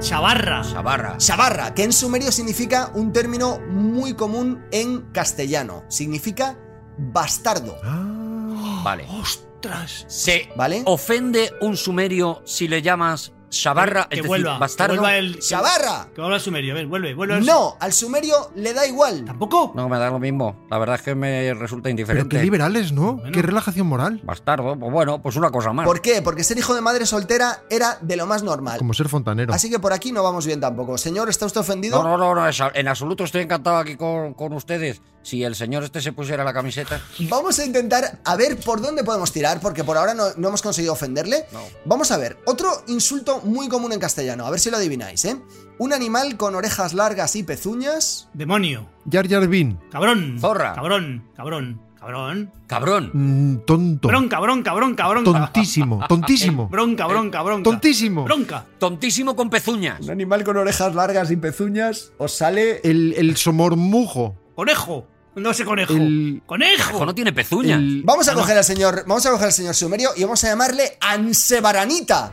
Speaker 6: Chavarra.
Speaker 5: Chavarra.
Speaker 3: Shabarra, que en sumerio significa un término muy común en castellano. Significa bastardo,
Speaker 4: Ah,
Speaker 5: Vale.
Speaker 6: Ostras.
Speaker 5: ¿Se
Speaker 3: ¿vale?
Speaker 5: ofende un sumerio si le llamas chavarra?
Speaker 6: que
Speaker 5: es decir,
Speaker 6: vuelva.
Speaker 5: bastardo.
Speaker 6: Que vuelva el.
Speaker 3: ¡Shabarra!
Speaker 6: Que vuelva el sumerio. A ver, vuelve, vuelve al-
Speaker 3: No, al sumerio le da igual.
Speaker 6: ¿Tampoco?
Speaker 5: No, me da lo mismo. La verdad es que me resulta
Speaker 4: pero qué liberales, ¿no?
Speaker 6: Bueno.
Speaker 4: Qué relajación moral.
Speaker 5: Bastardo, pues bueno, pues una cosa más.
Speaker 3: ¿Por qué? Porque ser hijo de madre soltera era de lo más normal.
Speaker 4: Como ser fontanero.
Speaker 3: Así que por aquí no vamos bien tampoco. Señor, ¿está usted ofendido?
Speaker 5: No, no, no, no, esa- en absoluto estoy encantado aquí con, con ustedes. Si el señor este se pusiera la camiseta.
Speaker 3: Vamos a intentar a ver por dónde podemos tirar, porque por ahora no, no hemos conseguido ofenderle.
Speaker 5: No.
Speaker 3: Vamos a ver, otro insulto muy común en castellano, a ver si lo adivináis, ¿eh? Un animal con orejas largas y pezuñas.
Speaker 6: Demonio.
Speaker 4: Jar Jar Bin.
Speaker 6: Cabrón.
Speaker 5: Zorra.
Speaker 6: Cabrón. Cabrón. Cabrón.
Speaker 5: ¡Cabrón!
Speaker 4: Mm, tonto.
Speaker 6: Cabrón, cabrón, cabrón, cabrón.
Speaker 4: Tontísimo. Tontísimo.
Speaker 6: Bronca, bronca, bronca.
Speaker 4: Tontísimo.
Speaker 6: Bronca.
Speaker 5: ¡Tontísimo con pezuñas!
Speaker 3: animal con orejas largas y pezuñas os sale...
Speaker 4: El, el somormujo.
Speaker 6: Conejo. No sé, conejo.
Speaker 4: El-
Speaker 5: Ojo,
Speaker 6: Conejo.
Speaker 5: no tiene pezuñas.
Speaker 4: El-
Speaker 3: Vamos a coger al señor, vamos a coger al señor sumerio y vamos a llamarle Ansebaranita,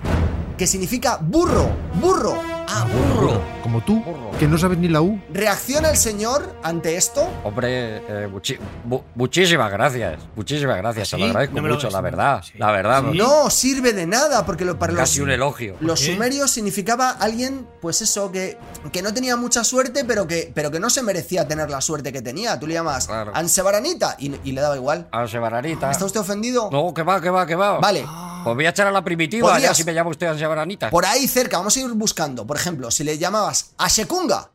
Speaker 3: que significa burro, burro. Ah, burro.
Speaker 4: Como tú, que no sabes ni la U.
Speaker 3: ¿Reacciona el señor ante esto?
Speaker 5: Hombre, eh, muchi- mu- muchísimas gracias. Muchísimas gracias. Se
Speaker 6: ¿Sí?
Speaker 5: lo agradezco
Speaker 6: No me lo
Speaker 5: mucho,
Speaker 6: ves,
Speaker 5: la
Speaker 6: no.
Speaker 5: verdad.
Speaker 6: Sí.
Speaker 5: La verdad.
Speaker 6: Sí.
Speaker 3: No sirve de nada, porque lo, para los...
Speaker 5: Casi un elogio.
Speaker 3: Los
Speaker 6: ¿Qué?
Speaker 3: sumerios significaba alguien, pues eso, que, que no tenía mucha suerte, pero que, pero que no se merecía tener la suerte que tenía. Tú le llamas
Speaker 5: Claro. Ah.
Speaker 3: Ansebaranita y, y le daba igual.
Speaker 5: A Sebaranita.
Speaker 3: ¿Está usted ofendido?
Speaker 5: No, que va, que va, que va.
Speaker 3: Vale,
Speaker 5: Os voy a echar a la
Speaker 6: Pues
Speaker 5: primitiva, ya
Speaker 3: Podrías.
Speaker 5: si me llama usted a llamar a Anita.
Speaker 3: Por ahí cerca, vamos a ir buscando. Por ejemplo, si le llamabas a Secunga,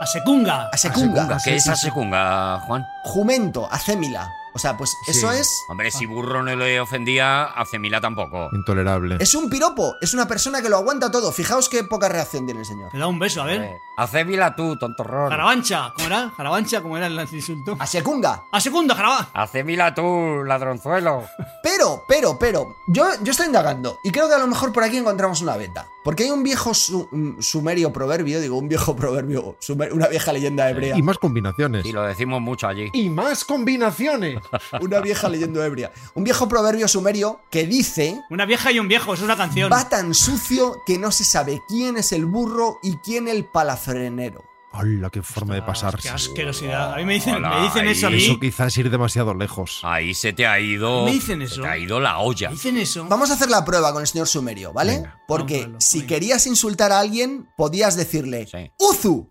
Speaker 6: A Secunga.
Speaker 3: a Secunga,
Speaker 5: ¿Qué es a secunga, Juan?
Speaker 3: Jumento, a Cémila. O sea, pues eso es.
Speaker 5: Hombre,
Speaker 6: Ah.
Speaker 5: si burro no le ofendía, a Cemila tampoco.
Speaker 7: Intolerable.
Speaker 3: Es un piropo, es una persona que lo aguanta todo. Fijaos qué poca reacción tiene el señor.
Speaker 5: Mm.
Speaker 6: Te da un beso, a ver.
Speaker 5: A Cemila Eh, tú, tontorrón.
Speaker 6: Jarabancha, ¿cómo era? Jarabancha, ¿cómo era el insulto?
Speaker 3: A Secunga.
Speaker 6: A Secunga, Jaraba.
Speaker 5: A Cemila tú, ladronzuelo.
Speaker 3: Pero, pero, pero, yo, yo estoy indagando y creo que a lo mejor por aquí encontramos una veta. Porque hay un viejo su- mm, sumerio proverbio, digo, un viejo proverbio, sumer- una vieja leyenda hebrea.
Speaker 7: Y más combinaciones.
Speaker 5: Y lo decimos mucho allí.
Speaker 7: Y más combinaciones.
Speaker 3: Una vieja leyenda hebrea. Un viejo proverbio sumerio que dice
Speaker 6: Una vieja y un viejo, eso es una canción.
Speaker 3: Va tan sucio que no se sabe quién es el burro y quién el palafrenero.
Speaker 7: Hola, qué forma de
Speaker 6: Qué
Speaker 7: pasarse.
Speaker 6: asquerosidad. A mí me dicen,
Speaker 5: Hola,
Speaker 6: me dicen eso a
Speaker 5: ahí.
Speaker 7: Eso
Speaker 6: mí.
Speaker 7: quizás ir demasiado lejos.
Speaker 3: Ah.
Speaker 5: Ahí se te ha ido.
Speaker 6: Me dicen
Speaker 5: Se
Speaker 6: eso.
Speaker 5: te ha ido la olla.
Speaker 6: Me dicen eso.
Speaker 3: Vamos a hacer la prueba con el señor Sumerio, ¿vale?
Speaker 7: Venga.
Speaker 3: Porque
Speaker 6: Vámonos,
Speaker 3: si
Speaker 6: venga.
Speaker 3: querías insultar a alguien, podías decirle
Speaker 5: Sí.
Speaker 3: Uzu,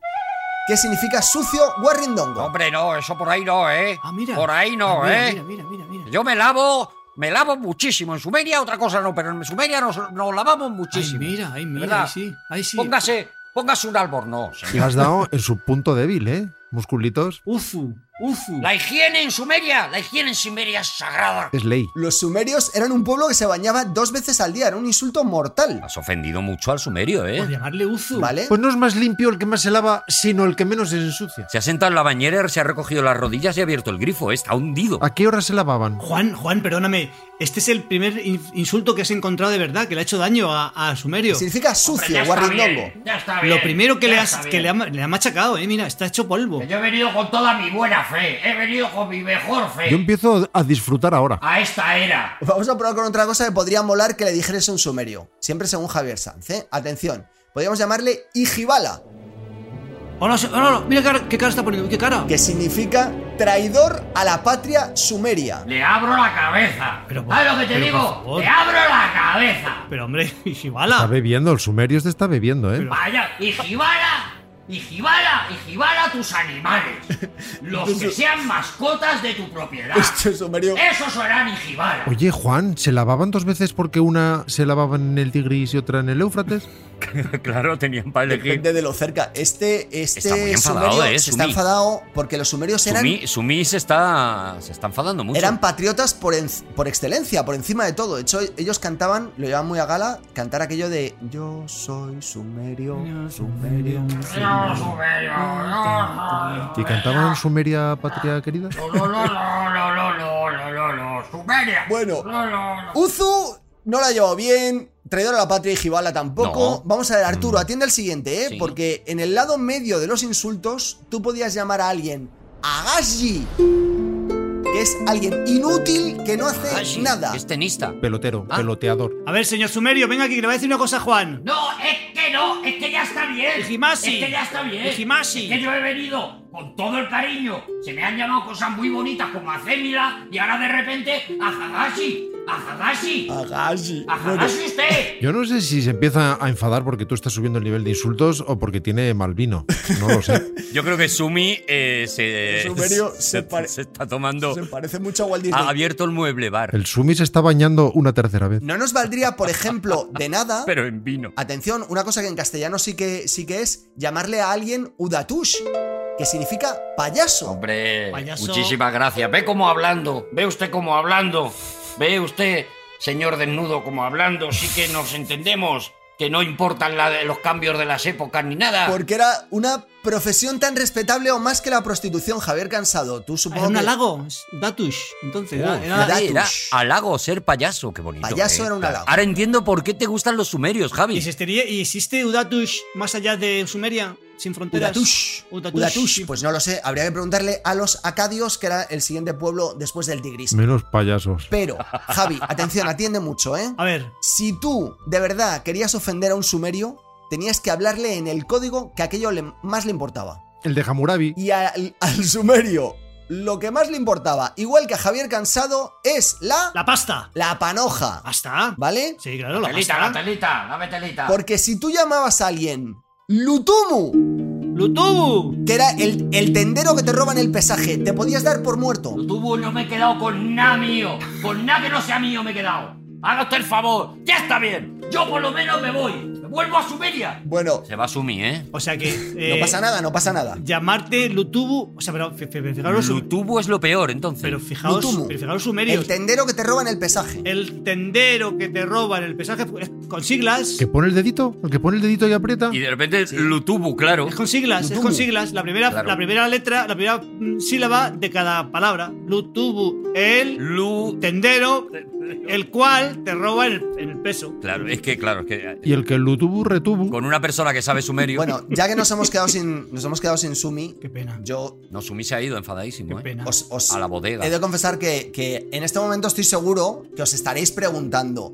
Speaker 3: que significa sucio guarrindongo.
Speaker 5: Hombre, no, eso por ahí no, ¿eh?
Speaker 6: Ah, mira.
Speaker 5: Por ahí no,
Speaker 6: Ah, mira,
Speaker 5: ¿eh?
Speaker 6: Mira, mira, mira. mira.
Speaker 5: Yo me lavo, me lavo muchísimo. En Sumeria otra cosa no, pero en Sumeria nos, nos lavamos
Speaker 6: Ay,
Speaker 5: muchísimo.
Speaker 6: mira, ay, mira,
Speaker 5: ¿Verdad?
Speaker 6: ahí sí. Ahí sí.
Speaker 5: Póngase, póngase un albornoz.
Speaker 7: Y has dado en su punto débil, ¿eh? Musculitos.
Speaker 6: Uzu, Uzu.
Speaker 5: La higiene en Sumeria, la higiene en Sumeria es sagrada.
Speaker 7: Es ley.
Speaker 3: Los sumerios eran un pueblo que se bañaba dos veces al día, era un insulto mortal,
Speaker 5: Has ofendido mucho al sumerio,
Speaker 6: Por
Speaker 5: ¿eh?
Speaker 6: llamarle Uzu.
Speaker 3: ¿vale?
Speaker 7: Pues no es más limpio el que más se lava, sino el que menos se ensucia.
Speaker 5: Se ha sentado en la bañera, se ha recogido las rodillas y ha abierto el grifo. Está hundido.
Speaker 7: ¿A qué hora se lavaban?
Speaker 6: Juan, Juan, perdóname. Este es el primer in- insulto que has encontrado de verdad, que le ha hecho daño a, a Sumerio.
Speaker 3: Significa sucio guarrindongo.
Speaker 6: Lo primero que, le, has, que le, ha, le ha machacado, eh, mira, está hecho polvo.
Speaker 2: Yo he venido con toda mi buena fe, he venido con mi mejor fe
Speaker 5: Eh.
Speaker 7: Yo empiezo a disfrutar ahora.
Speaker 2: a esta era.
Speaker 3: Vamos a probar con otra cosa que podría molar que le dijeras un sumerio. Siempre según Javier Sanz, ¿eh? Atención, podríamos llamarle Ijibala,
Speaker 6: Hola, Oh, se- hola, hola, mira qué cara, qué cara está poniendo, qué cara.
Speaker 3: que significa traidor a la patria sumeria.
Speaker 2: Le abro la cabeza.
Speaker 6: Pero por-
Speaker 2: ¿Sabes Ah, lo que te
Speaker 6: pero por
Speaker 2: digo?
Speaker 6: favor.
Speaker 2: Le abro la cabeza.
Speaker 6: Pero hombre,
Speaker 5: Ah.
Speaker 7: Está
Speaker 6: Ishibala.
Speaker 7: bebiendo, el sumerio este está bebiendo, ¿eh?
Speaker 2: Vaya, y Jibala, y Jibala, y Jibala tus animales. Los que sean mascotas de tu propiedad.
Speaker 3: Este sumerio.
Speaker 5: Eh,
Speaker 2: Esos serán y Jibala.
Speaker 7: Oye, Juan, ¿se lavaban dos veces porque una se lavaba en el Tigris y otra en el Éufrates?
Speaker 5: claro, tenían para
Speaker 3: Depende de lo cerca. Este, este
Speaker 5: Está muy enfadado,
Speaker 3: sumerio
Speaker 5: eh,
Speaker 3: se está
Speaker 5: Sumi.
Speaker 3: enfadado porque los sumerios eran,
Speaker 5: Sumi, Sumi se está, se está enfadando mucho.
Speaker 3: eran patriotas por, en- por excelencia, por encima de todo. De hecho, ellos cantaban, lo llevaban muy a gala, cantar aquello de Yo soy sumerio, sumerio.
Speaker 2: No, Sumerio, no,
Speaker 7: ¿Y
Speaker 5: Ah.
Speaker 7: cantaban Sumeria, patria querida?
Speaker 2: No, no, no, no, no, no, no, no, no, Sumeria.
Speaker 3: Bueno.
Speaker 2: No, no, no.
Speaker 3: Uzu no la llevó bien, traidor a la patria y Jibala tampoco.
Speaker 5: No. Mm.
Speaker 3: Vamos a ver, Arturo, atiende al siguiente, ¿eh?
Speaker 5: Sí.
Speaker 3: Porque en el lado medio de los insultos, tú podías llamar a alguien Agashi, que es alguien inútil que no hace
Speaker 5: Ah, sí,
Speaker 3: nada.
Speaker 5: Es tenista.
Speaker 7: Pelotero,
Speaker 5: Ah.
Speaker 7: peloteador.
Speaker 6: A ver, señor Sumerio, venga aquí, que le voy a decir una cosa a Juan.
Speaker 2: No, es que no, es que ya está bien.
Speaker 6: Ijimasi.
Speaker 2: Es que ya está bien.
Speaker 6: Ijimasi.
Speaker 2: Es que yo he venido con todo el cariño. Se me han llamado cosas muy bonitas como a Cémila y ahora de repente a Hadashi. A Hadashi.
Speaker 3: Agashi.
Speaker 2: A Hadashi usted.
Speaker 7: Yo no sé si se empieza a enfadar porque tú estás subiendo el nivel de insultos o porque tiene mal vino. No lo sé.
Speaker 5: Yo creo que Sumi eh, se,
Speaker 3: El sumerio se pare-
Speaker 5: se está tomando.
Speaker 3: Se parece mucho a Walt
Speaker 5: Ha
Speaker 3: Disney.
Speaker 5: abierto el mueble bar,
Speaker 7: El Sumi se está bañando una tercera vez.
Speaker 3: No nos valdría, por ejemplo, de nada.
Speaker 5: pero en vino.
Speaker 3: Atención, una cosa que en castellano sí que, sí que es llamarle a alguien Udatush, que significa payaso.
Speaker 5: Hombre,
Speaker 6: Payaso.
Speaker 5: muchísimas gracias. Ve cómo hablando, ve usted cómo hablando, ve usted, señor desnudo, como hablando. Sí que nos entendemos, que no importan la- los cambios de las épocas ni nada.
Speaker 3: Porque era una profesión tan respetable o más que la prostitución, Javier Cansado. Tú supongo
Speaker 6: Era un
Speaker 3: que
Speaker 6: halago, es Datush. Entonces, era- era-
Speaker 3: ¿verdad?
Speaker 5: Era
Speaker 3: Datus.
Speaker 5: halago ser payaso, qué bonito. ¿eh?
Speaker 3: Payaso era un halago.
Speaker 5: Ahora entiendo por qué te gustan los sumerios,
Speaker 6: ¿Y
Speaker 5: Javi.
Speaker 6: existiría- y existe Udatush más allá de Sumeria, sin fronteras?
Speaker 3: Udatush.
Speaker 6: Udatush.
Speaker 3: Udatush. Pues no lo sé, habría que preguntarle a los acadios, que era el siguiente pueblo después del Tigris.
Speaker 7: Menos payasos.
Speaker 3: Pero, Javi, atención, atiende mucho, ¿eh?
Speaker 6: A ver,
Speaker 3: Si tú de verdad querías ofender a un sumerio, tenías que hablarle en el código que aquello le- más le importaba.
Speaker 7: El de Hammurabi.
Speaker 3: Y al, al sumerio, lo que más le importaba, igual que a Javier Cansado, es la,
Speaker 6: la pasta.
Speaker 3: la panoja.
Speaker 6: ¿Pasta?
Speaker 3: ¿Vale?
Speaker 6: Sí, claro, la
Speaker 2: Telita, la
Speaker 6: pasta.
Speaker 2: telita, dame telita.
Speaker 3: Porque si tú llamabas a alguien Lutumu,
Speaker 6: ¡Lutubu!
Speaker 3: que era el, el tendero que te roban el pesaje, te podías dar por muerto.
Speaker 2: Tuvo, no me he quedado con nada mío. Con nada que no sea mío me he quedado. Haga usted el favor. Ya está bien. Yo por lo menos me voy. Me vuelvo a Sumeria.
Speaker 3: Bueno,
Speaker 5: Se va a sumir, ¿eh?
Speaker 6: O sea que.
Speaker 3: no
Speaker 6: eh,
Speaker 3: pasa nada, no pasa nada.
Speaker 6: Llamarte Lutubu. O sea, pero fi- fi- fijaros. su-
Speaker 5: Lutubu es lo peor, entonces.
Speaker 6: Pero fijaos,
Speaker 3: Lutubu.
Speaker 6: pero fijaos sumerios.
Speaker 3: El tendero que te roba en el pesaje.
Speaker 6: El tendero que te roban el pesaje es con siglas.
Speaker 7: ¿Que pone el dedito? ¿El que pone el dedito y aprieta?
Speaker 5: Y de repente Lutubu, claro.
Speaker 6: Es con siglas, es
Speaker 3: Lutubu.
Speaker 6: con siglas. La primera,
Speaker 5: Claro.
Speaker 6: la primera letra, la primera mm, sílaba de cada palabra. Lutubu, el
Speaker 5: Lu...
Speaker 6: tendero, el cual te roba el, el peso.
Speaker 5: Claro, es que, claro, es que eh,
Speaker 7: Y el que lo tuvo, retuvo.
Speaker 5: con una persona que sabe sumerio...
Speaker 3: Bueno, ya que nos hemos quedado sin, nos hemos quedado sin Sumi,
Speaker 6: Qué pena.
Speaker 3: yo
Speaker 5: No, Sumi se ha ido enfadadísimo,
Speaker 6: Qué
Speaker 5: ¿eh?
Speaker 6: pena.
Speaker 3: os, os-
Speaker 5: A la bodega.
Speaker 3: he de confesar que, que en este momento estoy seguro que os estaréis preguntando.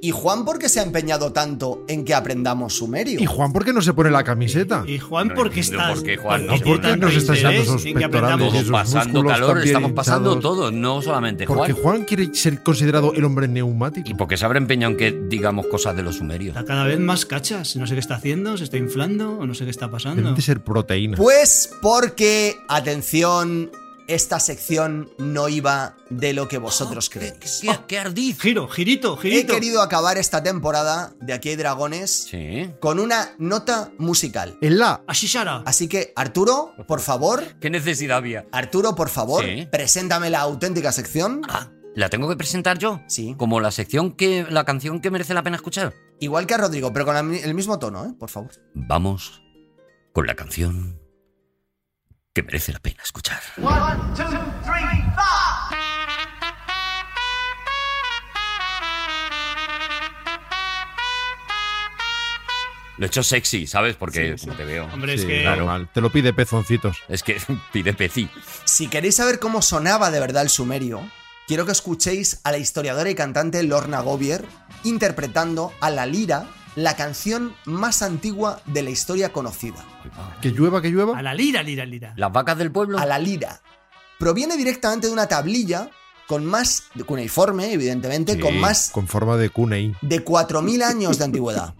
Speaker 3: ¿Y Juan por qué se ha empeñado tanto en que aprendamos sumerio?
Speaker 7: ¿Y Juan por qué no se pone la camiseta?
Speaker 6: Y Juan,
Speaker 5: No
Speaker 6: ¿por qué
Speaker 5: entiendo
Speaker 6: estás?
Speaker 5: por qué, Juan, no
Speaker 6: qué
Speaker 5: por qué
Speaker 6: tanto
Speaker 7: nos estás dando
Speaker 6: interés
Speaker 7: esos
Speaker 6: en que aprendamos?
Speaker 7: pectorales y
Speaker 5: Todos
Speaker 7: esos
Speaker 5: pasando
Speaker 7: músculos
Speaker 5: calor,
Speaker 7: también
Speaker 5: estamos pasando
Speaker 7: hinchados.
Speaker 5: todos, no solamente
Speaker 7: Porque
Speaker 5: Juan.
Speaker 7: Juan quiere ser considerado el hombre neumático.
Speaker 5: Y porque se habrá empeñado en que digamos cosas de los sumerios.
Speaker 6: Está cada vez más cachas. No sé qué está haciendo, se está inflando o no sé qué está pasando.
Speaker 7: Deben de ser proteína.
Speaker 3: Pues porque, atención, esta sección no iba de lo que vosotros creéis.
Speaker 5: ¿Qué, qué ardiz?
Speaker 6: Giro, girito,
Speaker 3: He
Speaker 6: girito.
Speaker 3: querido acabar esta temporada de Aquí hay Dragones
Speaker 5: Sí.
Speaker 3: con una nota musical.
Speaker 7: En la
Speaker 6: Así Sara.
Speaker 3: Así que, Arturo, por favor,
Speaker 5: ¿Qué necesidad había?
Speaker 3: Arturo, por favor,
Speaker 5: Sí.
Speaker 3: preséntame la auténtica sección.
Speaker 5: Ah, ¿La tengo que presentar yo?
Speaker 3: Sí.
Speaker 5: Como la sección que. la canción que merece la pena escuchar.
Speaker 3: Igual que a Rodrigo, pero con la mi- el mismo tono, ¿eh? Por favor.
Speaker 5: Vamos con la canción que merece la pena escuchar. Lo he hecho sexy, ¿sabes? Porque como te veo.
Speaker 6: Hombre, es
Speaker 7: Sí,
Speaker 6: que.
Speaker 7: normal. Te lo pide pezoncitos.
Speaker 5: Es que pide pecí.
Speaker 3: Si queréis saber cómo sonaba de verdad el sumerio, quiero que escuchéis a la historiadora y cantante Lorna Gobier interpretando a la lira la canción más antigua de la historia conocida.
Speaker 7: Que llueva, que
Speaker 6: A
Speaker 7: llueva.
Speaker 6: la lira, lira, lira.
Speaker 5: Las vacas del pueblo.
Speaker 3: A la lira. Proviene directamente de una tablilla con más cuneiforme, evidentemente, con más
Speaker 7: Con forma de cunei.
Speaker 3: de 4.000 años de antigüedad.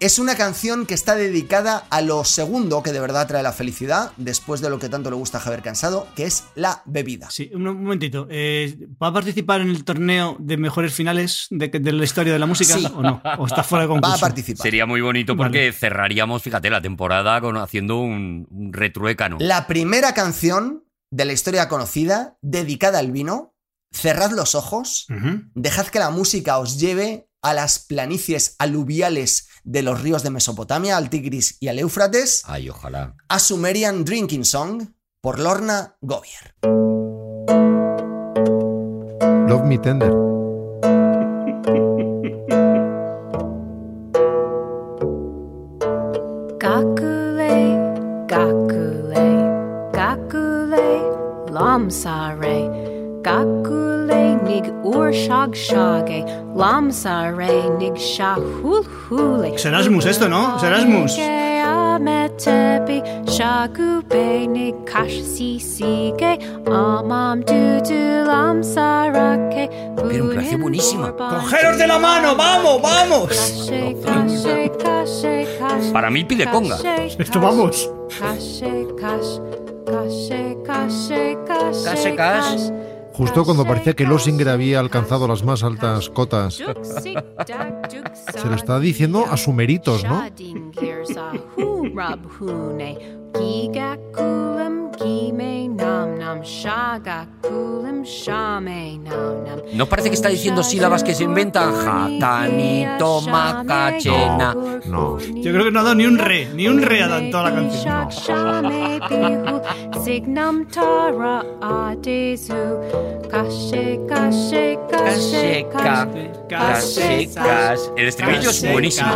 Speaker 3: Es una canción que está dedicada a lo segundo que de verdad trae la felicidad, después de lo que tanto le gusta a Javier Cansado, que es la bebida.
Speaker 6: Sí, un un momentito. Eh, ¿Va a participar en el torneo de mejores finales de, de la historia de la música
Speaker 3: Sí.
Speaker 6: o no? ¿O está fuera de concurso?
Speaker 3: Va a participar.
Speaker 5: Sería muy bonito porque
Speaker 6: Vale.
Speaker 5: cerraríamos, fíjate, la temporada con, haciendo un, un retruécano.
Speaker 3: La primera canción de la historia conocida, dedicada al vino, cerrad los ojos,
Speaker 6: Ujú.
Speaker 3: dejad que la música os lleve a las planicies aluviales de los ríos de Mesopotamia, al Tigris y al Éufrates,
Speaker 5: Ay, ojalá.
Speaker 3: a Sumerian Drinking Song por Lorna Gobier.
Speaker 7: Love me tender.
Speaker 9: Gakule, gakule, gakule, lamsare. Gakule nig ur shag shage, lamsare nig shahul hule.
Speaker 6: Es Erasmus esto, ¿no? Es Erasmus.
Speaker 9: Ge ametebi, shagube nig kash si sige, amam du du lamsarake.
Speaker 5: Pero me parece buenísima.
Speaker 6: ¡Cogeros de la mano! ¡Vamos, vamos!
Speaker 5: Para mí pide conga.
Speaker 6: Esto vamos.
Speaker 5: Cash, cash.
Speaker 7: Justo cuando parecía que Losinger había alcanzado las más altas cotas.
Speaker 9: Se
Speaker 7: Se lo está diciendo a sumeritos, ¿no?
Speaker 5: ¿No parece que está diciendo sílabas que se inventan? Jatani, toma, cachena.
Speaker 7: No.
Speaker 6: Yo creo que no ha dado ni un re, ni un re ha dado en toda la canción.
Speaker 9: Signum tara adesu, kashe kashe kashe kashe
Speaker 5: Case, case. El estribillo es
Speaker 6: Case,
Speaker 5: buenísimo.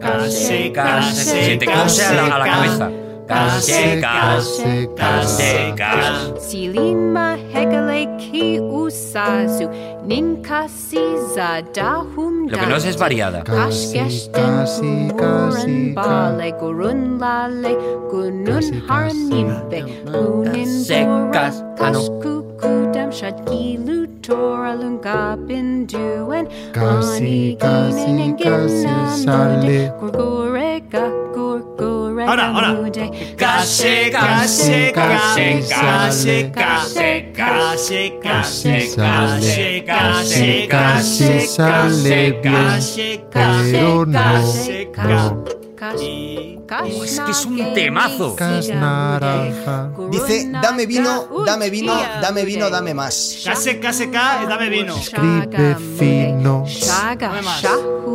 Speaker 6: case.
Speaker 5: Case, case.
Speaker 6: Case, case,
Speaker 5: Se te cose a la, a la
Speaker 6: case,
Speaker 5: cabeza. Case,
Speaker 6: case,
Speaker 5: case. Case, case.
Speaker 9: Silima hegele ki usazu, ninkasiza dahum
Speaker 5: Lo que no es es
Speaker 9: dazu.
Speaker 5: variada.
Speaker 7: Casi, casi, casi, casi.
Speaker 9: Bale gurun lale gunun
Speaker 7: Casi, casi.
Speaker 9: harnimbe lunin
Speaker 5: Secas.
Speaker 9: boras
Speaker 5: Ah, no.
Speaker 9: kashkukudam shadgilu toralun gabin duen
Speaker 7: Casi, casi, casi sale.
Speaker 9: gurgurega gurgurega
Speaker 6: ahora, ahora.
Speaker 2: Case, case, case, case, case, case, case, case, case, case, case, case,
Speaker 4: pero no. no.
Speaker 5: Oh, es que es un temazo.
Speaker 4: Cas naranja.
Speaker 9: Dice, dame vino, dame vino, dame vino, dame más.
Speaker 6: Case, case, ca, dame vino.
Speaker 4: Escribe fino.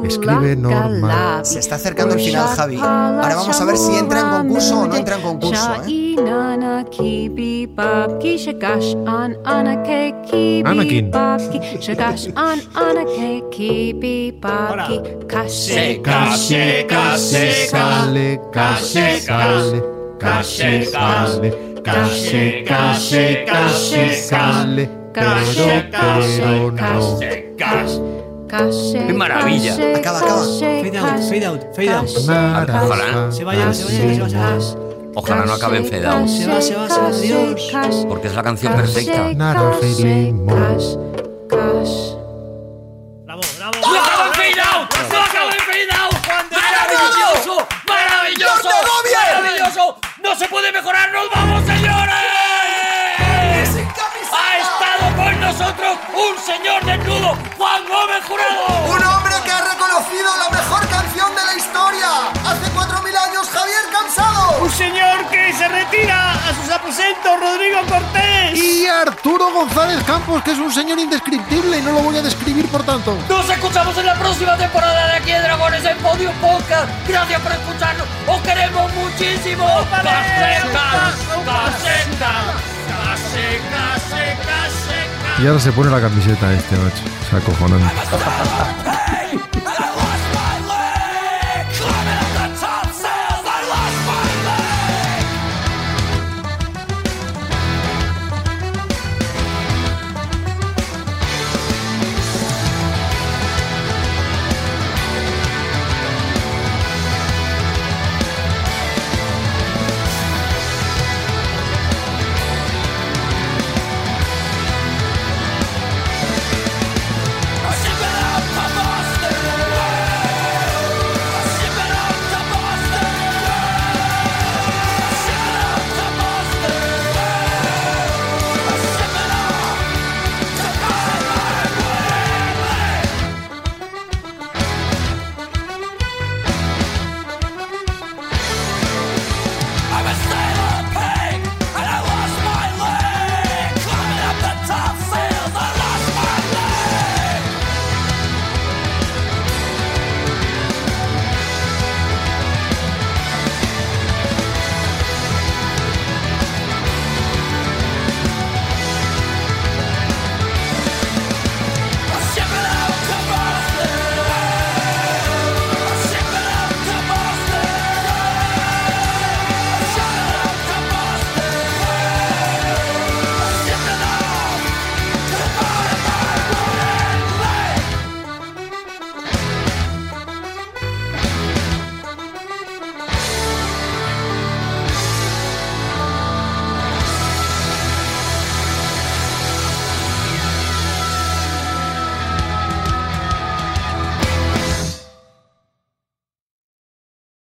Speaker 4: Escribe normal.
Speaker 9: Se está acercando el final, Javi. Ahora vamos a ver si entra en concurso o no entra en concurso. ¿eh?
Speaker 4: Anakin.
Speaker 2: Seca, seca, seca.
Speaker 4: Sale, casi, sale, casi, sale, casi, casi, casi, sale, pero, pero no.
Speaker 5: Qué maravilla.
Speaker 9: Acaba, acaba.
Speaker 6: Fade out, fade out, fade out.
Speaker 4: Naranja,
Speaker 6: Se vaya, se vaya, se vaya.
Speaker 5: Ojalá no acabe en fade out,
Speaker 6: Se va, se va, se va, adiós.
Speaker 5: porque es la canción perfecta.
Speaker 4: naranja y limón.
Speaker 6: Bravo, bravo.
Speaker 2: ¡No acabo en fade out! ¡No acabo en fade out! ¡Maravilloso! ¡Maravilloso! ¡Maravilloso! ¡No se puede mejorar! ¡Nos vamos,
Speaker 6: Ah.
Speaker 2: señores! ¡Ha estado con nosotros un señor desnudo! ¡Juan Gómez Jurado!
Speaker 3: Un hombre que ha reconocido la mejor canción de la historia. Hace 4.000 años, Javier Cansado.
Speaker 6: Un señor que se retira a sus aposentos, Rodrigo Cortés.
Speaker 4: Y Arturo González Campos, que es un señor indescriptible y no lo voy a describir por tanto.
Speaker 2: Nos escuchamos en la próxima temporada de Aquí de Dragones en Podio Podcast. Gracias por escucharnos. Os queremos muchísimo. Casetas, casetas, casetas, casetas.
Speaker 4: Y ahora se pone la camiseta este, macho. Es acojonante.